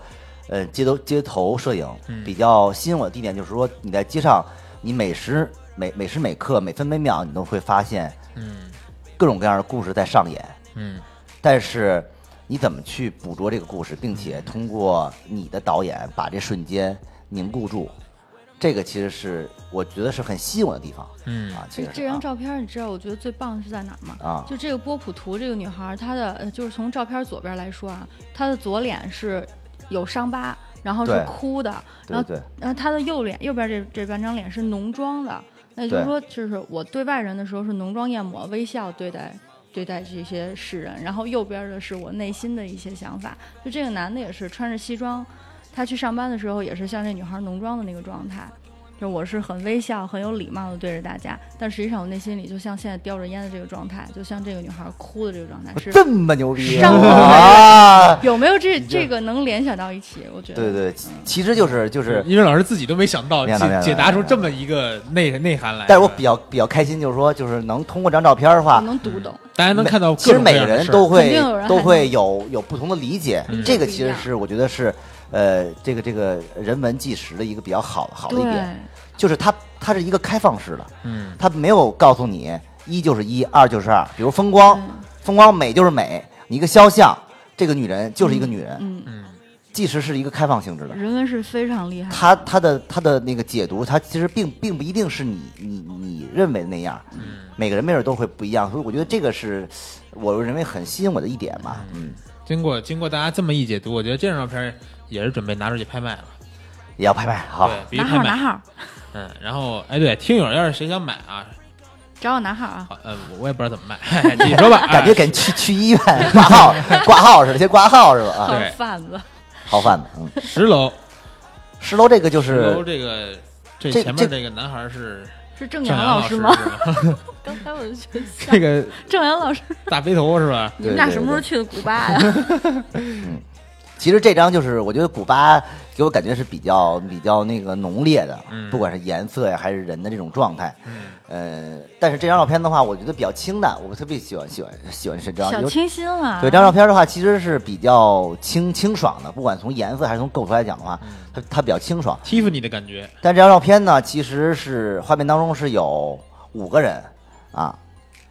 [SPEAKER 1] 呃街头街头摄影，比较吸引我的地点就是说你在街上，你每时每每时每刻每分每秒，你都会发现
[SPEAKER 7] 嗯
[SPEAKER 1] 各种各样的故事在上演，
[SPEAKER 7] 嗯
[SPEAKER 1] 但是你怎么去捕捉这个故事，并且通过你的导演把这瞬间凝固住，这个其实是我觉得是很吸引我的地方
[SPEAKER 7] 嗯
[SPEAKER 1] 啊。
[SPEAKER 8] 这
[SPEAKER 1] 其实
[SPEAKER 8] 这张照片，你知道我觉得最棒的是在哪儿吗？
[SPEAKER 1] 啊
[SPEAKER 8] 就这个波普图这个女孩儿，她的呃就是从照片左边来说啊，她的左脸是有伤疤，然后是
[SPEAKER 1] 对
[SPEAKER 8] 哭的，然
[SPEAKER 1] 对
[SPEAKER 8] 后
[SPEAKER 1] 对
[SPEAKER 8] 然后她的右脸右边这这半张脸是浓妆的，那也就
[SPEAKER 1] 对
[SPEAKER 8] 是说，就是我对外人的时候是浓妆艳抹、微笑对待对待这些世人，然后右边的是我内心的一些想法。就这个男的也是穿着西装，他去上班的时候也是像这女孩浓妆的那个状态。就我是很微笑、很有礼貌的对着大家，但实际上我内心里就像现在叼着烟的这个状态，就像这个女孩哭的这个状态，是
[SPEAKER 1] 这么牛逼
[SPEAKER 8] 伤
[SPEAKER 1] [LAUGHS]
[SPEAKER 8] 痕
[SPEAKER 1] 啊！
[SPEAKER 8] 有没有这
[SPEAKER 1] 这
[SPEAKER 8] 这个能联想到一起？我觉得嗯
[SPEAKER 1] 对对，其其实就是就是
[SPEAKER 7] 因为老师自己都没想到
[SPEAKER 1] 没想到没
[SPEAKER 7] 解
[SPEAKER 1] 想到
[SPEAKER 7] 解答出这么一个内内涵来。
[SPEAKER 1] 但是我
[SPEAKER 7] 吧
[SPEAKER 1] 比较比较开心，就是说，就是能通过这张照片的
[SPEAKER 8] 我
[SPEAKER 1] 话，
[SPEAKER 8] 能读懂。
[SPEAKER 7] 大家能
[SPEAKER 1] 每
[SPEAKER 7] 看到各
[SPEAKER 1] 其实
[SPEAKER 7] 种各
[SPEAKER 1] 每
[SPEAKER 7] 样
[SPEAKER 1] 个
[SPEAKER 7] 的
[SPEAKER 1] 人
[SPEAKER 7] 事儿
[SPEAKER 1] 都会
[SPEAKER 8] 肯定有人
[SPEAKER 1] 都
[SPEAKER 8] 还
[SPEAKER 1] 会
[SPEAKER 8] 能
[SPEAKER 1] 有有不同的理解，
[SPEAKER 7] 嗯
[SPEAKER 1] 这个其实是我觉得是呃，这个这个人文纪实的一个比较好好的一点，就是它它是一个开放式的，
[SPEAKER 7] 嗯，
[SPEAKER 1] 它没有告诉你一就是一，二就是二，比如风光，
[SPEAKER 7] 嗯
[SPEAKER 1] 风光美就是美，你一个肖像，这个女人就是一个女人，
[SPEAKER 8] 嗯，
[SPEAKER 1] 纪实是一个开放性质
[SPEAKER 7] 嗯
[SPEAKER 1] 的。
[SPEAKER 8] 人文是非常厉害的。
[SPEAKER 1] 他他的他的那个解读，他其实并并不一定是你你你认为的那样，
[SPEAKER 7] 嗯
[SPEAKER 1] 每个人没准都会不一样，所以我觉得这个是我认为很吸引我的一点吧，嗯，
[SPEAKER 7] 经过经过大家这么一解读，我觉得这张照片也是准备拿出去拍卖了。
[SPEAKER 1] 也要拍拍好，
[SPEAKER 7] 对，必须
[SPEAKER 8] 拿
[SPEAKER 7] 拍
[SPEAKER 8] 号拿
[SPEAKER 7] 卖。
[SPEAKER 8] 号，
[SPEAKER 7] 嗯，然后哎，对，听友要是谁想买啊，
[SPEAKER 8] 找我拿号啊！
[SPEAKER 7] 好，呃，我我也不知道怎么卖，
[SPEAKER 8] [LAUGHS]
[SPEAKER 7] 你说吧。哎
[SPEAKER 1] 感觉跟去去医院挂
[SPEAKER 7] [LAUGHS]
[SPEAKER 1] 号挂号似的，先挂号是吧？啊，
[SPEAKER 8] 好
[SPEAKER 7] 对
[SPEAKER 8] 贩子，
[SPEAKER 1] 好贩子，嗯，
[SPEAKER 7] 十楼，
[SPEAKER 1] 十楼这个就
[SPEAKER 7] 十楼
[SPEAKER 1] 是
[SPEAKER 7] 这个这
[SPEAKER 1] 这
[SPEAKER 7] 前面这个男孩是
[SPEAKER 8] 是郑
[SPEAKER 7] 郑
[SPEAKER 8] 阳
[SPEAKER 7] 阳
[SPEAKER 8] 老
[SPEAKER 7] 师
[SPEAKER 8] 师吗？
[SPEAKER 7] 是吧 [LAUGHS]
[SPEAKER 8] 刚才我就觉得像
[SPEAKER 7] 这个
[SPEAKER 8] 郑阳老师，
[SPEAKER 7] 大背头是吧？
[SPEAKER 1] 对
[SPEAKER 8] 你们俩
[SPEAKER 1] 对
[SPEAKER 8] 什么时
[SPEAKER 1] 对
[SPEAKER 8] 候去的古巴呀？
[SPEAKER 1] 其实这张就是我觉得古巴给我感觉是比较比较那个浓烈的，
[SPEAKER 7] 嗯
[SPEAKER 1] 不管是颜色呀还是人的这种状态，嗯，呃，但是这张照片的话，我觉得比较清淡，我特别喜欢喜欢喜欢这
[SPEAKER 8] [LAUGHS]
[SPEAKER 1] 张，
[SPEAKER 8] 小
[SPEAKER 1] 尤
[SPEAKER 8] 清新
[SPEAKER 7] 啊
[SPEAKER 8] 啊了，
[SPEAKER 1] 啊对，这张照片的话，其实是比较清清爽的，不管从颜色还是从构图来讲的话，
[SPEAKER 7] 嗯
[SPEAKER 1] 它它比较清爽。
[SPEAKER 7] 欺负你的感觉，
[SPEAKER 1] 但这张照片呢，其实是画面当中是有五个人啊，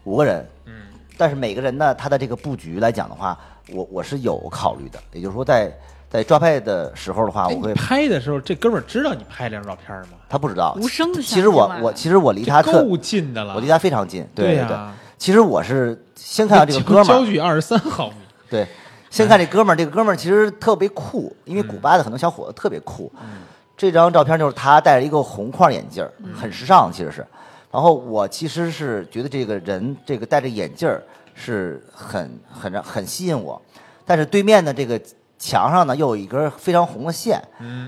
[SPEAKER 1] 五个人，
[SPEAKER 7] 嗯，
[SPEAKER 1] 但是每个人呢，他的这个布局来讲的话，我我是有考虑的，也就是说在在抓拍的时候的话，我
[SPEAKER 7] 哎你
[SPEAKER 1] 会
[SPEAKER 7] 拍的时候，这哥们儿知道你拍这张照片吗？
[SPEAKER 1] 他不知道
[SPEAKER 8] 无声的
[SPEAKER 1] 其实我我其实我离他
[SPEAKER 7] 这
[SPEAKER 1] 特
[SPEAKER 7] 够近的了，
[SPEAKER 1] 我离他非常近，对对
[SPEAKER 7] 呀，
[SPEAKER 1] 其实我是先看到这个哥们儿
[SPEAKER 7] 焦，距二十三毫米，
[SPEAKER 1] 对，先看这哥们儿，这个哥们儿其实特别酷，因为古巴的很多小伙子特别酷。这张照片就是他戴着一个红框眼镜儿，很时尚，其实是。然后我其实是觉得这个人这个戴着眼镜儿是很很让很吸引我，但是对面的这个墙上呢又有一根非常红的线，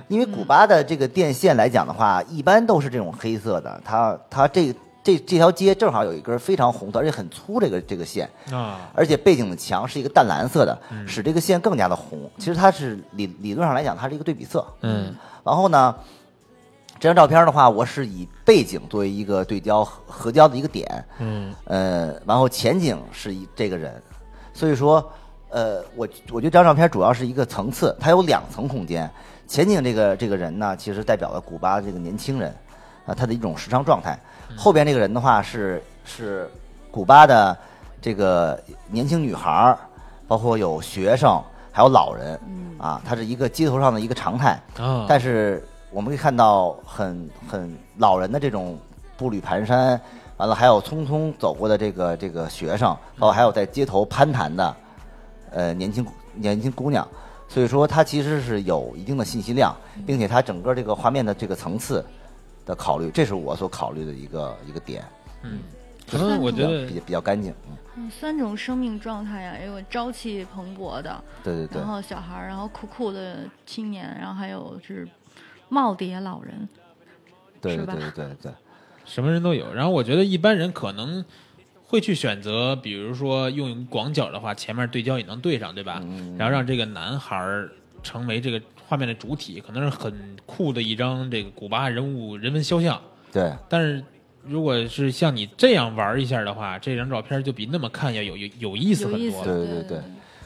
[SPEAKER 1] 因为古巴的这个电线来讲的话，一般都是这种黑色的，它它这这这条街正好有一根非常红的，而且很粗这个这个线，
[SPEAKER 7] 啊，
[SPEAKER 1] 而且背景的墙是一个淡蓝色的，使这个线更加的红。其实它是理理论上来讲，它是一个对比色。
[SPEAKER 7] 嗯，
[SPEAKER 1] 然后呢，这张照片的话，我是以背景作为一个对焦合合焦的一个点，
[SPEAKER 7] 嗯，
[SPEAKER 1] 呃，然后前景是一这个人，所以说，呃，我我觉得这张照片主要是一个层次，它有两层空间。前景这个这个人呢，其实代表了古巴这个年轻人啊、他的一种时尚状态。后边这个人的话是是古巴的这个年轻女孩儿，包括有学生，还有老人，啊，它是一个街头上的一个常态。
[SPEAKER 7] 啊，
[SPEAKER 1] 但是我们可以看到很很老人的这种步履蹒跚，完了还有匆匆走过的这个这个学生，
[SPEAKER 8] 嗯
[SPEAKER 1] 包括还有在街头攀谈的，呃年轻年轻姑娘，所以说它其实是有一定的信息量，
[SPEAKER 8] 嗯
[SPEAKER 1] 并且它整个这个画面的这个层次的考虑，这是我所考虑的一个一个点，
[SPEAKER 7] 可能我觉得
[SPEAKER 1] 比较比较干净，嗯
[SPEAKER 8] 嗯三种生命状态呀，也有朝气蓬勃的，
[SPEAKER 1] 对对对
[SPEAKER 8] 然，后小孩儿，然后酷酷的青年，然后还有是耄耋老人。
[SPEAKER 1] 对
[SPEAKER 8] 是
[SPEAKER 1] 对
[SPEAKER 8] 吧
[SPEAKER 1] 对对对对，
[SPEAKER 7] 什么人都有。然后我觉得一般人可能会去选择，比如说用广角的话，前面对焦也能对上，对吧？
[SPEAKER 1] 嗯
[SPEAKER 7] 然后让这个男孩儿成为这个画面的主体，可能是很酷的一张这个古巴人物人文肖像。
[SPEAKER 1] 对
[SPEAKER 7] 但是如果是像你这样玩一下的话，这张照片就比那么看要有有有意思很
[SPEAKER 8] 有意
[SPEAKER 7] 多
[SPEAKER 8] 思
[SPEAKER 7] 了。
[SPEAKER 1] 对
[SPEAKER 8] 对
[SPEAKER 1] 对
[SPEAKER 8] 对
[SPEAKER 1] 对，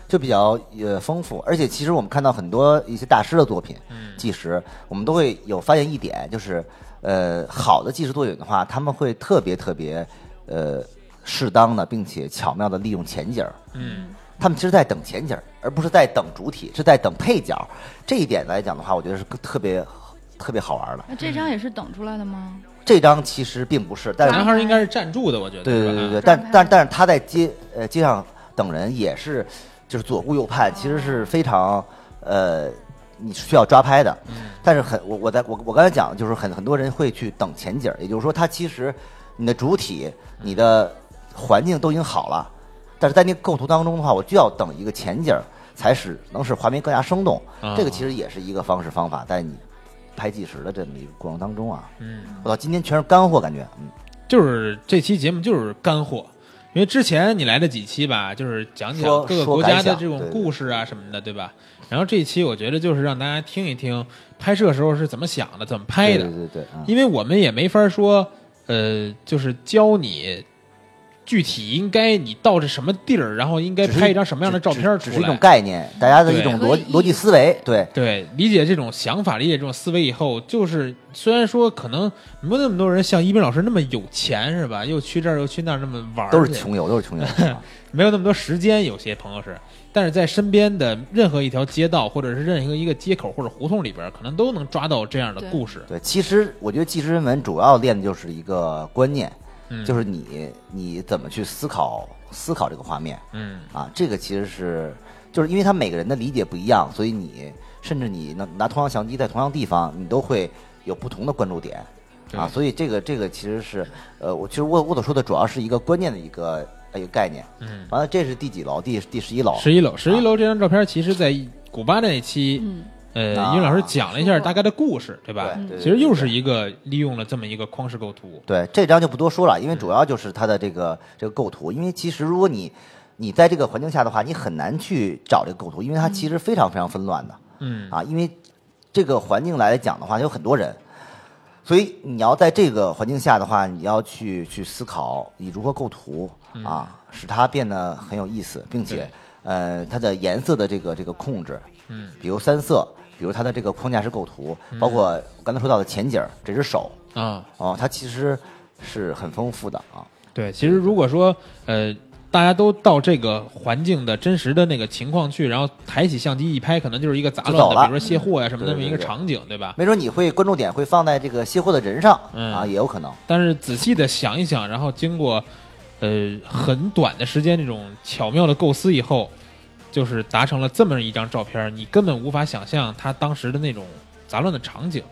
[SPEAKER 1] 就比较呃丰富。而且其实我们看到很多一些大师的作品，纪实，我们都会有发现一点，就是呃好的纪实作品的话，他们会特别特别呃适当的，并且巧妙的利用前景儿。
[SPEAKER 7] 嗯，
[SPEAKER 1] 他们其实在等前景儿，而不是在等主体，是在等配角儿。这一点来讲的话，我觉得是特别特别好玩的。
[SPEAKER 8] 那这张也是等出来的吗？
[SPEAKER 1] 这张其实并不是，但是
[SPEAKER 7] 男孩儿应该是站住的，我觉得。
[SPEAKER 1] 对对
[SPEAKER 7] 是吧
[SPEAKER 1] 对对，
[SPEAKER 8] 抓
[SPEAKER 1] 但
[SPEAKER 8] 拍
[SPEAKER 1] 但但是他在街呃街上等人也是，就是左顾右盼，其实是非常呃你需要抓拍的。
[SPEAKER 7] 嗯
[SPEAKER 1] 但是很我我在我我刚才讲，就是很很多人会去等前景儿，也就是说，他其实你的主体、你的环境都已经好了，但是在那个构图当中的话，我就要等一个前景儿，才使能使画面更加生动。
[SPEAKER 7] 啊
[SPEAKER 1] 这个其实也是一个方式方法，在你拍纪实的这么一个过程当中啊，
[SPEAKER 7] 嗯。
[SPEAKER 1] 我到今天全是干货，感觉嗯。
[SPEAKER 7] 就是这期节目就是干货，因为之前你来的几期吧，就是讲讲
[SPEAKER 1] 说
[SPEAKER 7] 各个
[SPEAKER 1] 说
[SPEAKER 7] 国
[SPEAKER 1] 感
[SPEAKER 7] 家的
[SPEAKER 1] 想
[SPEAKER 7] 这种
[SPEAKER 1] 对对
[SPEAKER 7] 故事啊什么的，对吧？然后这一期我觉得就是让大家听一听拍摄时候是怎么想的，怎么拍的，
[SPEAKER 1] 对对对对，嗯
[SPEAKER 7] 因为我们也没法说，呃，就是教你具体应该你到这什么地儿，然后应该
[SPEAKER 1] 只是
[SPEAKER 7] 拍一张什么样的照片出来。
[SPEAKER 1] 只是一种概念，大家的一种
[SPEAKER 8] 对
[SPEAKER 1] 逻逻辑思维，对
[SPEAKER 7] 对，理解这种想法，理解这种思维以后，就是虽然说可能没有那么多人像一斌老师那么有钱是吧？又去这儿又去那儿那么玩儿去，
[SPEAKER 1] 都是穷游，都是
[SPEAKER 7] [LAUGHS]
[SPEAKER 1] 穷游。啊
[SPEAKER 7] 没有那么多时间，有些朋友是，但是在身边的任何一条街道，或者是任何一个街口或者胡同里边，可能都能抓到这样的故事。
[SPEAKER 1] 对，其实我觉得纪实人文主要练的就是一个观念，
[SPEAKER 7] 嗯
[SPEAKER 1] 就是你你怎么去思考思考这个画面
[SPEAKER 7] 嗯，
[SPEAKER 1] 啊，这个其实是就是因为他每个人的理解不一样，所以你甚至你能拿同样相机在同样地方，你都会有不同的关注点啊，
[SPEAKER 7] 对
[SPEAKER 1] 所以这个这个其实是呃，我其实我我所说的主要是一个观念的一个呃一个概念。
[SPEAKER 7] 嗯，
[SPEAKER 1] 完了，这是第几楼？第第十一楼。
[SPEAKER 7] 十一楼，十
[SPEAKER 1] 啊
[SPEAKER 7] 一楼这张照片，其实在古巴那一期，
[SPEAKER 8] 嗯
[SPEAKER 7] 呃，
[SPEAKER 1] 啊
[SPEAKER 7] 于老师讲了一下
[SPEAKER 8] 说过
[SPEAKER 7] 大概的故事，对吧？
[SPEAKER 1] 对对对
[SPEAKER 7] 其实又是一个利用了这么一个框式构图。
[SPEAKER 1] 对，这张就不多说了，因为
[SPEAKER 7] 嗯
[SPEAKER 1] 主要就是它的这个这个构图。因为其实如果你你在这个环境下的话，你很难去找这个构图，因为它其实非常非常纷乱的、
[SPEAKER 7] 嗯，
[SPEAKER 1] 啊。因为这个环境来讲的话，有很多人，所以你要在这个环境下的话，你要去去思考你如何构图啊，使它变得很有意思，并且
[SPEAKER 7] 嗯对
[SPEAKER 1] 呃，它的颜色的这个这个控制，
[SPEAKER 7] 嗯，
[SPEAKER 1] 比如三色，比如它的这个框架式构图，包括我刚才说到的前景儿，这只手。
[SPEAKER 7] 啊，
[SPEAKER 1] 哦，它其实是很丰富的啊。
[SPEAKER 7] 对，其实如果说呃，大家都到这个环境的真实的那个情况去，然后抬起相机一拍，可能就是一个杂
[SPEAKER 1] 就走
[SPEAKER 7] 乱的，
[SPEAKER 1] 了
[SPEAKER 7] 比如说卸货呀、什么
[SPEAKER 1] 对
[SPEAKER 7] 的那么一个
[SPEAKER 1] 对对
[SPEAKER 7] 场景，对吧？
[SPEAKER 1] 没准你会关注点会放在这个卸货的人上、
[SPEAKER 7] 嗯
[SPEAKER 1] 啊，也有可能。
[SPEAKER 7] 但是仔细的想一想，然后经过呃很短的时间这种巧妙的构思以后，就是达成了这么一张照片儿，你根本无法想象他当时的那种杂乱的场景，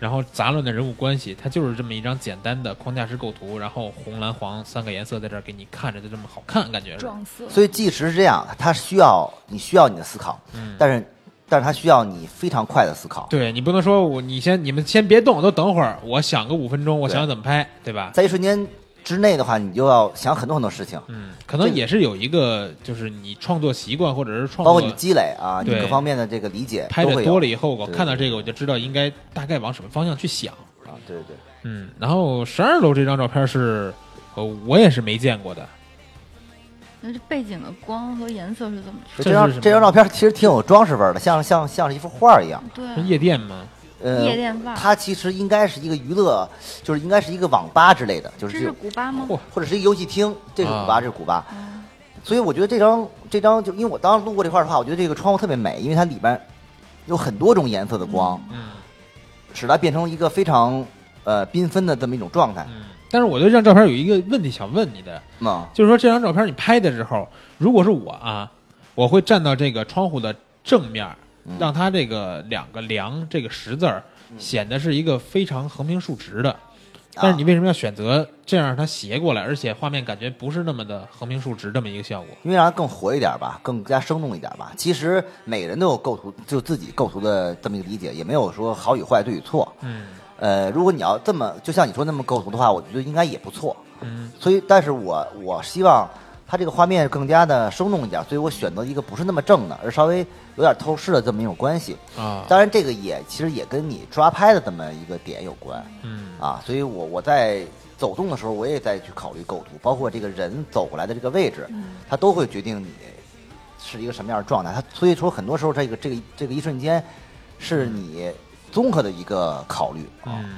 [SPEAKER 7] 然后杂乱的人物关系，它就是这么一张简单的框架式构图，然后红蓝黄三个颜色在这儿给你看着就这么好看，感觉是。
[SPEAKER 8] 撞色。
[SPEAKER 1] 所以即使是这样，它需要你需要你的思考，
[SPEAKER 7] 嗯
[SPEAKER 1] 但是但是它需要你非常快的思考。
[SPEAKER 7] 对你不能说我你先你们先别动，都等会儿，我想个五分钟，我
[SPEAKER 1] 对
[SPEAKER 7] 想想怎么拍，对吧？
[SPEAKER 1] 在一瞬间之内的话，你就要想很多很多事情，
[SPEAKER 7] 嗯，可能
[SPEAKER 1] 这个
[SPEAKER 7] 也是有一个，就是你创作习惯或者是创作
[SPEAKER 1] 包括你积累啊，你
[SPEAKER 7] 对
[SPEAKER 1] 各方面的这个理解
[SPEAKER 7] 拍
[SPEAKER 1] 都
[SPEAKER 7] 的
[SPEAKER 1] 会
[SPEAKER 7] 多
[SPEAKER 1] 有
[SPEAKER 7] 了以后，我
[SPEAKER 1] 对
[SPEAKER 7] 看到这个我就知道应该大概往什么方向去想。
[SPEAKER 1] 啊。对对对，
[SPEAKER 7] 嗯，然后十二楼这张照片是，呃，我也是没见过的。
[SPEAKER 8] 那这背景的光和颜色是怎么出？
[SPEAKER 1] 所以
[SPEAKER 7] 这
[SPEAKER 1] 这张
[SPEAKER 7] 是什么
[SPEAKER 1] 这张照片其实挺有装饰味儿的，像像像是一幅画儿一样。
[SPEAKER 8] 对啊
[SPEAKER 7] 是，夜店吗？
[SPEAKER 1] 呃，
[SPEAKER 8] 夜店范儿
[SPEAKER 1] 它其实应该是一个娱乐，就是应该是一个网吧之类的，就是
[SPEAKER 8] 这
[SPEAKER 1] 这
[SPEAKER 8] 是
[SPEAKER 1] 种。
[SPEAKER 8] 古巴吗？
[SPEAKER 7] 嚯
[SPEAKER 1] 或者是一个游戏厅，这是古巴，
[SPEAKER 7] 啊
[SPEAKER 1] 这是古巴。所以我觉得这张这张就因为我当时路过这块儿的话，我觉得这个窗户特别美，因为它里边有很多种颜色的光，
[SPEAKER 7] 嗯
[SPEAKER 1] 使它变成一个非常呃缤纷的这么一种状态。
[SPEAKER 7] 嗯。但是我对这张照片有一个问题想问你的，
[SPEAKER 1] 嗯，
[SPEAKER 7] 就是说这张照片你拍的时候，如果是我啊，我会站到这个窗户的正面儿，
[SPEAKER 1] 嗯
[SPEAKER 7] 让它这个两个梁这个十字儿显得是一个非常横平竖直的。
[SPEAKER 1] 啊
[SPEAKER 7] 但是你为什么要选择这样让它斜过来，而且画面感觉不是那么的横平竖直这么一个效果？
[SPEAKER 1] 因为让它更活一点吧，更加生动一点吧。其实每个人都有构图，就自己构图的这么一个理解，也没有说好与坏、对与错。
[SPEAKER 7] 嗯，
[SPEAKER 1] 呃，如果你要这么，就像你说那么构图的话，我觉得应该也不错。嗯，所以，但是我我希望它这个画面更加的生动一点，所以我选择一个不是那么正的，而稍微有点透视的这么一种关系。
[SPEAKER 7] 啊，
[SPEAKER 1] 当然，这个也其实也跟你抓拍的这么一个点有关。
[SPEAKER 7] 嗯
[SPEAKER 1] 啊，所以我我在走动的时候，我也在去考虑构图，包括这个人走过来的这个位置，
[SPEAKER 7] 嗯
[SPEAKER 1] 它都会决定你是一个什么样的状态。它所以说，很多时候这个这个这个一瞬间，是你综合的一个考虑啊。
[SPEAKER 7] 嗯，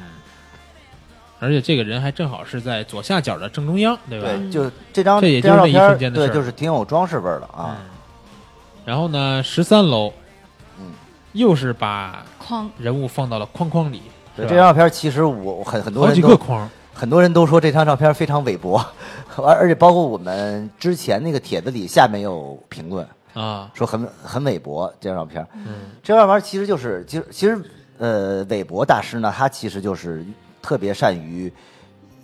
[SPEAKER 7] 而且这个人还正好是在左下角的正中央，对吧？
[SPEAKER 1] 对，就这张
[SPEAKER 7] 这也
[SPEAKER 1] 张
[SPEAKER 7] 就
[SPEAKER 1] 照
[SPEAKER 7] 是那一
[SPEAKER 1] 片儿，
[SPEAKER 7] 瞬间的
[SPEAKER 1] 对，
[SPEAKER 7] 事儿
[SPEAKER 1] 就是挺有装饰味儿的啊。
[SPEAKER 7] 然后呢，十三楼，
[SPEAKER 1] 嗯，
[SPEAKER 7] 又是把
[SPEAKER 8] 框
[SPEAKER 7] 人物放到了框框里，
[SPEAKER 1] 对，
[SPEAKER 7] 是
[SPEAKER 1] 这
[SPEAKER 7] 吧
[SPEAKER 1] 张照片儿其实我我很很多
[SPEAKER 7] 好
[SPEAKER 1] 人
[SPEAKER 7] 几
[SPEAKER 1] 都
[SPEAKER 7] 个框，
[SPEAKER 1] 很多人都说这张照片非常韦伯， [LAUGHS] 而而且包括我们之前那个帖子里下面有评论
[SPEAKER 7] 啊，
[SPEAKER 1] 说很很韦伯这张照片。嗯，这张照片其实就是其实其实呃韦伯大师呢，他其实就是特别善于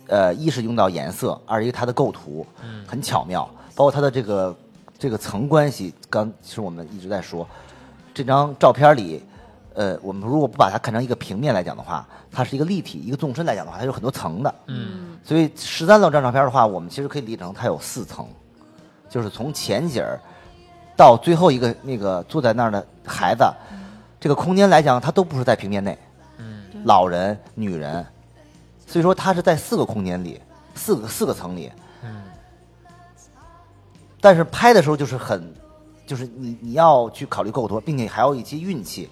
[SPEAKER 1] 呃一是用到颜色，二一个他的构图
[SPEAKER 7] 嗯
[SPEAKER 1] 很巧妙，包括他的这个这个层关系，刚其实我们一直在说这张照片里。呃，我们如果不把它看成一个平面来讲的话，它是一个立体，一个纵深来讲的话，它有很多层的。
[SPEAKER 7] 嗯
[SPEAKER 1] 所以十三楼这张照片的话，我们其实可以理解成它有四层，就是从前景儿到最后一个那个坐在那儿的孩子，这个空间来讲，它都不是在平面内，
[SPEAKER 7] 嗯
[SPEAKER 1] 老人、女人，所以说它是在四个空间里，四个四个层里，
[SPEAKER 7] 嗯，
[SPEAKER 1] 但是拍的时候就是很，就是你你要去考虑构图，并且还要一些运气，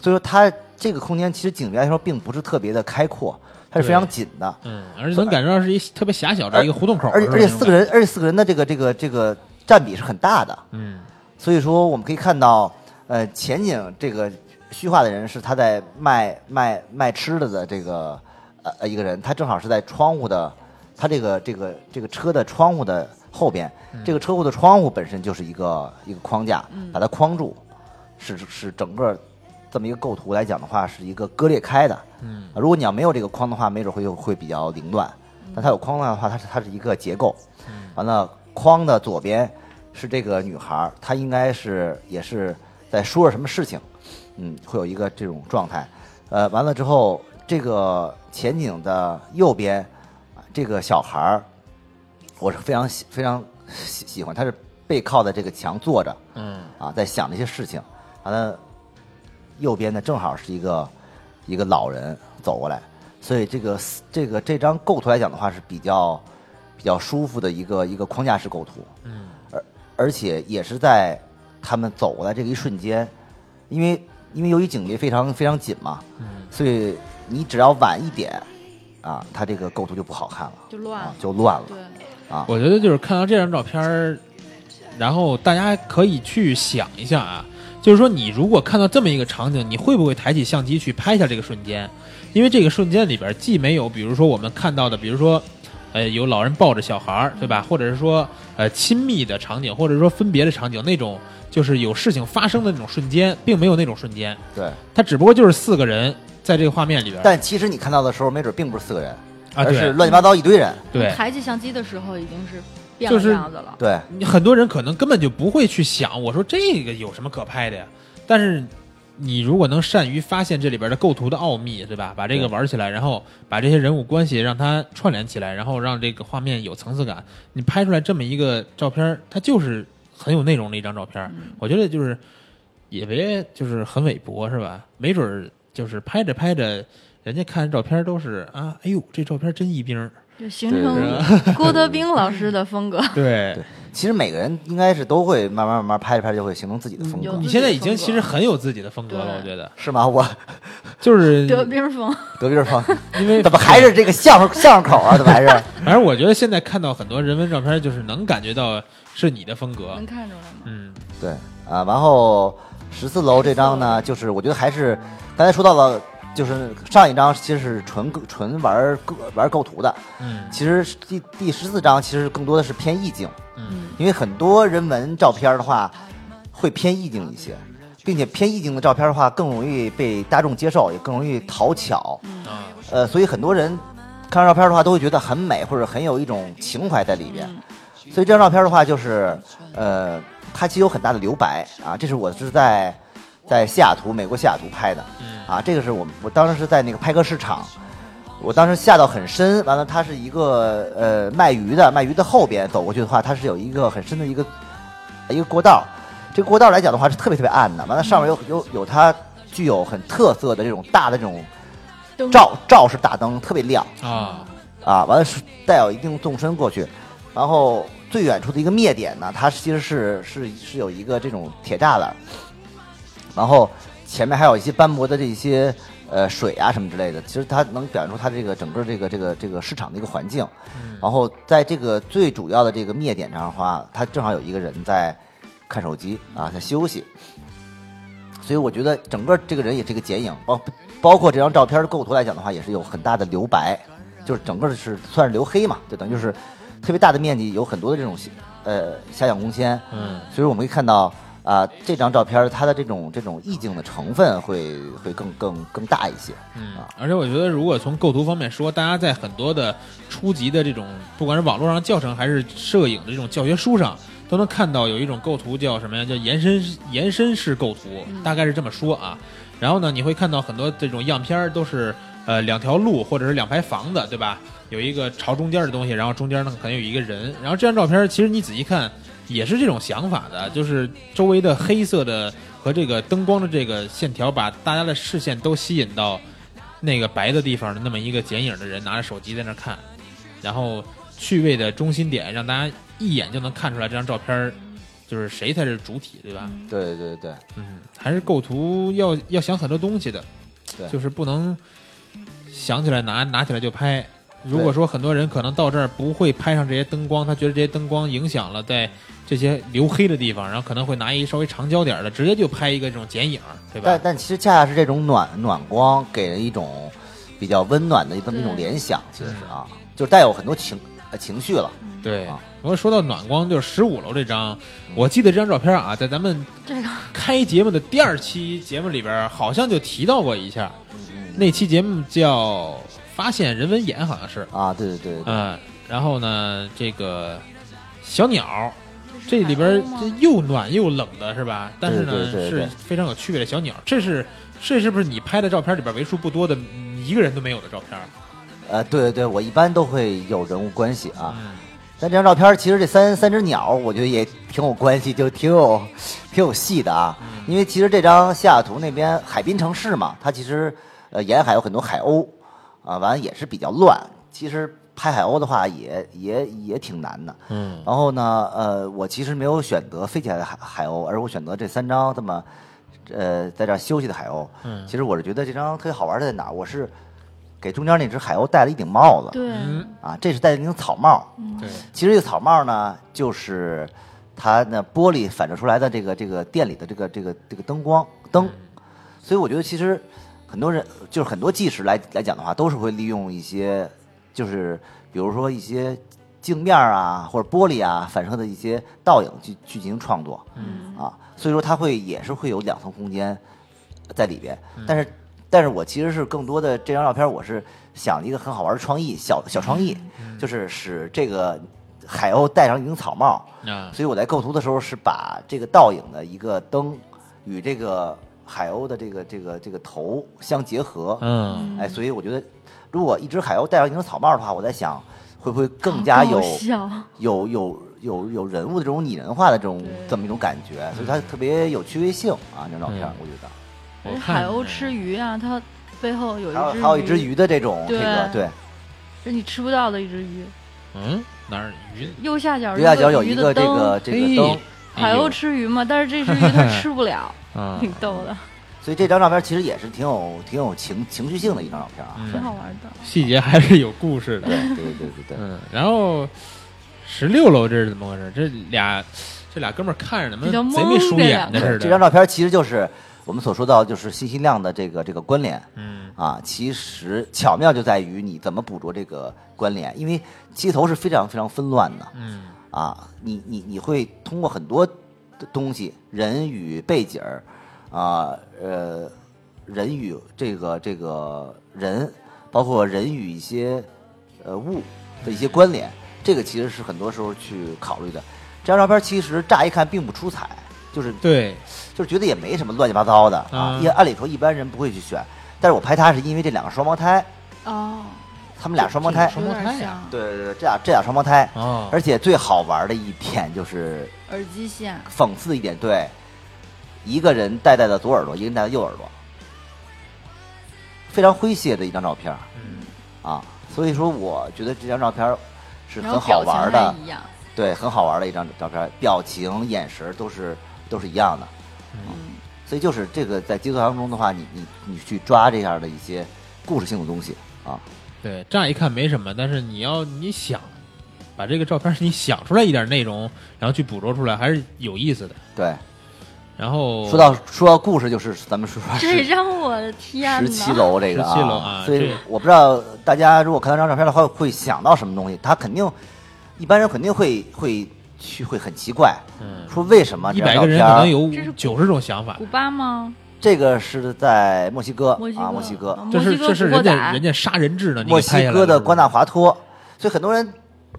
[SPEAKER 1] 所以说它这个空间其实景别来说并不是特别的开阔，它是非常
[SPEAKER 7] 对
[SPEAKER 1] 紧的。
[SPEAKER 7] 嗯，而且能感受到是一特别狭小的一个胡同口，
[SPEAKER 1] 而且
[SPEAKER 7] 是吧
[SPEAKER 1] 而且四个，人，而且四个人的这个这个这个占比是很大的，
[SPEAKER 7] 那种感觉嗯
[SPEAKER 1] 所以说我们可以看到，呃，前景这个虚化的人是他在卖卖卖吃的的这个呃呃一个人，他正好是在窗户的，他这个这个这个车的窗户的后边，这个车库的窗户本身就是一个一个框架，把它框住，是是整个这么一个构图来讲的话，是一个割裂开的。
[SPEAKER 7] 嗯，
[SPEAKER 1] 如果你要没有这个框的话，没准会有会比较凌乱。但它有框的话，它是它是一个结构。完了，啊框的左边是这个女孩儿，她应该是也是在说着什么事情，嗯，会有一个这种状态。呃，完了之后，这个前景的右边，啊这个小孩儿，我是非常喜非常喜喜欢，他是背靠在这个墙坐着，
[SPEAKER 7] 嗯
[SPEAKER 1] 啊，在想这些事情。完了，右边呢正好是一个一个老人走过来，所以这个四这个这张构图来讲的话是比较比较舒服的一个一个框架式构图，
[SPEAKER 7] 嗯
[SPEAKER 1] 而且也是在他们走过来这个一瞬间，因为因为由于景别非常非常紧嘛，
[SPEAKER 7] 嗯
[SPEAKER 1] 所以你只要晚一点啊，它这个构图就不好看了，
[SPEAKER 8] 就乱
[SPEAKER 1] 啊
[SPEAKER 8] 了，
[SPEAKER 1] 就乱了。
[SPEAKER 8] 对，
[SPEAKER 1] 啊，
[SPEAKER 7] 我觉得就是看到这张照片儿，然后大家可以去想一下啊，就是说你如果看到这么一个场景，你会不会抬起相机去拍下这个瞬间？因为这个瞬间里边既没有，比如说我们看到的，比如说，呃，有老人抱着小孩儿，对吧？或者是说，呃，亲密的场景，或者说分别的场景，那种就是有事情发生的那种瞬间，并没有那种瞬间，
[SPEAKER 1] 对。
[SPEAKER 7] 它只不过就是四个人在这个画面里边
[SPEAKER 1] 但其实你看到的时候，没准并不是四个人，
[SPEAKER 7] 哎啊，
[SPEAKER 1] 而是
[SPEAKER 7] 对
[SPEAKER 1] 乱七八糟一堆人。
[SPEAKER 7] 对，
[SPEAKER 8] 抬起相机的时候已经是变
[SPEAKER 7] 就
[SPEAKER 8] 了
[SPEAKER 7] 是
[SPEAKER 8] 样子了。
[SPEAKER 1] 对，
[SPEAKER 7] 你很多人可能根本就不会去想，我说这个有什么可拍的呀？但是你如果能善于发现这里边的构图的奥秘，对吧？把这个
[SPEAKER 1] 对
[SPEAKER 7] 玩起来，然后把这些人物关系让它串联起来，然后让这个画面有层次感，你拍出来这么一个照片儿，它就是很有内容的一张照片儿。
[SPEAKER 1] 嗯
[SPEAKER 7] 我觉得就是也别就是很韦伯是吧？没准儿就是拍着拍着，人家看照片都是啊，哎呦，这照片真一冰儿。
[SPEAKER 8] 就形
[SPEAKER 1] 对
[SPEAKER 8] 成 [LAUGHS] 郭德纲老师的风
[SPEAKER 7] [LAUGHS]
[SPEAKER 8] 格，
[SPEAKER 7] 对
[SPEAKER 1] 对其实每个人应该是都会慢慢慢慢拍着拍着就会形成自己的风
[SPEAKER 8] 有
[SPEAKER 1] 格
[SPEAKER 8] 自
[SPEAKER 7] 你
[SPEAKER 8] 己，
[SPEAKER 7] 现在已经
[SPEAKER 8] 风格
[SPEAKER 7] 其实很有自己的风格了，
[SPEAKER 8] 对
[SPEAKER 7] 我觉得
[SPEAKER 1] 是吗？我
[SPEAKER 8] [LAUGHS]
[SPEAKER 7] 就是
[SPEAKER 8] 德兵风。
[SPEAKER 7] 嗯
[SPEAKER 1] 德云风，
[SPEAKER 7] [LAUGHS] 因为
[SPEAKER 1] 怎么还是这个相声相声口啊？怎么还是？
[SPEAKER 7] 反正我觉得现在看到很多人文照片，就是能感觉到是你的风格
[SPEAKER 8] 能。看出来吗？
[SPEAKER 7] 嗯，
[SPEAKER 1] 对啊，然后十四楼这张呢，就是我觉得还是刚才说到了，就是上一张其实是纯纯玩构玩构图的，
[SPEAKER 7] 嗯
[SPEAKER 1] 其实第第十四张其实更多的是偏意境，
[SPEAKER 7] 嗯，
[SPEAKER 1] 因为很多人文照片的话会偏意境一些，并且偏意境的照片的话更容易被大众接受，也更容易讨巧，
[SPEAKER 7] 啊，
[SPEAKER 1] 呃，所以很多人看照片的话，都会觉得很美，或者很有一种情怀在里边。
[SPEAKER 6] 嗯
[SPEAKER 1] 所以这张照片的话，就是呃，它其实有很大的留白啊。这是我是在在西雅图，美国西雅图拍的啊。这个是我们我当时是在那个派克市场，我当时下到很深，完了它是一个呃卖鱼的，卖鱼的后边走过去的话，它是有一个很深的一个一个过道。这个过道来讲的话是特别特别暗的，完了上面有有有它具有很特色的这种大的这种
[SPEAKER 6] 灯
[SPEAKER 1] 照照式大灯，特别亮。
[SPEAKER 7] 啊，
[SPEAKER 1] 啊，完了是带有一定纵深过去，然后最远处的一个灭点呢，它其实是是是有一个这种铁栅栏，然后前面还有一些斑驳的这些呃水啊什么之类的，其实它能表现出它这个整个这个这个这个市场的一个环境。然后在这个最主要的这个灭点上的话，它正好有一个人在看手机啊，在休息。所以我觉得整个这个人也这个剪影，包包括这张照片的构图来讲的话，也是有很大的留白，就是整个是算是留黑嘛，就等于就是特别大的面积有很多的这种呃遐想空间。
[SPEAKER 7] 嗯，
[SPEAKER 1] 所以我们可以看到啊、这张照片它的这种这种意境的成分会会更更更大一些。
[SPEAKER 7] 嗯
[SPEAKER 1] 啊，
[SPEAKER 7] 而且我觉得，如果从构图方面说，大家在很多的初级的这种，不管是网络上教程还是摄影的这种教学书上，都能看到有一种构图叫什么呀？叫延伸延伸式构图，大概是这么说啊。然后呢，你会看到很多这种样片儿都是呃两条路或者是两排房子，对吧？有一个朝中间的东西，然后中间呢可能有一个人。然后这张照片儿其实你仔细看也是这种想法的，就是周围的黑色的和这个灯光的这个线条，把大家的视线都吸引到。那个白的地方的那么一个剪影的人拿着手机在那儿看，然后趣味的中心点让大家一眼就能看出来这张照片儿就是谁才是主体，对吧？
[SPEAKER 1] 对对对，
[SPEAKER 7] 嗯，还是构图要要想很多东西的，
[SPEAKER 1] 对
[SPEAKER 7] 就是不能想起来拿拿起来就拍。如果说很多人可能到这儿不会拍上这些灯光，他觉得这些灯光影响了在这些留黑的地方，然后可能会拿一稍微长焦点儿的，直接就拍一个这种剪影，对吧
[SPEAKER 1] 但？但其实恰恰是这种暖暖光给人一种比较温暖的这么一种
[SPEAKER 8] 对
[SPEAKER 1] 联想，其实是啊，就是带有很多情呃情绪了。
[SPEAKER 7] 对
[SPEAKER 1] 啊，
[SPEAKER 7] 不过说到暖光，就是十五楼这张，
[SPEAKER 1] 嗯
[SPEAKER 7] 我记得这张照片啊，在咱们
[SPEAKER 8] 这个
[SPEAKER 7] 开节目的第二期节目里边儿，好像就提到过一下。
[SPEAKER 1] 嗯
[SPEAKER 7] 那期节目叫“发现人文眼”，好像是，
[SPEAKER 1] 啊，对对对对
[SPEAKER 7] 嗯，然后呢，这个小鸟，这里边儿这又暖又冷的是吧？但是呢，
[SPEAKER 1] 对对对对
[SPEAKER 7] 是非常有趣味的小鸟，这是这是不是你拍的照片里边儿为数不多的嗯一个人都没有的照片儿？
[SPEAKER 1] 呃，对对对，我一般都会有人物关系啊。
[SPEAKER 7] 嗯
[SPEAKER 1] 但这张照片儿其实这三三只鸟，我觉得也挺有关系，就挺有挺有戏的啊。因为其实这张西雅图那边海滨城市嘛，它其实呃沿海有很多海鸥，啊，完了也是比较乱。其实拍海鸥的话也也也挺难的。
[SPEAKER 7] 嗯，
[SPEAKER 1] 然后呢，呃，我其实没有选择飞起来的海海鸥，而我选择这三张这么，呃，在这儿休息的海鸥。
[SPEAKER 7] 嗯
[SPEAKER 1] 其实我是觉得这张特别好玩的在哪儿？我是给中间那只海鸥戴了一顶帽子，
[SPEAKER 8] 对，
[SPEAKER 7] 嗯
[SPEAKER 1] 啊，这是戴了一顶草帽。
[SPEAKER 7] 对，
[SPEAKER 1] 其实这个草帽呢，就是它那玻璃反射出来的这个这个店里的这个这个这个灯光灯，所以我觉得其实很多人就是很多技师来来讲的话，都是会利用一些就是比如说一些镜面啊或者玻璃啊反射的一些倒影去去进行创作，嗯啊，所以说它会也是会有两层空间在里边，
[SPEAKER 7] 嗯
[SPEAKER 1] 但是。但是我其实是更多的这张照片，我是想了一个很好玩的创意，小小创意，
[SPEAKER 7] 嗯
[SPEAKER 1] 就是使这个海鸥戴上一顶草帽，
[SPEAKER 7] 啊，
[SPEAKER 1] 所以我在构图的时候是把这个倒影的一个灯与这个海鸥的这个这个这个头相结合，
[SPEAKER 7] 嗯，
[SPEAKER 1] 哎，所以我觉得如果一只海鸥戴上一顶草帽的话，我在想会不会更加有
[SPEAKER 8] 好笑
[SPEAKER 1] 有有有有人物的这种拟人化的这种这么一种感觉，所以它特别有趣味性啊，这张照片
[SPEAKER 7] 嗯
[SPEAKER 1] 我觉得。
[SPEAKER 7] 我看嗯
[SPEAKER 8] 海鸥吃鱼啊，它背后有一
[SPEAKER 1] 还有
[SPEAKER 8] 只
[SPEAKER 1] 还有一只，鱼的这种这
[SPEAKER 8] 对
[SPEAKER 1] 个对，
[SPEAKER 8] 是你吃不到的一只鱼，
[SPEAKER 7] 嗯哪儿鱼？
[SPEAKER 8] 右下角
[SPEAKER 1] 右下角有
[SPEAKER 8] 一
[SPEAKER 1] 一个这
[SPEAKER 8] 灯
[SPEAKER 1] 个这个灯
[SPEAKER 7] 嘿，
[SPEAKER 8] 海鸥吃鱼嘛，但是这只鱼
[SPEAKER 7] [LAUGHS]
[SPEAKER 8] 它吃不了，
[SPEAKER 7] 哎啊，
[SPEAKER 8] 挺逗的，
[SPEAKER 1] 所以这张照片其实也是挺有挺有情情绪性的一张照片
[SPEAKER 7] 嗯
[SPEAKER 1] 啊。
[SPEAKER 8] 挺好玩的。
[SPEAKER 7] 细节还是有故事的。
[SPEAKER 1] 对对对对对，
[SPEAKER 7] 嗯，然后十六楼这是怎么回事？这俩这俩哥们儿看着怎
[SPEAKER 8] 比较
[SPEAKER 7] 么
[SPEAKER 8] 懵
[SPEAKER 7] 贼眉鼠眼的
[SPEAKER 8] 这
[SPEAKER 7] 似
[SPEAKER 1] 这张
[SPEAKER 7] 的？
[SPEAKER 1] 照片其实就是我们所说到就是信息量的这个这个关联
[SPEAKER 7] 嗯
[SPEAKER 1] 啊，其实巧妙就在于你怎么捕捉这个关联，因为街头是非常非常纷乱的
[SPEAKER 7] 嗯
[SPEAKER 1] 啊，你你你会通过很多的东西，人与背景儿啊呃人与这个这个人，包括人与一些呃物的一些关联，这个其实是很多时候去考虑的。这张照片其实乍一看并不出彩，就是
[SPEAKER 7] 对，
[SPEAKER 1] 就是觉得也没什么乱七八糟的啊
[SPEAKER 7] 啊。
[SPEAKER 1] 一、按理说一般人不会去选，但是我拍它是因为这两个双胞胎，
[SPEAKER 8] 哦，
[SPEAKER 1] 他们俩双胞胎，
[SPEAKER 7] 双胞胎呀
[SPEAKER 8] 呀，
[SPEAKER 1] 对对对，这俩这俩双胞胎。
[SPEAKER 7] 哦，
[SPEAKER 1] 而且最好玩的一点就是
[SPEAKER 8] 耳机线，
[SPEAKER 1] 讽刺一点，对，一个人戴在了左耳朵，一个人戴在右耳朵，非常诙谐的一张照片儿
[SPEAKER 7] 嗯
[SPEAKER 1] 啊。所以说，我觉得这张照片儿是
[SPEAKER 8] 然
[SPEAKER 1] 很
[SPEAKER 8] 后
[SPEAKER 1] 好
[SPEAKER 8] 表情
[SPEAKER 1] 玩
[SPEAKER 8] 还
[SPEAKER 1] 的，
[SPEAKER 8] 一样，
[SPEAKER 1] 对，很好玩的一张照片儿，表情、眼神都是都是一样的。
[SPEAKER 8] 嗯，
[SPEAKER 1] 所以就是这个在节奏当中的话，你你你去抓这样的一些故事性的东西啊，
[SPEAKER 7] 对，乍一看没什么，但是你要你想把这个照片儿你想出来一点内容，然后去捕捉出来，还是有意思的。
[SPEAKER 1] 对。
[SPEAKER 7] 然后
[SPEAKER 1] 说到说到故事，就是咱们说说
[SPEAKER 8] 这
[SPEAKER 1] 十
[SPEAKER 8] 让我的天
[SPEAKER 1] 十
[SPEAKER 8] 呐，
[SPEAKER 1] 七楼这个
[SPEAKER 7] 17楼啊
[SPEAKER 1] 所以
[SPEAKER 7] 这
[SPEAKER 1] 我不知道大家如果看到这张照片的话，会想到什么东西？他肯定一般人肯定会会去会很奇怪，
[SPEAKER 7] 嗯
[SPEAKER 1] 说为什么
[SPEAKER 7] 一
[SPEAKER 1] 这张
[SPEAKER 7] 百
[SPEAKER 1] 照
[SPEAKER 7] 个人可能
[SPEAKER 1] 片？啊
[SPEAKER 7] 有
[SPEAKER 8] 这是
[SPEAKER 7] 九十种想法
[SPEAKER 8] 古，巴吗？
[SPEAKER 1] 这个是在墨西哥
[SPEAKER 8] 墨西哥嗯
[SPEAKER 1] 啊，墨西哥，
[SPEAKER 8] 墨
[SPEAKER 7] 这
[SPEAKER 8] 西
[SPEAKER 7] 是
[SPEAKER 8] 哥
[SPEAKER 7] 这是
[SPEAKER 8] 古惑
[SPEAKER 7] 人
[SPEAKER 8] 仔
[SPEAKER 7] 家人家杀人质呢，你给
[SPEAKER 1] 墨
[SPEAKER 7] 拍下
[SPEAKER 1] 西
[SPEAKER 7] 来
[SPEAKER 1] 哥
[SPEAKER 7] 了
[SPEAKER 1] 的
[SPEAKER 7] 是不是
[SPEAKER 1] 关纳华托，所以很多人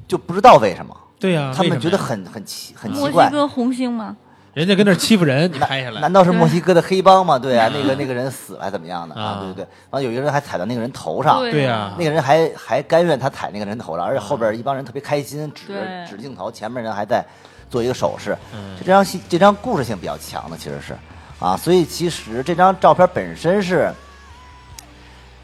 [SPEAKER 1] 就不知道为什么，
[SPEAKER 7] 对呀、
[SPEAKER 1] 他
[SPEAKER 7] 啊为什
[SPEAKER 1] 们
[SPEAKER 7] 么
[SPEAKER 1] 觉得
[SPEAKER 7] 呀
[SPEAKER 1] 很很奇很
[SPEAKER 8] 墨
[SPEAKER 1] 奇
[SPEAKER 8] 西
[SPEAKER 1] 怪。
[SPEAKER 8] 哥红星吗？
[SPEAKER 7] 人家跟那儿欺负人，你拍下来
[SPEAKER 1] 难道是墨西哥的黑帮吗？对啊，那个那个人死了还怎么样的啊？
[SPEAKER 7] 啊
[SPEAKER 1] 对对对，完了有一个人还踩到那个人头上，
[SPEAKER 8] 对啊
[SPEAKER 7] 对啊呀、
[SPEAKER 1] 那个人还还甘愿他踩那个人头上，而且后
[SPEAKER 7] 啊
[SPEAKER 1] 边一帮人特别开心，指着
[SPEAKER 8] 对
[SPEAKER 1] 指着镜头，前面人还在做一个手势。
[SPEAKER 7] 嗯
[SPEAKER 1] 这张戏这张故事性比较强的其实是啊，所以其实这张照片本身是，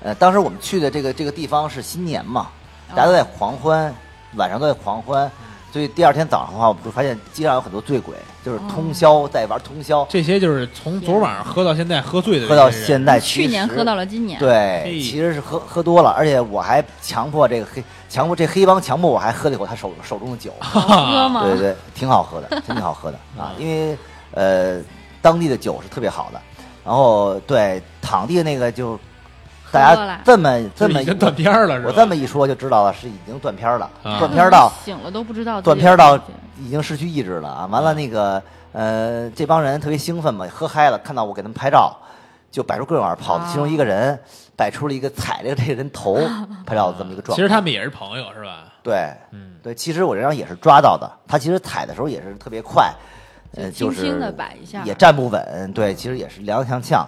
[SPEAKER 1] 呃，当时我们去的这个这个地方是新年嘛，
[SPEAKER 8] 啊
[SPEAKER 1] 大家都在狂欢，晚上都在狂
[SPEAKER 8] 嗯
[SPEAKER 1] 欢，所以第二天早上的话，我们就发现街上有很多醉鬼，就是
[SPEAKER 8] 哦
[SPEAKER 1] 通宵在玩通宵，
[SPEAKER 7] 这些就是从昨晚上喝到现在喝醉的，
[SPEAKER 1] 喝到现。在其
[SPEAKER 8] 去年
[SPEAKER 1] 实
[SPEAKER 8] 喝到了今年，
[SPEAKER 1] 对，
[SPEAKER 7] 嘿
[SPEAKER 1] 其实是喝喝多了，而且我还强迫这个黑强迫这黑帮强迫我还喝了一口他手手中的酒，
[SPEAKER 8] 啊喝吗？
[SPEAKER 1] 对对，挺好喝的，真挺好喝的啊！因为呃，当地的酒是特别好的，然后对躺地那个就
[SPEAKER 8] 喝
[SPEAKER 1] 大
[SPEAKER 8] 过
[SPEAKER 1] 家
[SPEAKER 8] 来
[SPEAKER 1] 这么这么
[SPEAKER 7] 已经断片儿了，是吧？
[SPEAKER 1] 我这么一说就知道了，是已经断片儿了，
[SPEAKER 7] 啊
[SPEAKER 1] 断片儿到
[SPEAKER 8] 醒了都不知道自己
[SPEAKER 1] 断
[SPEAKER 8] 有
[SPEAKER 1] 片儿到
[SPEAKER 8] 多少钱
[SPEAKER 1] 已经失去意志了啊！完了，那个呃，这帮人特别兴奋嘛，喝嗨了，看到我给他们拍照，就摆出各种玩儿跑的。
[SPEAKER 8] 啊
[SPEAKER 1] 其中一个人摆出了一个踩着这个人
[SPEAKER 8] [LAUGHS]
[SPEAKER 1] 头拍照的这么一个状态。
[SPEAKER 7] 其实他们也是朋友，是吧？
[SPEAKER 1] 对
[SPEAKER 7] 嗯，
[SPEAKER 1] 对，其实我这张也是抓到的。他其实踩的时候也是特别快，呃，
[SPEAKER 8] 就
[SPEAKER 1] 就
[SPEAKER 8] 轻
[SPEAKER 1] 是
[SPEAKER 8] 轻地摆一下嗯
[SPEAKER 1] 也站不稳。对，其实也是踉跄跄。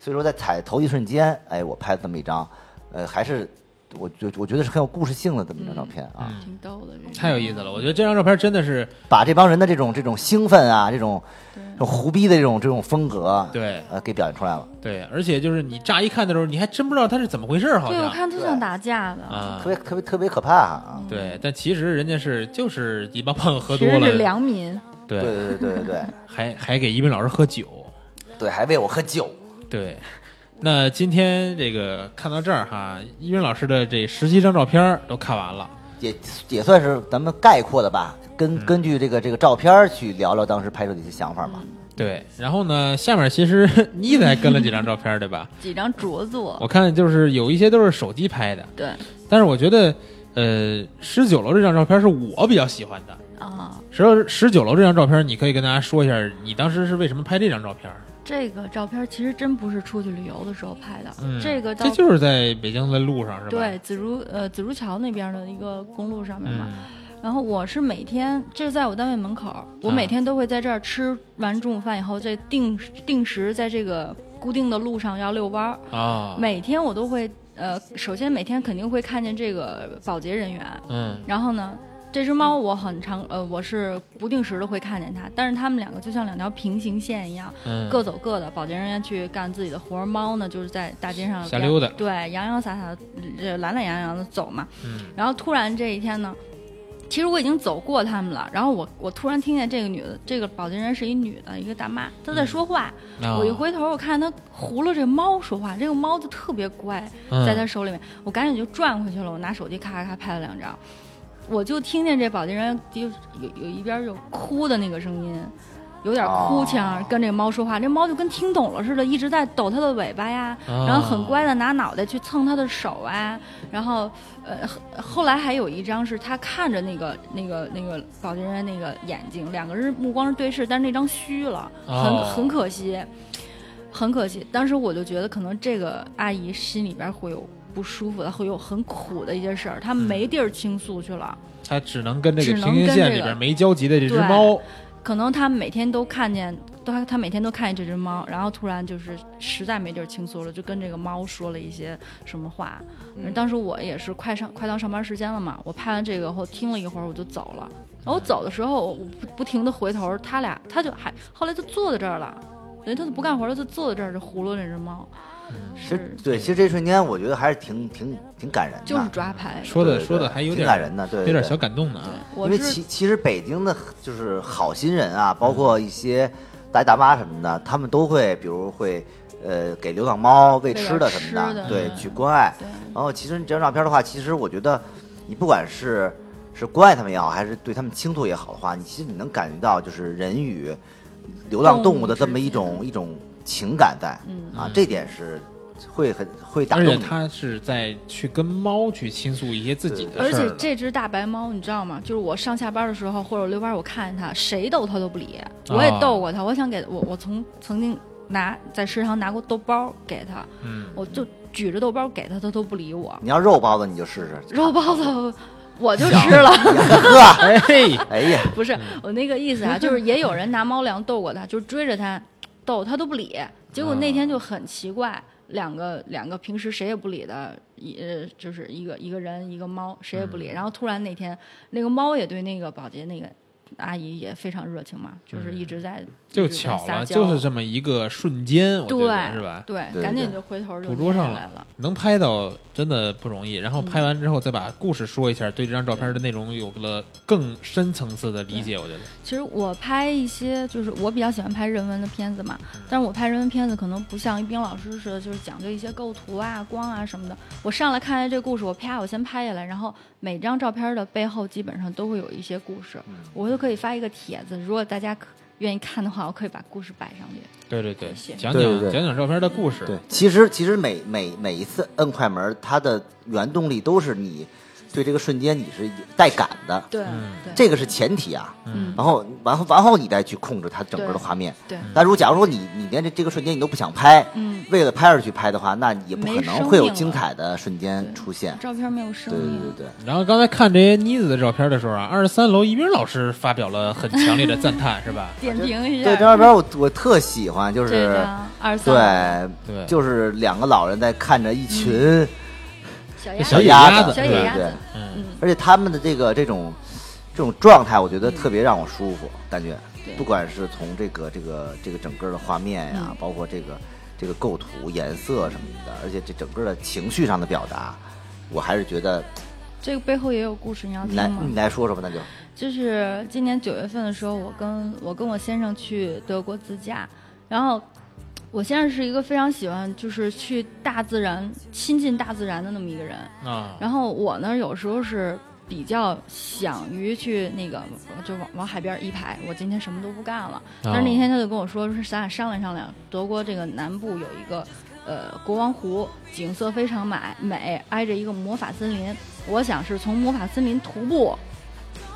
[SPEAKER 1] 所以说在踩头一瞬间，哎，我拍这么一张，呃，还是我觉我觉得是很有故事性的这么一张照片啊。
[SPEAKER 8] 挺逗的，这
[SPEAKER 7] 太有意思了。我觉得这张照片真的是
[SPEAKER 1] 把这帮人的这种这种兴奋啊，这种这种胡逼的这种这种风格，
[SPEAKER 7] 对
[SPEAKER 1] 呃，给表现出来了，
[SPEAKER 7] 对，而且就是你乍一看的时候，你还真不知道他是怎么回事儿，好
[SPEAKER 8] 对我
[SPEAKER 7] 像
[SPEAKER 8] 看特像打架的，
[SPEAKER 7] 啊
[SPEAKER 1] 特，别特别特别可怕啊！
[SPEAKER 7] 对，但其实人家是就是一帮朋友喝
[SPEAKER 8] 其
[SPEAKER 7] 多
[SPEAKER 8] 实是
[SPEAKER 7] 了，
[SPEAKER 8] 良民，
[SPEAKER 1] 对
[SPEAKER 7] 对，
[SPEAKER 1] 对对对对对
[SPEAKER 7] 还还给一斌老师喝酒，
[SPEAKER 1] 对，还喂我喝酒，
[SPEAKER 7] 对。那今天这个看到这儿哈，一斌老师的这十七张照片儿都看完了，
[SPEAKER 1] 也也算是咱们概括的吧。
[SPEAKER 7] 嗯
[SPEAKER 1] 根根据这个这个照片儿去聊聊当时拍摄的一些想法嘛。
[SPEAKER 7] 对。然后呢，下面其实 [LAUGHS] 你也跟了几张照片儿，对吧？
[SPEAKER 8] 几张拙作，
[SPEAKER 7] 我看就是有一些都是手机拍的，
[SPEAKER 8] 对
[SPEAKER 7] 但是我觉得，呃，十九楼这张照片是我比较喜欢的。
[SPEAKER 8] 啊，
[SPEAKER 7] 十十九楼这张照片，你可以跟大家说一下，你当时是为什么拍这张照片？
[SPEAKER 8] 这个照片其实真不是出去旅游的时候拍的，
[SPEAKER 7] 嗯，
[SPEAKER 8] 这个照
[SPEAKER 7] 这就是在北京的路上是吧？
[SPEAKER 8] 对，紫竹呃紫竹桥那边的一个公路上面嘛。
[SPEAKER 7] 嗯，
[SPEAKER 8] 然后我是每天，这是在我单位门口，我
[SPEAKER 7] 啊
[SPEAKER 8] 每天都会在这儿吃完中午饭以后，这定时定时在这个固定的路上要遛弯儿。
[SPEAKER 7] 啊，
[SPEAKER 8] 每天我都会，呃，首先每天肯定会看见这个保洁人员，
[SPEAKER 7] 嗯
[SPEAKER 8] 然后呢，这只猫我很常，呃，我是不定时的会看见它，但是它们两个就像两条平行线一样，
[SPEAKER 7] 嗯，
[SPEAKER 8] 各走各的，保洁人员去干自己的活儿，猫呢就是在大街上
[SPEAKER 7] 瞎溜达
[SPEAKER 8] 对，洋洋洒洒的，这懒懒洋洋的走嘛。
[SPEAKER 7] 嗯
[SPEAKER 8] 然后突然这一天呢，其实我已经走过他们了，然后我我突然听见这个女的，这个保洁人是一女的，一个大妈，她在说话。
[SPEAKER 7] 啊
[SPEAKER 8] 我一回头，我看她糊了这猫说话，这个猫就特别乖，
[SPEAKER 7] 嗯
[SPEAKER 8] 在她手里面，我赶紧就转回去了，我拿手机咔咔咔拍了两张。我就听见这保洁人就有有一边有哭的那个声音，有点哭腔，跟这猫说话。这猫就跟听懂了似的，一直在抖它的尾巴呀，
[SPEAKER 7] 啊
[SPEAKER 8] 然后很乖的拿脑袋去蹭它的手啊。然后，呃，后后来还有一张是它看着那个那个那个保洁人员那个眼睛，两个人目光是对视，但是那张虚了，很、
[SPEAKER 7] 哦
[SPEAKER 8] 很可惜，很可惜。当时我就觉得可能这个阿姨心里边会有。不舒服的，会有很苦的一些事儿，他没地儿倾诉去了。
[SPEAKER 7] 它只能跟这个
[SPEAKER 8] 只能
[SPEAKER 7] 平行
[SPEAKER 8] 跟
[SPEAKER 7] 线
[SPEAKER 8] 这
[SPEAKER 7] 里边
[SPEAKER 8] 个
[SPEAKER 7] 没交集的这只
[SPEAKER 8] 对
[SPEAKER 7] 猫，
[SPEAKER 8] 可能他每天都看见，都他每天都看见这只猫，然后突然就是实在没地儿倾诉了，就跟这个猫说了一些什么话。
[SPEAKER 1] 嗯
[SPEAKER 8] 当时我也是快上快到上班时间了嘛，我拍完这个后听了一会儿我就走
[SPEAKER 1] 嗯
[SPEAKER 8] 了。然后我走的时候，我不不停的回头，他俩他就还后来就坐在这儿了，等于他就不干活了，就坐在这儿就胡论这只猫，
[SPEAKER 1] 嗯其实
[SPEAKER 8] 是
[SPEAKER 1] 对，其实这瞬间我觉得还是挺挺挺感人的，
[SPEAKER 8] 就是抓拍。
[SPEAKER 7] 说的
[SPEAKER 1] 对对
[SPEAKER 7] 说的还有
[SPEAKER 1] 挺
[SPEAKER 7] 点
[SPEAKER 1] 感人的对对
[SPEAKER 7] 有点
[SPEAKER 1] 对
[SPEAKER 7] 小感动呢啊。
[SPEAKER 8] 我
[SPEAKER 1] 因为
[SPEAKER 8] 是
[SPEAKER 1] 其其实北京的就是好心人啊，包
[SPEAKER 8] 嗯
[SPEAKER 1] 括一些大爷大妈什么的，他们都会，比如会呃给流浪猫喂
[SPEAKER 8] 喂点
[SPEAKER 1] 吃的什么
[SPEAKER 8] 吃
[SPEAKER 1] 的，
[SPEAKER 8] 的
[SPEAKER 1] 对，
[SPEAKER 7] 嗯
[SPEAKER 1] 去关爱。
[SPEAKER 8] 对
[SPEAKER 1] 然后其实你这张照片的话，其实我觉得你不管是是关爱他们也好，还是对他们倾吐也好的话，你其实你能感觉到就是人与流浪动物的这么一种一种情感在，
[SPEAKER 8] 嗯
[SPEAKER 1] 啊，这点是会很会打
[SPEAKER 7] 而
[SPEAKER 1] 动
[SPEAKER 7] 且
[SPEAKER 1] 你。
[SPEAKER 7] 它是在去跟猫去倾诉一些自己的
[SPEAKER 8] 而
[SPEAKER 7] 事儿
[SPEAKER 8] 且
[SPEAKER 7] 了，
[SPEAKER 8] 这只大白猫，你知道吗？就是我上下班的时候或者我遛弯儿，我看见它，谁逗它都不理。我
[SPEAKER 7] 啊
[SPEAKER 8] 也逗过它，我想给我我从曾经拿在食堂拿过豆包给它， [LAUGHS]
[SPEAKER 7] 嗯，
[SPEAKER 8] 我就举着豆包给它，它都不理我。
[SPEAKER 1] 你要肉包子你就试试，
[SPEAKER 8] 肉包子 [LAUGHS] 我就吃了，
[SPEAKER 7] 哎嘿，
[SPEAKER 1] [LAUGHS] 哎呀，
[SPEAKER 8] [LAUGHS] 不是
[SPEAKER 7] 嗯
[SPEAKER 8] 我那个意思啊，就是也有人拿猫粮逗过它，就是追着它逗它都不理。结果那
[SPEAKER 7] 啊
[SPEAKER 8] 天就很奇怪，两个两个平时谁也不理的，一呃就是一个一个人一个猫，谁也不
[SPEAKER 7] 嗯
[SPEAKER 8] 理。然后突然那天，那个猫也对那个保洁那个阿姨也非常热情嘛，就是一直在、
[SPEAKER 7] 嗯就
[SPEAKER 8] 一直在
[SPEAKER 7] 巧
[SPEAKER 8] 撒
[SPEAKER 7] 了，
[SPEAKER 8] 娇
[SPEAKER 7] 就是这么一个瞬间，我觉得
[SPEAKER 8] 对
[SPEAKER 7] 是吧？
[SPEAKER 8] 对，
[SPEAKER 1] 对
[SPEAKER 8] 赶紧
[SPEAKER 1] 对
[SPEAKER 8] 就回头就
[SPEAKER 7] 捕捉上
[SPEAKER 8] 粘下
[SPEAKER 7] 了
[SPEAKER 8] 来了。
[SPEAKER 7] 能拍到真的不容易，然后
[SPEAKER 8] 嗯
[SPEAKER 7] 拍完之后再把故事说一下，对这张照片的内容有了更深层次的理解，我觉得。
[SPEAKER 8] 其实我拍一些，就是我比较喜欢拍人文的片子嘛，但是我拍人文片子可能不像一冰老师似的，就是讲究一些构图啊、光啊什么的。我上来看见这故事，我啪，我先拍下来，然后每张照片的背后基本上都会有一些故事，我都可以发一个帖子，如果大家可愿意看的话，我可以把故事摆上去。
[SPEAKER 7] 对对对，
[SPEAKER 8] 谢谢
[SPEAKER 7] 讲
[SPEAKER 1] 对
[SPEAKER 7] 讲
[SPEAKER 1] 对对
[SPEAKER 7] 讲讲照片的故事，
[SPEAKER 1] 对，其实其实每每每一次摁快门，它的原动力都是你对这个瞬间你是带感的，
[SPEAKER 8] 对对
[SPEAKER 1] 这个是前提啊。
[SPEAKER 8] 嗯
[SPEAKER 1] 然后完后完后你再去控制它整个的
[SPEAKER 8] 对
[SPEAKER 1] 画面。
[SPEAKER 8] 对
[SPEAKER 1] 但如果假如说你你连这这个瞬间你都不想拍，
[SPEAKER 8] 嗯
[SPEAKER 1] 为了拍而去拍的话，那也不
[SPEAKER 8] 没
[SPEAKER 1] 可能
[SPEAKER 8] 生
[SPEAKER 1] 会有
[SPEAKER 8] 命
[SPEAKER 1] 精
[SPEAKER 8] 了嗯
[SPEAKER 1] 彩的瞬间出现。
[SPEAKER 8] 照片没有
[SPEAKER 1] 对
[SPEAKER 8] 生
[SPEAKER 1] 对
[SPEAKER 8] 命
[SPEAKER 1] 对。对。
[SPEAKER 7] 然后刚才看这些妮子的照片的时候啊，二十三楼一冰老师发表了很强烈的赞叹，是吧？
[SPEAKER 8] 点评一
[SPEAKER 1] 对，
[SPEAKER 8] 下，
[SPEAKER 1] 这张照片我我特喜欢，就
[SPEAKER 8] 这
[SPEAKER 1] 是
[SPEAKER 8] 张二十三
[SPEAKER 1] 对
[SPEAKER 7] 对
[SPEAKER 1] 就是两个老人在看着一群
[SPEAKER 8] 小鸭
[SPEAKER 7] 小
[SPEAKER 8] 子
[SPEAKER 7] 野
[SPEAKER 1] 鸭
[SPEAKER 7] 鸭子
[SPEAKER 1] 对
[SPEAKER 8] 小野
[SPEAKER 1] 对
[SPEAKER 8] 鸭
[SPEAKER 1] 对
[SPEAKER 8] 子，
[SPEAKER 7] 嗯，
[SPEAKER 1] 而且他们的这个这种这种状态，我觉得特别让我舒服，感觉
[SPEAKER 8] 嗯对
[SPEAKER 1] 不管是从这个这个这个整个的画面呀，
[SPEAKER 8] 嗯
[SPEAKER 1] 包括这个这个构图、颜色什么的，而且这整个的情绪上的表达，我还是觉得
[SPEAKER 8] 这个背后也有故事，你要
[SPEAKER 1] 你
[SPEAKER 8] 听
[SPEAKER 1] 来
[SPEAKER 8] 吗？
[SPEAKER 1] 你来说说吧，那就
[SPEAKER 8] 就是今年九月份的时候，我跟我跟我先生去德国自驾，然后我先生是一个非常喜欢就是去大自然、亲近大自然的那么一个人，
[SPEAKER 7] 啊，
[SPEAKER 8] 然后我呢有时候是比较想于去那个就往往海边一排，我今天什么都不干了。
[SPEAKER 7] 哦
[SPEAKER 8] 但是那天他就跟我说，说咱俩商量商量，德国这个南部有一个呃国王湖，景色非常美美，挨着一个魔法森林。我想是从魔法森林徒步，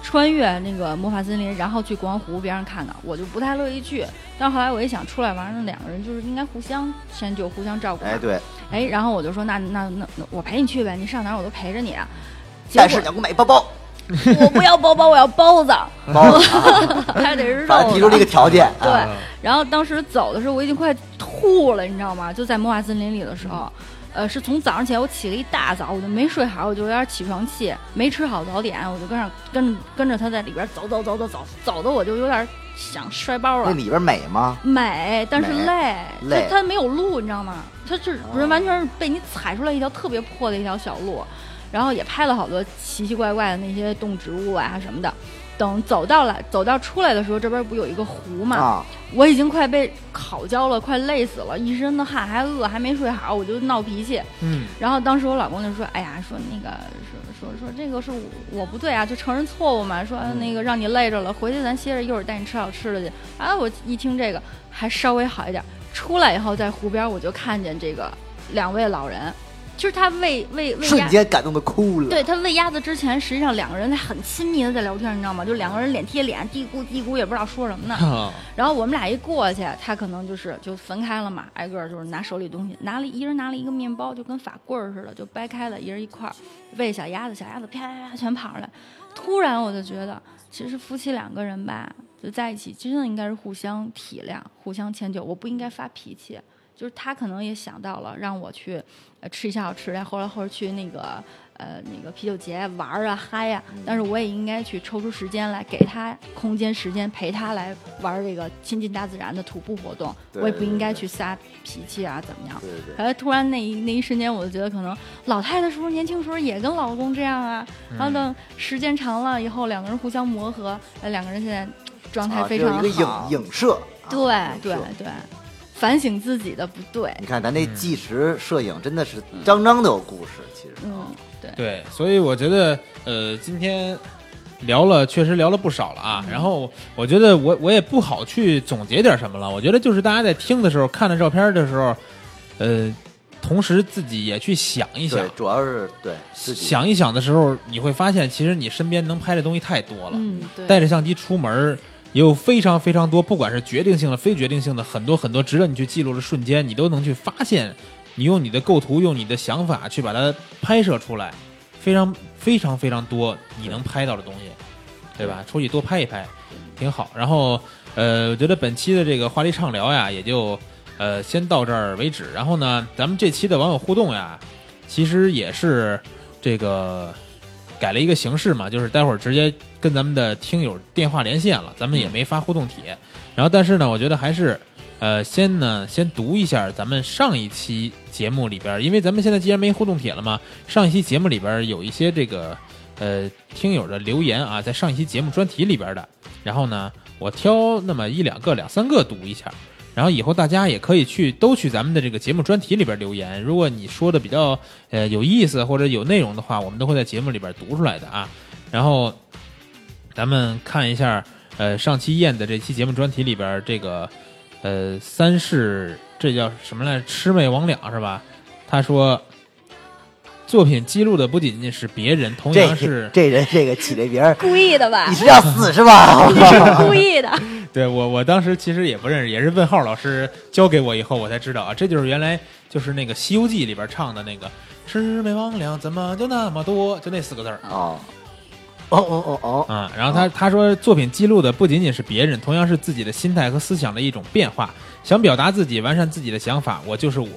[SPEAKER 8] 穿越那个魔法森林，然后去国王湖边上看看。我就不太乐意去，但后来我一想，出来玩儿那两个人就是应该互相迁就、互相照顾嘛。
[SPEAKER 1] 哎对，
[SPEAKER 8] 哎，然后我就说那那那那我陪你去呗，你上哪儿我都陪着你啊。结
[SPEAKER 1] 但是
[SPEAKER 8] 果
[SPEAKER 1] 你要给我买一包
[SPEAKER 8] [LAUGHS]
[SPEAKER 1] 包，
[SPEAKER 8] 我不要包包，我要包子， [LAUGHS]
[SPEAKER 1] 包子啊，
[SPEAKER 8] 还得是肉
[SPEAKER 1] 反正提出
[SPEAKER 8] 的。
[SPEAKER 1] 了一个条件啊，
[SPEAKER 8] 对，然后当时走的时候我已经快吐了，你知道吗？就在魔法森林里的时候，
[SPEAKER 1] 嗯
[SPEAKER 8] 呃，是从早上起来我起了一大早，我就没睡好，我就有点起床气，没吃好早点，我就跟上跟着跟着他在里边走走走走走，走的我就有点想摔包了
[SPEAKER 1] 那。里边美吗？
[SPEAKER 8] 美，但是
[SPEAKER 1] 美
[SPEAKER 8] 累，
[SPEAKER 1] 累
[SPEAKER 8] 它它没有路，你知道吗？它就是人完全是被你踩出来一条特别破的一条小路，然后也拍了好多奇奇怪怪的那些动植物啊什么的。等走到了走到出来的时候，这边不有一个湖嘛？
[SPEAKER 1] 啊，
[SPEAKER 8] 我已经快被烤焦了，快累死了，一身的汗，还饿，还没睡好，我就闹脾气。
[SPEAKER 7] 嗯，
[SPEAKER 8] 然后当时我老公就说：“哎呀，说那个说说说这个是我我不对啊，就承认错误嘛。说、啊那个让你累着了，回去咱歇着，一会儿带你吃好吃的去。”啊，我一听这个还稍微好一点。出来以后，在湖边我就看见这个两位老人，就是他喂喂喂鸭
[SPEAKER 1] 瞬，间感动的哭了。
[SPEAKER 8] 对他喂鸭子之前，实际上两个人很亲密的在聊天，你知道吗？就两个人脸贴脸，嘀咕嘀咕，也不知道说什
[SPEAKER 1] [LAUGHS]
[SPEAKER 8] 么呢。
[SPEAKER 7] 啊，
[SPEAKER 8] 然后我们俩一过去，他可能就是就分开了嘛，挨个儿就是拿手里东西，拿了一人拿了一个面包，就跟法棍儿似的，就掰开了，一人一块儿喂小鸭子，小鸭子啪啪啪全跑上来。突然我就觉得，其实夫妻两个人吧，就在一起，真的应该是互相体谅、互相迁就，我不应该发脾气。就是他可能也想到了，让我去呃吃一下好吃的，或者或者去那个呃那个啤酒节玩儿啊嗨呀、
[SPEAKER 1] 嗯
[SPEAKER 8] 但是我也应该去抽出时间来给他空间、时间陪他来玩儿这个亲近大自然的徒步活动，
[SPEAKER 1] 对
[SPEAKER 8] 我也不应该
[SPEAKER 1] 对对
[SPEAKER 8] 去撒脾气啊怎么样。
[SPEAKER 1] 对对
[SPEAKER 8] 然后突然那一那一瞬间，我就觉得可能老太太是不是年轻时候也跟老公这样啊？然后
[SPEAKER 1] 嗯
[SPEAKER 8] 等时间长了以后，两个人互相磨合，呃，两个人现在状态
[SPEAKER 1] 啊，这
[SPEAKER 8] 非
[SPEAKER 1] 有
[SPEAKER 8] 常
[SPEAKER 1] 一个
[SPEAKER 8] 好。
[SPEAKER 1] 影影射。啊
[SPEAKER 8] 对对
[SPEAKER 1] 影射
[SPEAKER 8] 对，反省自己的不对，
[SPEAKER 1] 你看咱
[SPEAKER 7] 嗯
[SPEAKER 1] 这纪实摄影真的是张张都有故事，其实。
[SPEAKER 8] 嗯，
[SPEAKER 1] 哎
[SPEAKER 7] 对，所以我觉得呃，今天聊了，确实聊了不少了啊。
[SPEAKER 1] 嗯
[SPEAKER 7] 然后我觉得我我也不好去总结点什么了。我觉得就是大家在听的时候，看的照片的时候，呃，同时自己也去想一想
[SPEAKER 1] 对，，主要是对自己
[SPEAKER 7] 想一想的时候，你会发现其实你身边能拍的东西太多了。
[SPEAKER 8] 嗯，对， [LAUGHS]
[SPEAKER 7] 带着相机出门儿，也有非常非常多，不管是决定性的、非决定性的，很多很多值得你去记录的瞬间，你都能去发现。你用你的构图，用你的想法去把它拍摄出来，非常非常非常多你能拍到的东西，对吧？出去多拍一拍，挺好。然后，呃，我觉得本期的这个话题畅聊呀，也就呃先到这儿为止。然后呢，咱们这期的网友互动呀，其实也是这个改了一个形式嘛，就是待会儿直接跟咱们的听友电话连线了，咱们也没发互动帖。然后，但是呢，我觉得还是呃，先呢先读一下咱们上一期节目里边儿，因为咱们现在既然没互动帖了嘛，上一期节目里边儿有一些这个呃听友的留言啊，在上一期节目专题里边儿的。然后呢，我挑那么一两个、两三个读一下。然后以后大家也可以去都去咱们的这个节目专题里边留言，如果你说的比较呃有意思或者有内容的话，我们都会在节目里边读出来的啊。然后咱们看一下呃上期燕的这期节目专题里边这个呃三世这叫什么来着？魑魅魍魉是吧？他说作品记录的不仅仅是别人，同样
[SPEAKER 1] 这
[SPEAKER 7] 是
[SPEAKER 1] 这人这个起这名儿，
[SPEAKER 6] 故意的吧
[SPEAKER 7] [LAUGHS]
[SPEAKER 1] 你？是要死是吧？
[SPEAKER 6] 故意的，
[SPEAKER 7] 对我，我当时其实也不认识，也是问号老师教给我以后，我才知道啊，这就是原来就是那个《西游记》里边唱的那个“魑魅魍魉怎么就那么多”，就那四个字儿
[SPEAKER 1] 哦，哦哦哦哦，
[SPEAKER 7] 啊。然后他他说，作品记录的不仅仅是别人，同样是自己的心态和思想的一种变化，想表达自己，完善自己的想法，我就是我。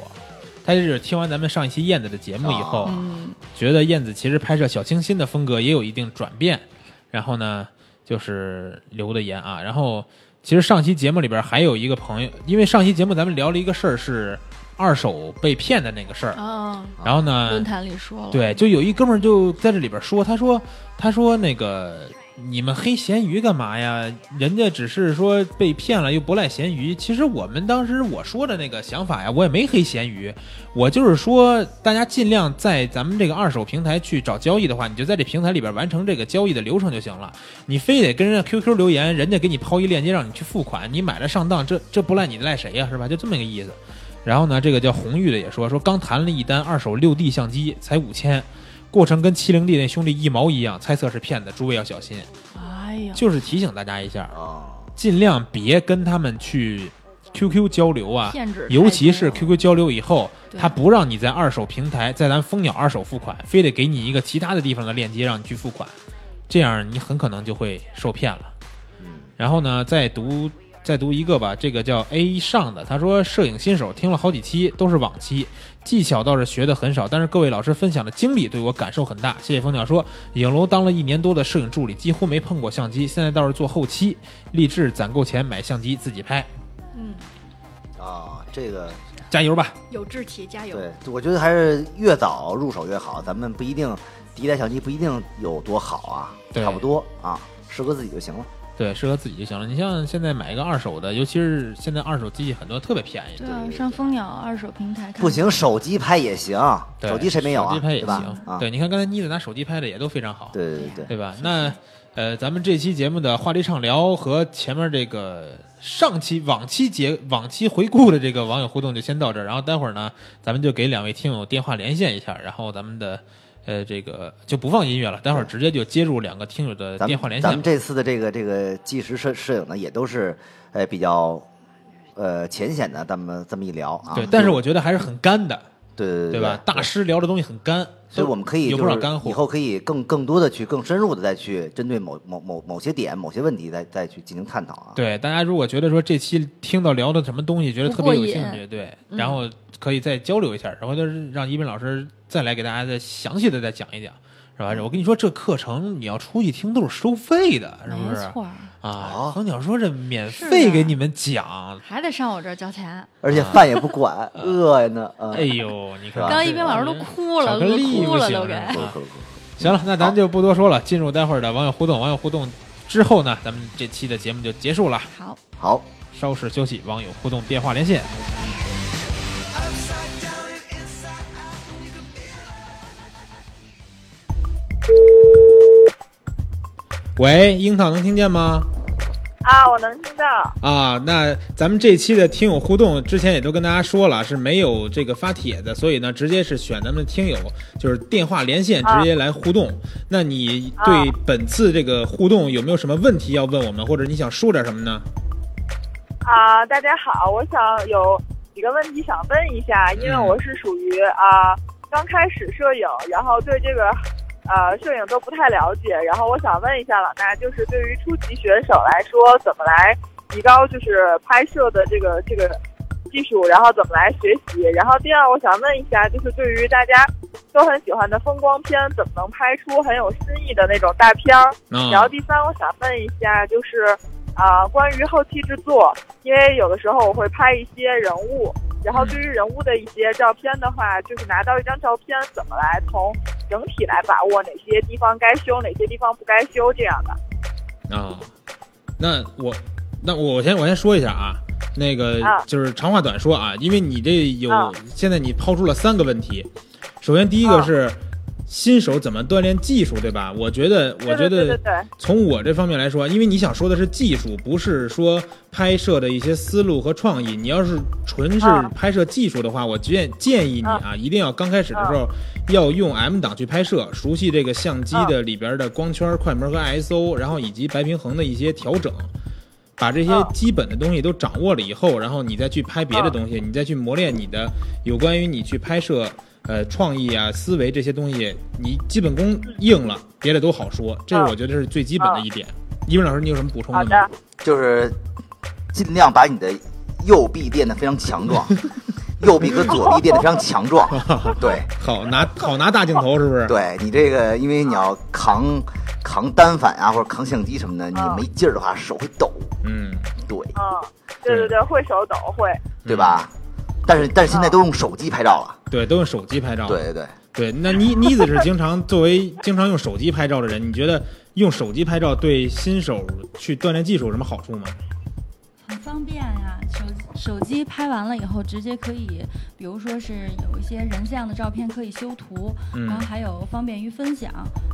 [SPEAKER 7] 他就是听完咱们上一期燕子的节目以后，
[SPEAKER 1] 哦
[SPEAKER 8] 嗯，
[SPEAKER 7] 觉得燕子其实拍摄小清新的风格也有一定转变，然后呢，就是留的言啊，然后其实上期节目里边还有一个朋友，因为上期节目咱们聊了一个事儿是二手被骗的那个事儿，
[SPEAKER 8] 哦，
[SPEAKER 7] 然后呢，
[SPEAKER 8] 论坛里说了，
[SPEAKER 7] 对，就有一哥们儿就在这里边说，他说他说那个你们黑咸鱼干嘛呀？人家只是说被骗了，又不赖咸鱼。其实我们当时我说的那个想法呀，我也没黑咸鱼，我就是说大家尽量在咱们这个二手平台去找交易的话，你就在这平台里边完成这个交易的流程就行了。你非得跟人家 QQ 留言，人家给你抛一链接让你去付款，你买了上当，这这不赖你赖谁呀、是吧？就这么一个意思。然后呢，这个叫红玉的也说说刚谈了一单二手六 D 相机，才五千，过程跟七零 D 那兄弟一毛一样，猜测是骗子，诸位要小心。
[SPEAKER 8] 哎呀，
[SPEAKER 7] 就是提醒大家一下，
[SPEAKER 1] 哦，
[SPEAKER 7] 尽量别跟他们去 QQ 交流啊，
[SPEAKER 8] 骗子太多了，
[SPEAKER 7] 尤其是 QQ 交流以后，
[SPEAKER 8] 对
[SPEAKER 7] 他不让你在二手平台，在咱蜂鸟二手付款，非得给你一个其他的地方的链接让你去付款，这样你很可能就会受骗了。
[SPEAKER 8] 嗯
[SPEAKER 7] 然后呢，再读再读一个吧，这个叫 A 上的，他说摄影新手听了好几期，都是往期，技巧倒是学的很少，但是各位老师分享的经历对我感受很大。谢谢蜂鸟说，影楼当了一年多的摄影助理，几乎没碰过相机，现在倒是做后期，立志攒够钱买相机自己拍，
[SPEAKER 1] 哦，这个
[SPEAKER 7] 加油吧！
[SPEAKER 8] 有志气，加油！
[SPEAKER 1] 对，我觉得还是越早入手越好。咱们不一定第一代相机不一定有多好啊，
[SPEAKER 7] 对
[SPEAKER 1] 差不多啊，适合自己就行了。
[SPEAKER 7] 对，适合自己就行了。你像现在买一个二手的，尤其是现在二手机器很多特别便宜
[SPEAKER 8] 对，啊，上蜂鸟二手平台看
[SPEAKER 1] 不，行，手机拍也行，
[SPEAKER 7] 对
[SPEAKER 1] 手机谁没有啊？
[SPEAKER 7] 手机拍也
[SPEAKER 1] 对吧
[SPEAKER 7] 行。
[SPEAKER 1] 啊，
[SPEAKER 7] 对，你看刚才妮子拿手机拍的也都非常好，
[SPEAKER 1] 对对对
[SPEAKER 7] 对吧？那呃，咱们这期节目的话题畅聊和前面这个上期往期节往期回顾的这个网友互动就先到这儿，然后待会儿呢，咱们就给两位听友电话连线一下，然后咱们的。呃，这个就不放音乐了，待会儿直接就接入两个听友的
[SPEAKER 1] 咱
[SPEAKER 7] 电
[SPEAKER 1] 们
[SPEAKER 7] 话连
[SPEAKER 1] 咱
[SPEAKER 7] 线
[SPEAKER 1] 们。这次的这个这个纪实摄摄影呢，也都是呃比较呃浅显的，咱们这么一聊啊。
[SPEAKER 7] 对，但是我觉得还是很干的，
[SPEAKER 1] 对对
[SPEAKER 7] 对吧？大师聊的东西很干，
[SPEAKER 1] 所以我们可以
[SPEAKER 7] 有
[SPEAKER 1] 就
[SPEAKER 7] 不少
[SPEAKER 1] 是
[SPEAKER 7] 干货。
[SPEAKER 1] 以后可以更更多的去更深入的再去针对某某某某些点、某些问题再再去进行探讨啊。
[SPEAKER 7] 对，大家如果觉得说这期听到聊的什么东西，觉得特别有兴
[SPEAKER 8] 不过嗯
[SPEAKER 7] 趣，对，然后可以再交流一下，然后就是让一斌老师再来给大家再详细的再讲一讲，是
[SPEAKER 8] 嗯
[SPEAKER 7] 吧？我跟你说，这课程你要出去听都是收费的，是不
[SPEAKER 8] 没
[SPEAKER 7] 是？
[SPEAKER 8] 错儿，
[SPEAKER 7] 啊
[SPEAKER 1] 哦，
[SPEAKER 7] 恒鸟说这免
[SPEAKER 8] 是啊
[SPEAKER 7] 费
[SPEAKER 8] 的
[SPEAKER 7] 给你们讲，
[SPEAKER 8] 还得上我这儿交
[SPEAKER 7] 啊
[SPEAKER 8] 钱。
[SPEAKER 1] 而且饭也不
[SPEAKER 7] [LAUGHS]
[SPEAKER 1] 管，饿呀呢。啊
[SPEAKER 7] 哎，呦，你看，
[SPEAKER 1] 啊
[SPEAKER 8] 刚刚一斌老师都哭
[SPEAKER 7] 巧
[SPEAKER 8] 了，
[SPEAKER 7] 克
[SPEAKER 8] 都
[SPEAKER 7] 力
[SPEAKER 8] 哭
[SPEAKER 7] 不
[SPEAKER 8] 了
[SPEAKER 7] 行
[SPEAKER 8] 都给。
[SPEAKER 7] 是
[SPEAKER 1] 够了
[SPEAKER 7] 吧
[SPEAKER 1] 够了够了
[SPEAKER 7] 行了，那咱就不多说了，进入待会儿的网友互动。网友互动之后呢，咱们这期的节目就结束了，
[SPEAKER 8] 好，
[SPEAKER 1] 好，
[SPEAKER 7] 稍事休息，网友互动电话连线。喂，樱桃能听见吗？
[SPEAKER 2] 啊，我能听到。
[SPEAKER 7] 啊，那咱们这期的听友互动之前也都跟大家说了，是没有这个发帖的，所以呢，直接是选咱们的听友，就是电话连线直接来互动。那你对本次这个互动有没有什么问题要问我们，或者你想说点什么呢？
[SPEAKER 2] 啊、大家好，我想有几个问题想问一下，因为我是属于啊、刚开始摄影，然后对这个呃摄影都不太了解，然后我想问一下老大，就是对于初级选手来说，怎么来提高就是拍摄的这个这个技术，然后怎么来学习？然后第二，我想问一下，就是对于大家都很喜欢的风光片，怎么能拍出很有新意的那种大片儿？
[SPEAKER 7] 啊、
[SPEAKER 2] 然后第三，我想问一下，就是啊、关于后期制作，因为有的时候我会拍一些人物，然
[SPEAKER 7] 嗯
[SPEAKER 2] 后对于人物的一些照片的话，就是拿到一张照片，怎么来从整体来把握哪些地方该修，哪些地方不该修这样的。
[SPEAKER 7] 啊，那我那我先我先说一下啊，那个
[SPEAKER 2] 啊
[SPEAKER 7] 就是长话短说啊，因为你这有、
[SPEAKER 2] 啊
[SPEAKER 7] 现在你抛出了三个问题，首先第一个
[SPEAKER 2] 啊
[SPEAKER 7] 是。新手怎么锻炼技术，对吧？我觉得，我觉
[SPEAKER 2] 对对对
[SPEAKER 7] 得
[SPEAKER 2] 对
[SPEAKER 7] 从我这方面来说，因为你想说的是技术，不是说拍摄的一些思路和创意。你要是纯是
[SPEAKER 2] 啊
[SPEAKER 7] 拍摄技术的话，我建建议你啊，一定要刚开始的时
[SPEAKER 2] 啊
[SPEAKER 7] 候、要用 M 档去拍摄，熟悉这个相机的里边的光圈、快门和 ISO，然后以及白平衡的一些调整。把这些
[SPEAKER 2] 啊
[SPEAKER 7] 基本的东西都掌握了以后，然后你再去拍别的
[SPEAKER 2] 啊
[SPEAKER 7] 东西，你再去磨练你的有关于你去拍摄呃创意啊、思维这些东西，你基本功硬了，别的都好说。这是
[SPEAKER 2] 啊
[SPEAKER 7] 我觉得是最基本的一点。一文老师，你有什么补充
[SPEAKER 2] 好
[SPEAKER 7] 吗？ [LAUGHS]
[SPEAKER 2] 的，
[SPEAKER 1] 就是尽量把你的右臂练得非常强
[SPEAKER 7] [LAUGHS]
[SPEAKER 1] 壮，右臂和左臂练得非常强壮。对
[SPEAKER 7] 好拿好拿大镜头是不是？
[SPEAKER 1] 对，你这个因为你要扛扛单反啊，或者扛相机什么的，你
[SPEAKER 2] 啊
[SPEAKER 1] 没劲儿的话手会抖，
[SPEAKER 7] 嗯，
[SPEAKER 1] 对
[SPEAKER 2] 嗯，对对对，会手抖会。
[SPEAKER 1] 对吧？但是但是现在都用手机拍照了，
[SPEAKER 7] 对，都用手机拍照。
[SPEAKER 1] 对对对。
[SPEAKER 7] 对，那妮妮子是经常作为经常用手机拍照的人，你觉得用手机拍照对新手去锻炼技术有什么好处吗？
[SPEAKER 8] 很方便呀、手手机拍完了以后，直接可以，比如说是有一些人像的照片可以修图，
[SPEAKER 7] 嗯
[SPEAKER 8] 然后还有方便于分享，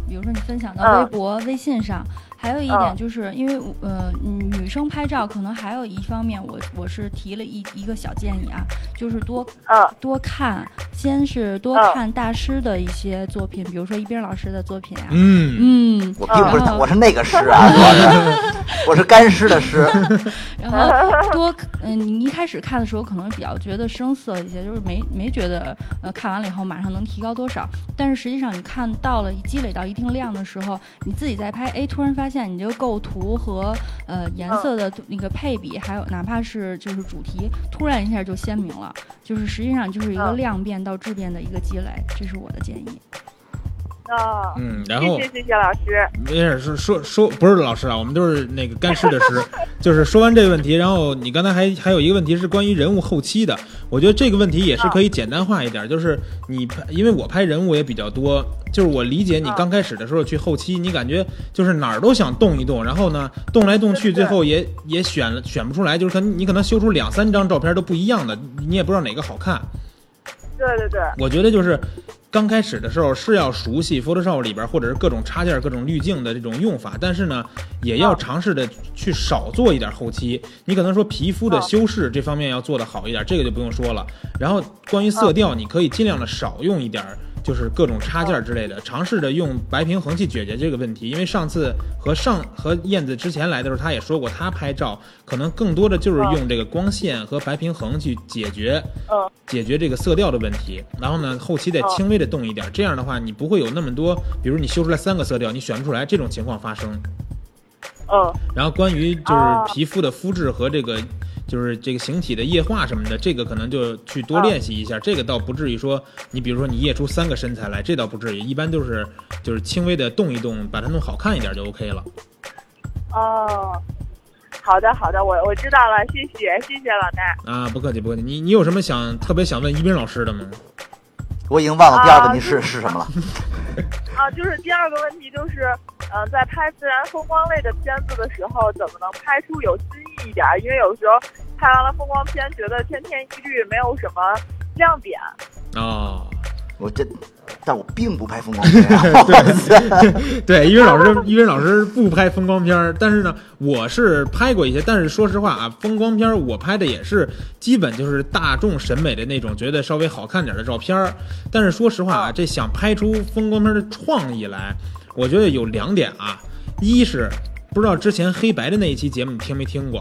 [SPEAKER 8] 比如说你分享到
[SPEAKER 2] 嗯
[SPEAKER 8] 微博、微信上。还有一
[SPEAKER 2] 嗯
[SPEAKER 8] 点就是因为我呃嗯女生拍照可能还有一方面我，我是提了一一个小建议啊，就是多
[SPEAKER 2] 嗯
[SPEAKER 8] 多看，先是多
[SPEAKER 2] 嗯
[SPEAKER 8] 看大师的一些作品，比如说一冰老师的作品啊，
[SPEAKER 7] 嗯
[SPEAKER 8] 嗯，
[SPEAKER 1] 我并不是
[SPEAKER 8] 啊
[SPEAKER 1] 我是那个师啊，我是我是干尸的师，
[SPEAKER 8] 然后多嗯，你一开始看的时候可能比较觉得生涩一些，就是没没觉得呃看完了以后马上能提高多少，但是实际上你看到了积累到一定量的时候，你自己在拍，哎，突然发现你这个构图和呃颜色的那个配比，还有哪怕是就是主题，突然一下就鲜明了，就是实际上就是一个
[SPEAKER 2] 嗯
[SPEAKER 8] 量变到质变的一个积累，这是我的建议。
[SPEAKER 3] 啊，
[SPEAKER 7] 嗯，然后
[SPEAKER 3] 谢谢谢谢老师。
[SPEAKER 7] 没事，说说说，不是老师啊，我们都是那个干事的师，就是说完这个问题，然后你刚才还还有一个问题是关于人物后期的，我觉得这个问题也是可以简单化一点，就是你拍，因为我拍人物也比较多，就是我理解你
[SPEAKER 3] 啊
[SPEAKER 7] 刚开始的时候去后期，你感觉就是哪儿都想动一动，然后呢动来动去，
[SPEAKER 3] 对对
[SPEAKER 7] 最后也也选了选不出来，就是可能你可能修出两三张照片都不一样的，你也不知道哪个好看，
[SPEAKER 3] 对对对，
[SPEAKER 7] 我觉得就是刚开始的时候是要熟悉 Photoshop 里边或者是各种插件、各种滤镜的这种用法，但是呢，也要尝试的去少做一点后期。你可能说皮肤的
[SPEAKER 3] 嗯
[SPEAKER 7] 修饰这方面要做的好一点，这个就不用说了。然后关于色调，你可以尽量的少用一点。就是各种插件之类的，尝试着用白平衡去解决这个问题。因为上次和上和燕子之前来的时候，她也说过，她拍照可能更多的就是
[SPEAKER 3] 嗯
[SPEAKER 7] 用这个光线和白平衡去解决
[SPEAKER 3] 嗯，
[SPEAKER 7] 解决这个色调的问题，然后呢，后期再轻微的动
[SPEAKER 3] 哦
[SPEAKER 7] 一点，这样的话你不会有那么多，比如你修出来三个色调，你选不出来这种情况发生。
[SPEAKER 3] 嗯，
[SPEAKER 7] 然后关于
[SPEAKER 3] 哦
[SPEAKER 7] 就是皮肤的肤质和这个就是这个形体的液化什么的，这个可能就去多
[SPEAKER 3] 哦
[SPEAKER 7] 练习一下，这个倒不至于说你比如说你液出三个身材来，这倒不至于，一般都是就是轻微的动一动，把它弄好看一点就 OK 了。
[SPEAKER 3] 哦，好的好的，我我知道了，谢谢谢谢老大。
[SPEAKER 7] 啊，不客气不客气，你你有什么想特别想问一斌老师的吗？
[SPEAKER 1] 我已经忘了第二个问题
[SPEAKER 3] 啊
[SPEAKER 1] 是、是什么了。
[SPEAKER 3] 啊，就是第二个问题就是，呃，在拍自然风光类的片子的时候，怎么能拍出有新意一点儿？因为有时候拍完了风光片，觉得千篇一律，没有什么亮点。
[SPEAKER 7] 哦，
[SPEAKER 1] 我这，但我并不拍风光片啊 [LAUGHS]
[SPEAKER 7] [LAUGHS] 对，因为老师，因为老师不拍风光片儿，但是呢，我是拍过一些，但是说实话啊，风光片儿我拍的也是基本就是大众审美的那种，觉得稍微好看点儿的照片儿。但是说实话啊，这想拍出风光片儿的创意来，我觉得有两点啊，一是不知道之前黑白的那一期节目你听没听过，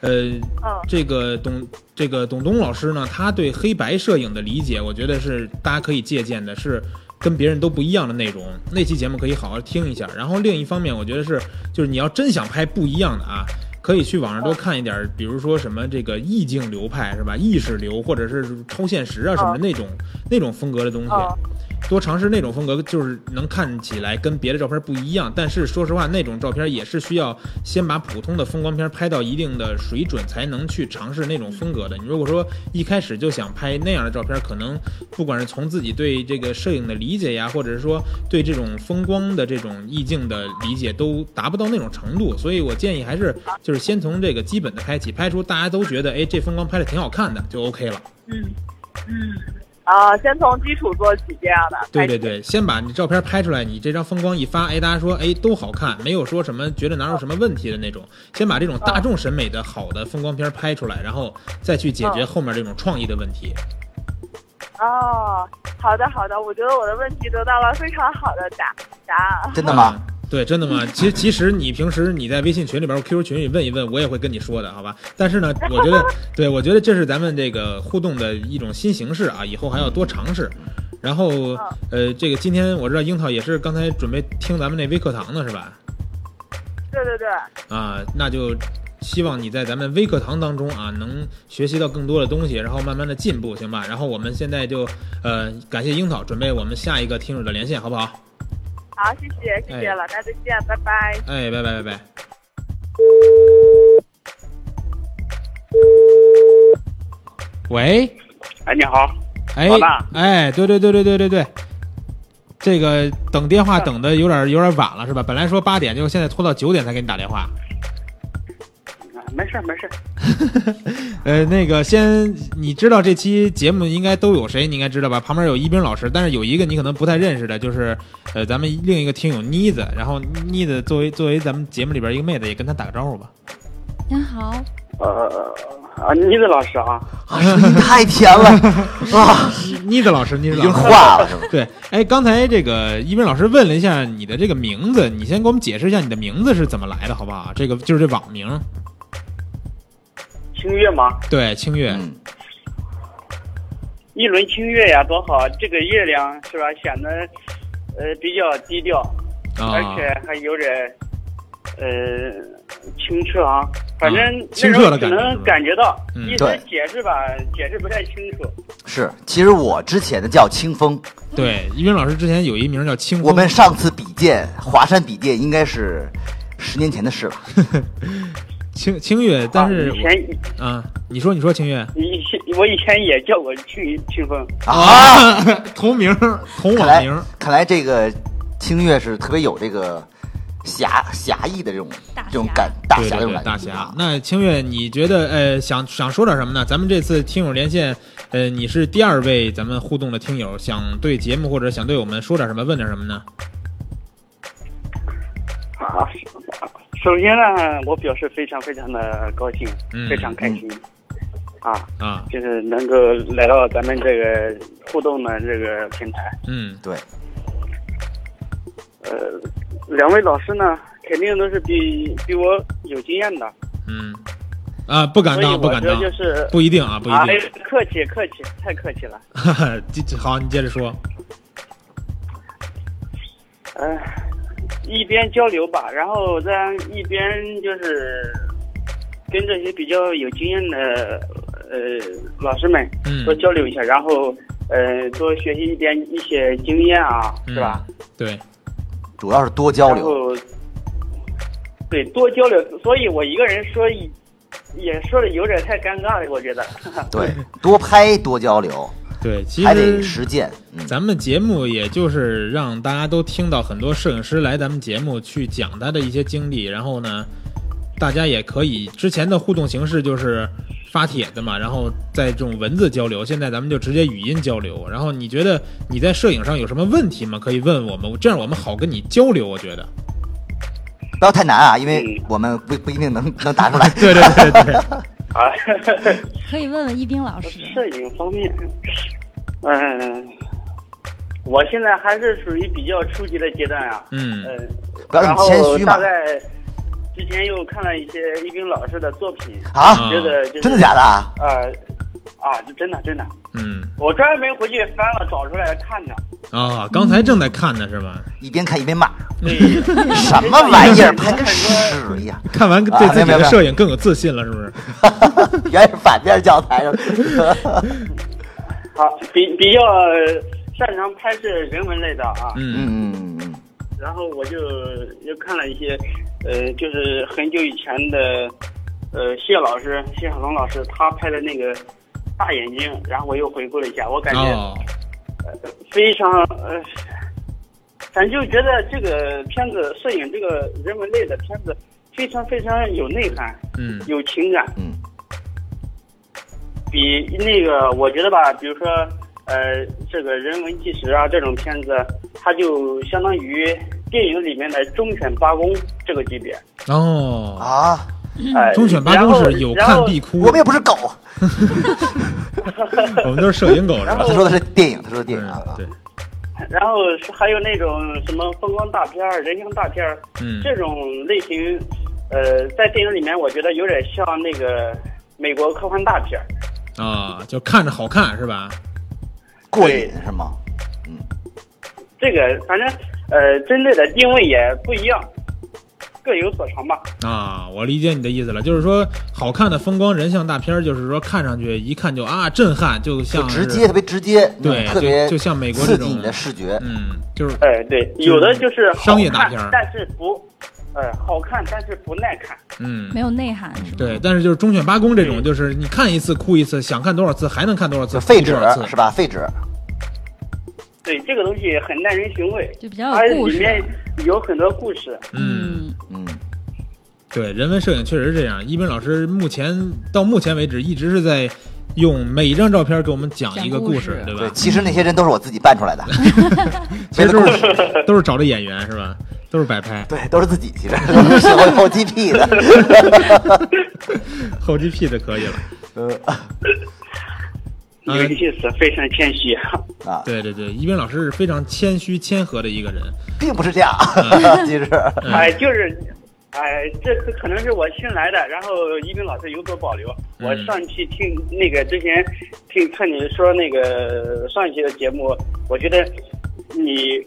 [SPEAKER 7] 呃，
[SPEAKER 3] 嗯
[SPEAKER 7] 这个董这个董东老师呢，他对黑白摄影的理解，我觉得是大家可以借鉴的，是跟别人都不一样的内容。那期节目可以好好听一下。然后另一方面，我觉得是就是你要真想拍不一样的啊。可以去网上多看一点儿，比如说什么这个意境流派是吧，意识流或者是超现实啊什么的
[SPEAKER 3] 嗯
[SPEAKER 7] 那种那种风格的东西，
[SPEAKER 3] 嗯
[SPEAKER 7] 多尝试那种风格，就是能看起来跟别的照片不一样。但是说实话，那种照片也是需要先把普通的风光片拍到一定的水准，才能去尝试那种风格的。你如果说一开始就想拍那样的照片，可能不管是从自己对这个摄影的理解呀，或者是说对这种风光的这种意境的理解，都达不到那种程度。所以我建议还是就是先从这个基本的拍起，拍出大家都觉得哎这风光拍的挺好看的就 OK 了。
[SPEAKER 3] 嗯嗯，啊，先从基础做起，这样的。哎
[SPEAKER 7] 对对对，先把你照片拍出来，你这张风光一发，哎，大家说，哎，都好看，没有说什么觉得哪有什么问题的那种。先把这种大众审美的好的风光片拍出来，然后再去解决
[SPEAKER 3] 嗯
[SPEAKER 7] 后面这种创意的问题。
[SPEAKER 3] 哦，好的好的，我觉得我的问题得到了非常好的答答案。
[SPEAKER 1] 真的吗？
[SPEAKER 7] 啊？对，真的吗？其实其实你平时你在微信群里边、QQ 群里问一问，我也会跟你说的，好吧？但是呢，我觉得，对我觉得这是咱们这个互动的一种新形式啊，以后还要多尝试。然后，呃，这个今天我知道樱桃也是刚才准备听咱们那微课堂呢，是吧？
[SPEAKER 3] 对对对，
[SPEAKER 7] 啊，那就希望你在咱们微课堂当中啊，能学习到更多的东西，然后慢慢的进步，行吧？然后我们现在就呃，感谢樱桃，准备我们下一个听友的连线，好不好？
[SPEAKER 3] 好，谢谢谢谢
[SPEAKER 7] 哎
[SPEAKER 3] 老大，再见，拜拜。
[SPEAKER 7] 哎，拜拜拜拜。喂，
[SPEAKER 2] 哎，你好，
[SPEAKER 7] 哎
[SPEAKER 2] 老大，
[SPEAKER 7] 哎，对对对对对对对，这个等电话等的有点有点晚了是吧？本来说八点，结果现在拖到九点才给你打电话。
[SPEAKER 2] 啊没事儿没事儿，
[SPEAKER 7] 呃，那个先，你知道这期节目应该都有谁？你应该知道吧？旁边有一冰老师，但是有一个你可能不太认识的，就是呃，咱们另一个听友妮子。然后妮子作为作为咱们节目里边一个妹子，也跟她打个招呼吧。
[SPEAKER 8] 您好，
[SPEAKER 2] 呃啊，妮子老师啊，
[SPEAKER 1] 啊，声音太甜了啊，
[SPEAKER 7] 妮子老师，妮子
[SPEAKER 1] 已
[SPEAKER 7] 老
[SPEAKER 1] 经
[SPEAKER 7] 师，
[SPEAKER 1] 化了是吧？
[SPEAKER 7] 对，哎，刚才这个一冰老师问了一下你的这个名字，你先给我们解释一下你的名字是怎么来的，好不好？这个就是这网名，
[SPEAKER 2] 清月吗？
[SPEAKER 7] 对，清月。
[SPEAKER 1] 嗯，
[SPEAKER 2] 一轮清月呀，多好！这个月亮是吧，显得呃比较低调，
[SPEAKER 7] 啊
[SPEAKER 2] 而且还有点呃清澈啊。反正
[SPEAKER 7] 清
[SPEAKER 2] 那时
[SPEAKER 7] 澈
[SPEAKER 2] 候
[SPEAKER 7] 的
[SPEAKER 2] 只
[SPEAKER 7] 感觉
[SPEAKER 2] 能感觉到，
[SPEAKER 7] 嗯
[SPEAKER 2] 一
[SPEAKER 1] 对
[SPEAKER 2] 时解释吧，解释不太清楚。
[SPEAKER 1] 是，其实我之前的叫清风，
[SPEAKER 7] 对，一鸣老师之前有一名叫清风，
[SPEAKER 1] 我们上次比剑华山比剑应该是十年前的事了。
[SPEAKER 7] 清清月，但是
[SPEAKER 2] 啊以前
[SPEAKER 7] 我啊，你说你说清月
[SPEAKER 2] 以前我以前也叫过清清风，
[SPEAKER 1] 啊，，
[SPEAKER 7] [LAUGHS] 同名同
[SPEAKER 1] 看
[SPEAKER 7] 网
[SPEAKER 1] 来
[SPEAKER 7] 名，
[SPEAKER 1] 看来这个清月是特别有这个侠侠义的这种
[SPEAKER 6] 大侠
[SPEAKER 1] 这种感大
[SPEAKER 7] 对
[SPEAKER 1] 侠
[SPEAKER 7] 对
[SPEAKER 1] 这种
[SPEAKER 7] 对，
[SPEAKER 1] 感觉。
[SPEAKER 7] 大侠。那清月，你觉得呃，想想说点什么呢？咱们这次听友连线，呃，你是第二位咱们互动的听友，想对节目或者想对我们说点什么，问点什么呢？
[SPEAKER 2] 啊，首先呢，我表示非常非常的高兴，
[SPEAKER 7] 嗯
[SPEAKER 2] 非常开心，啊，
[SPEAKER 7] 啊，
[SPEAKER 2] 就是能够来到咱们这个互动的这个平台。
[SPEAKER 7] 嗯，
[SPEAKER 1] 对，
[SPEAKER 2] 呃，两位老师呢，肯定都是比比我有经验的，
[SPEAKER 7] 嗯，啊，不敢
[SPEAKER 2] 所以
[SPEAKER 7] 当，不
[SPEAKER 2] 我
[SPEAKER 7] 敢
[SPEAKER 2] 这
[SPEAKER 7] 当，
[SPEAKER 2] 就是
[SPEAKER 7] 不一定啊，不一
[SPEAKER 2] 啊，
[SPEAKER 7] 定。
[SPEAKER 2] 客气客气，太客气了。
[SPEAKER 7] 哈哈，这这 [LAUGHS] 好，你接着说。
[SPEAKER 2] 嗯、一边交流吧，然后再一边就是跟这些比较有经验的呃老师们
[SPEAKER 7] 嗯，
[SPEAKER 2] 多交流一下，然后呃多学习一点一些经验啊，
[SPEAKER 7] 嗯
[SPEAKER 2] 是吧？？
[SPEAKER 7] 对，
[SPEAKER 1] 主要是多交
[SPEAKER 2] 然
[SPEAKER 1] 流。
[SPEAKER 2] 后对多交流，所以我一个人说一也说的有点太尴尬了，我觉得。
[SPEAKER 1] 对，多拍多交流，
[SPEAKER 7] 对，其
[SPEAKER 1] 还得
[SPEAKER 7] 实
[SPEAKER 1] 实践。嗯，
[SPEAKER 7] 咱们节目也就是让大家都听到很多摄影师来咱们节目去讲他的一些经历，然后呢，大家也可以之前的互动形式就是发帖子嘛，然后在这种文字交流，现在咱们就直接语音交流。然后你觉得你在摄影上有什么问题吗？可以问我们，这样我们好跟你交流。我觉得，
[SPEAKER 1] 不要太难啊，因为
[SPEAKER 2] 嗯
[SPEAKER 1] 我们不不一定能 [LAUGHS] 能答出来。
[SPEAKER 7] [LAUGHS] 对对对对，
[SPEAKER 2] 啊， [LAUGHS]
[SPEAKER 6] 可以问问一冰老师。
[SPEAKER 2] 摄影方面，嗯、我现在还是属于比较初级的阶段啊。
[SPEAKER 7] 嗯
[SPEAKER 2] 嗯，
[SPEAKER 1] 不要那
[SPEAKER 2] 然
[SPEAKER 1] 么
[SPEAKER 2] 后
[SPEAKER 1] 谦虚嘛
[SPEAKER 2] 大。概之前又看了一些一冰老师的作品，
[SPEAKER 7] 嗯
[SPEAKER 1] 啊，
[SPEAKER 2] 觉得就是
[SPEAKER 1] 真的假的啊？
[SPEAKER 2] 呃，啊，就真的真的，
[SPEAKER 7] 嗯
[SPEAKER 2] 我专门回去翻了找出来看
[SPEAKER 1] [LAUGHS]
[SPEAKER 2] 的。
[SPEAKER 7] 啊、刚才正在看呢是吧？
[SPEAKER 1] 一边看一边
[SPEAKER 7] [LAUGHS]
[SPEAKER 1] 骂，
[SPEAKER 2] 对，
[SPEAKER 1] 什么玩意儿，拍个屎呀！
[SPEAKER 7] 看完对自己的摄影更有自信了是不是？
[SPEAKER 1] [LAUGHS] 原来是反面教材上。
[SPEAKER 2] 好，比比较擅长拍摄人文类的啊。
[SPEAKER 7] 嗯
[SPEAKER 1] 嗯嗯嗯
[SPEAKER 2] 然后我就又看了一些，呃，就是很久以前的，呃，谢老师、谢小龙老师他拍的那个大眼睛，然后我又回顾了一下，我感觉
[SPEAKER 7] 哦，
[SPEAKER 2] 非常，呃，咱就觉得这个片子摄影这个人文类的片子非常非常有内涵，
[SPEAKER 7] 嗯
[SPEAKER 2] 有情感，
[SPEAKER 1] 嗯
[SPEAKER 2] 比那个我觉得吧，比如说呃，这个人文纪实啊这种片子，它就相当于电影里面的忠犬八公这个级别。
[SPEAKER 1] 嗯
[SPEAKER 7] 哦，
[SPEAKER 1] 啊，
[SPEAKER 2] 哎，
[SPEAKER 7] 忠犬八
[SPEAKER 2] 然
[SPEAKER 7] 公
[SPEAKER 2] 后
[SPEAKER 7] 是有看必。哭，
[SPEAKER 1] 我们也不是狗。
[SPEAKER 7] 我们都是摄影狗是
[SPEAKER 1] 啊
[SPEAKER 7] 吧？
[SPEAKER 1] 他说的是电影，他说的电影啊
[SPEAKER 7] 嗯，。对，
[SPEAKER 2] 然后然后还有那种什么风光大片儿、人像大片儿
[SPEAKER 7] 嗯
[SPEAKER 2] 这种类型，呃，在电影里面我觉得有点像那个美国科幻大片儿。
[SPEAKER 7] 啊，就看着好看是吧？
[SPEAKER 1] 过瘾是吗？
[SPEAKER 2] 这个反正呃，针对的定位也不一样，各有所长吧。
[SPEAKER 7] 啊，我理解你的意思了，就是说好看的风光人像大片儿，就是说看上去一看就啊震撼，就
[SPEAKER 1] 就
[SPEAKER 7] 像
[SPEAKER 1] 直
[SPEAKER 7] 是
[SPEAKER 1] 接特别直接，
[SPEAKER 7] 对
[SPEAKER 1] 嗯特别
[SPEAKER 7] 就就像美国这
[SPEAKER 1] 刺
[SPEAKER 7] 种
[SPEAKER 1] 激你的视觉。
[SPEAKER 7] 嗯，就是
[SPEAKER 2] 哎，对，有的就是好
[SPEAKER 7] 商业大
[SPEAKER 2] 看
[SPEAKER 7] 片儿
[SPEAKER 2] 但是不，呃，好看但是不耐看。
[SPEAKER 7] 嗯
[SPEAKER 6] 没。有内涵是吗？
[SPEAKER 7] 对，但是就是忠犬八公这种，就是你看一次哭一次，想看多少次还能看多少次，
[SPEAKER 1] 就废
[SPEAKER 7] 哭
[SPEAKER 1] 纸
[SPEAKER 7] 多少次
[SPEAKER 1] 是吧？废纸，
[SPEAKER 2] 对，这个东西很耐人寻味，
[SPEAKER 6] 就比较
[SPEAKER 2] 它
[SPEAKER 6] 有故
[SPEAKER 2] 里
[SPEAKER 6] 事。啊
[SPEAKER 2] 面有很多故事。
[SPEAKER 7] 嗯，
[SPEAKER 1] 嗯，
[SPEAKER 7] 对，人文摄影确实是这样。一斌老师目前到目前为止一直是在用每一张照片给我们讲一个故
[SPEAKER 6] 讲故
[SPEAKER 7] 事，
[SPEAKER 6] 事
[SPEAKER 7] 对
[SPEAKER 1] 对，
[SPEAKER 7] 吧？
[SPEAKER 1] 其实那些人都是我自己扮出 [LAUGHS] 来的，
[SPEAKER 7] 其实都是都是找的演员是吧？都是摆拍，
[SPEAKER 1] 对，都是自己，其实都是我后 GP
[SPEAKER 7] [LAUGHS]
[SPEAKER 1] 的。
[SPEAKER 7] 后 GP 的可以了。
[SPEAKER 2] 有
[SPEAKER 7] 嗯
[SPEAKER 2] 意思，非常谦虚。
[SPEAKER 1] 啊，
[SPEAKER 7] 对对对，一斌老师是非常谦虚谦和的一个人。
[SPEAKER 1] 并不是这样，其实
[SPEAKER 7] 嗯 [LAUGHS]
[SPEAKER 2] 哎，就是，哎，这次可能是我新来的，然后一斌老师有所保留。我
[SPEAKER 7] 嗯
[SPEAKER 2] 上期听那个之前听看你说那个上一期的节目，我觉得你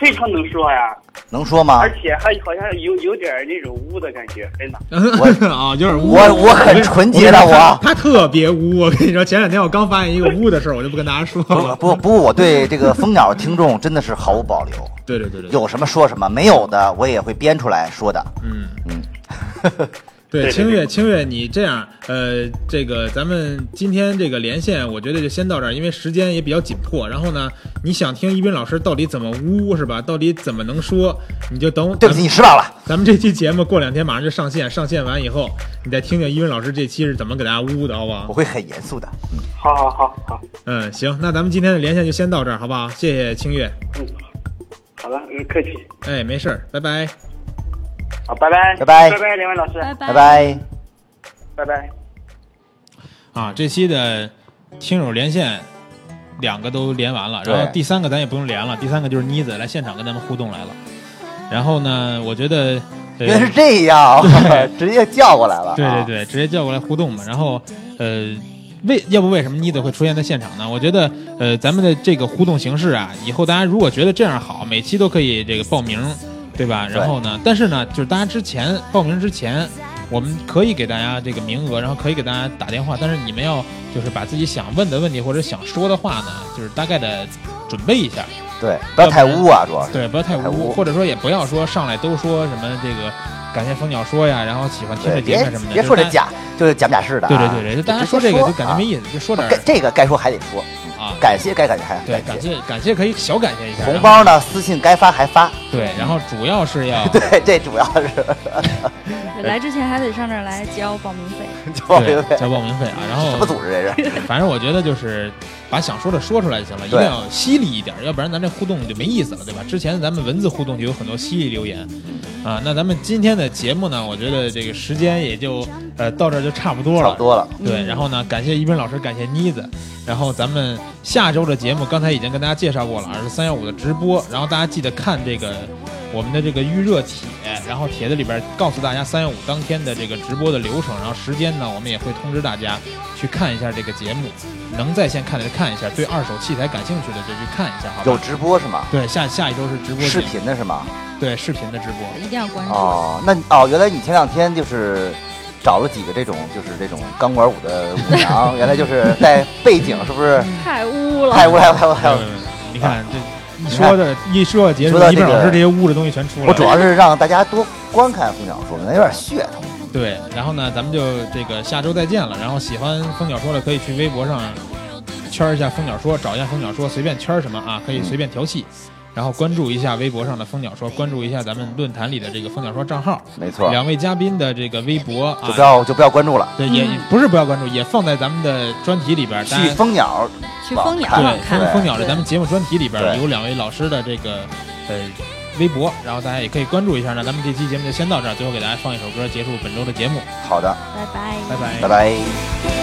[SPEAKER 2] 非常能说呀，
[SPEAKER 1] 能说吗
[SPEAKER 2] 而？且还好像有有点那种污的感觉，真的。
[SPEAKER 1] 我
[SPEAKER 7] 啊，有点污。
[SPEAKER 1] 我我很纯洁的
[SPEAKER 7] 跟你说
[SPEAKER 1] 我
[SPEAKER 7] 他特别污。我跟你说，前两天我刚发现一个污的事儿，我就不跟大家说
[SPEAKER 1] 不
[SPEAKER 7] 了。
[SPEAKER 1] 不不，我对这个蜂鸟听众真的是毫无保留，
[SPEAKER 7] 对对对对，
[SPEAKER 1] 有什么说什么，没有的我也会编出来说的。
[SPEAKER 7] 嗯。
[SPEAKER 1] 嗯，
[SPEAKER 7] [LAUGHS] 对，
[SPEAKER 2] 对
[SPEAKER 7] 清
[SPEAKER 2] 对
[SPEAKER 7] 月，
[SPEAKER 2] 对
[SPEAKER 7] 清月，你这样，呃，这个咱们今天这个连线，我觉得就先到这儿，因为时间也比较紧迫。然后呢，你想听一斌老师到底怎么污是吧？到底怎么能说？你就等
[SPEAKER 1] 对不起，你失望了。
[SPEAKER 7] 咱们这期节目过两天马上就上线，上线完以后，你再听听一斌老师这期是怎么给大家污的，好不
[SPEAKER 1] 我
[SPEAKER 7] 好？
[SPEAKER 1] 会很严肃的。
[SPEAKER 2] 好好好好，
[SPEAKER 7] 嗯，行，那咱们今天的连线就先到这儿，好不好？谢谢清月，
[SPEAKER 2] 嗯，好了，嗯，客气，
[SPEAKER 7] 哎，没事儿，拜拜。
[SPEAKER 2] 好，拜拜，
[SPEAKER 1] 拜拜
[SPEAKER 2] 拜拜，两位老师，
[SPEAKER 8] 拜拜
[SPEAKER 1] 拜拜。
[SPEAKER 2] 拜拜。
[SPEAKER 7] 啊，这期的听友连线两个都连完了，然后
[SPEAKER 1] 对
[SPEAKER 7] 第三个咱也不用连了，第三个就是妮子来现场跟咱们互动来了。然后呢，我觉得
[SPEAKER 1] [LAUGHS]
[SPEAKER 7] 呃
[SPEAKER 1] 原来是这样
[SPEAKER 7] 对，
[SPEAKER 1] [LAUGHS] 直接叫过来了。
[SPEAKER 7] 对对
[SPEAKER 1] 啊，
[SPEAKER 7] 对，直接叫过来互动嘛。然后，呃，为要不为什么妮子会出现在现场呢？我觉得，呃，咱们的这个互动形式啊，以后大家如果觉得这样好，每期都可以这个报名，对吧？然后呢，但是呢，就是大家之前报名之前，我们可以给大家这个名额，然后可以给大家打电话，但是你们要就是把自己想问的问题或者想说的话呢，就是大概的准备一下。
[SPEAKER 1] 对，不要太污啊，主要是。
[SPEAKER 7] 对，不要太
[SPEAKER 1] 太
[SPEAKER 7] 污，
[SPEAKER 1] 污
[SPEAKER 7] 或者说也不要说上来都说什么这个感谢蜂鸟说呀，然后喜欢听
[SPEAKER 1] 对，
[SPEAKER 7] 的节目
[SPEAKER 1] 别
[SPEAKER 7] 什么的，
[SPEAKER 1] 别
[SPEAKER 7] 就是
[SPEAKER 1] 说这
[SPEAKER 7] 大家
[SPEAKER 1] 假，就是假不假式的啊。
[SPEAKER 7] 对对对对，就大家
[SPEAKER 1] 就
[SPEAKER 7] 说
[SPEAKER 1] 直接
[SPEAKER 7] 这个
[SPEAKER 1] 说
[SPEAKER 7] 就感觉没
[SPEAKER 1] 啊
[SPEAKER 7] 意思，就说点
[SPEAKER 1] 该这个该说还得说，
[SPEAKER 7] 啊，
[SPEAKER 1] 感谢该感谢还
[SPEAKER 7] 对，感。谢感谢可以小感谢一下
[SPEAKER 1] 红，包呢，私信该发还发。
[SPEAKER 7] 对，然后主要是要
[SPEAKER 1] [LAUGHS] 对，这主要是
[SPEAKER 6] 来之前还得上这儿来交报名费。
[SPEAKER 1] 就
[SPEAKER 7] 对
[SPEAKER 1] 明白
[SPEAKER 7] 交报名费啊，然
[SPEAKER 1] 什么
[SPEAKER 7] 后
[SPEAKER 1] 组织这
[SPEAKER 7] [LAUGHS]
[SPEAKER 1] 是？
[SPEAKER 7] 反正我觉得就是把想说的说出来就行了，一定
[SPEAKER 1] 对
[SPEAKER 7] 要犀利一点，要不然咱这互动就没意思了，对吧？之前咱们文字互动就有很多犀利留言啊，那咱们今天的节目呢，我觉得这个时间也就呃到这儿就差不多
[SPEAKER 1] 差
[SPEAKER 7] 了
[SPEAKER 1] 不。多了，
[SPEAKER 7] 对，然后呢，感谢一斌老师，感谢妮子，然后咱们下周的节目刚才已经跟大家介绍过了，而是三幺五的直播，然后大家记得看这个我们的这个预热帖，然后帖子里边告诉大家三幺五当天的这个直播的流程，然后时间呢，我们也会通知大家去看一下这个节目，能在线看的就看一下，对二手器材感兴趣的就去看一下，好
[SPEAKER 1] 有
[SPEAKER 7] 吧？
[SPEAKER 1] 直播是吗？
[SPEAKER 7] 对，下下一周是直播
[SPEAKER 1] 视
[SPEAKER 7] 节目，
[SPEAKER 1] 频的是吗？
[SPEAKER 7] 对视频的直播，
[SPEAKER 6] 一定要关注。
[SPEAKER 1] 哦，那哦，原来你前两天就是找了几个这种就是这种钢管舞的舞娘，原来就是在背景是不是？
[SPEAKER 8] 嗯
[SPEAKER 6] 太污了，
[SPEAKER 1] 太污太污太污太污！
[SPEAKER 7] 嗯你看这。一说的，一说到结束，
[SPEAKER 1] 说到
[SPEAKER 7] 一斌
[SPEAKER 1] 这个
[SPEAKER 7] 老师这些污的东西全出来了。
[SPEAKER 1] 我主要是让大家多观看蜂鸟说，可能有点噱头。
[SPEAKER 7] 对，然后呢，咱们就这个下周再见了。然后喜欢蜂鸟说的，可以去微博上圈一下蜂鸟说，找一下蜂鸟说，随便圈什么啊，可以随便调戏。然后关注一下微博上的蜂鸟说，关注一下咱们论坛里的这个蜂鸟说账号，
[SPEAKER 1] 没错，
[SPEAKER 7] 两位嘉宾的这个微博
[SPEAKER 1] 就
[SPEAKER 7] 啊
[SPEAKER 1] 不，要就不要关注了，
[SPEAKER 7] 对，也不是不要关注，也放在咱们的专题里边。大
[SPEAKER 1] 去
[SPEAKER 7] 家
[SPEAKER 1] 蜂鸟
[SPEAKER 6] 去蜂鸟
[SPEAKER 1] 网
[SPEAKER 6] 网
[SPEAKER 7] 对，
[SPEAKER 6] 看
[SPEAKER 7] 蜂
[SPEAKER 1] 对
[SPEAKER 7] 蜂鸟的咱们节目专题里边
[SPEAKER 1] 对
[SPEAKER 7] 有两位老师的这个呃微博，然后大家也可以关注一下。那咱们这期节目就先到这儿，最后给大家放一首歌结束本周的节目，
[SPEAKER 1] 好的，
[SPEAKER 6] 拜拜。
[SPEAKER 7] 拜拜
[SPEAKER 1] 拜拜。
[SPEAKER 9] Hey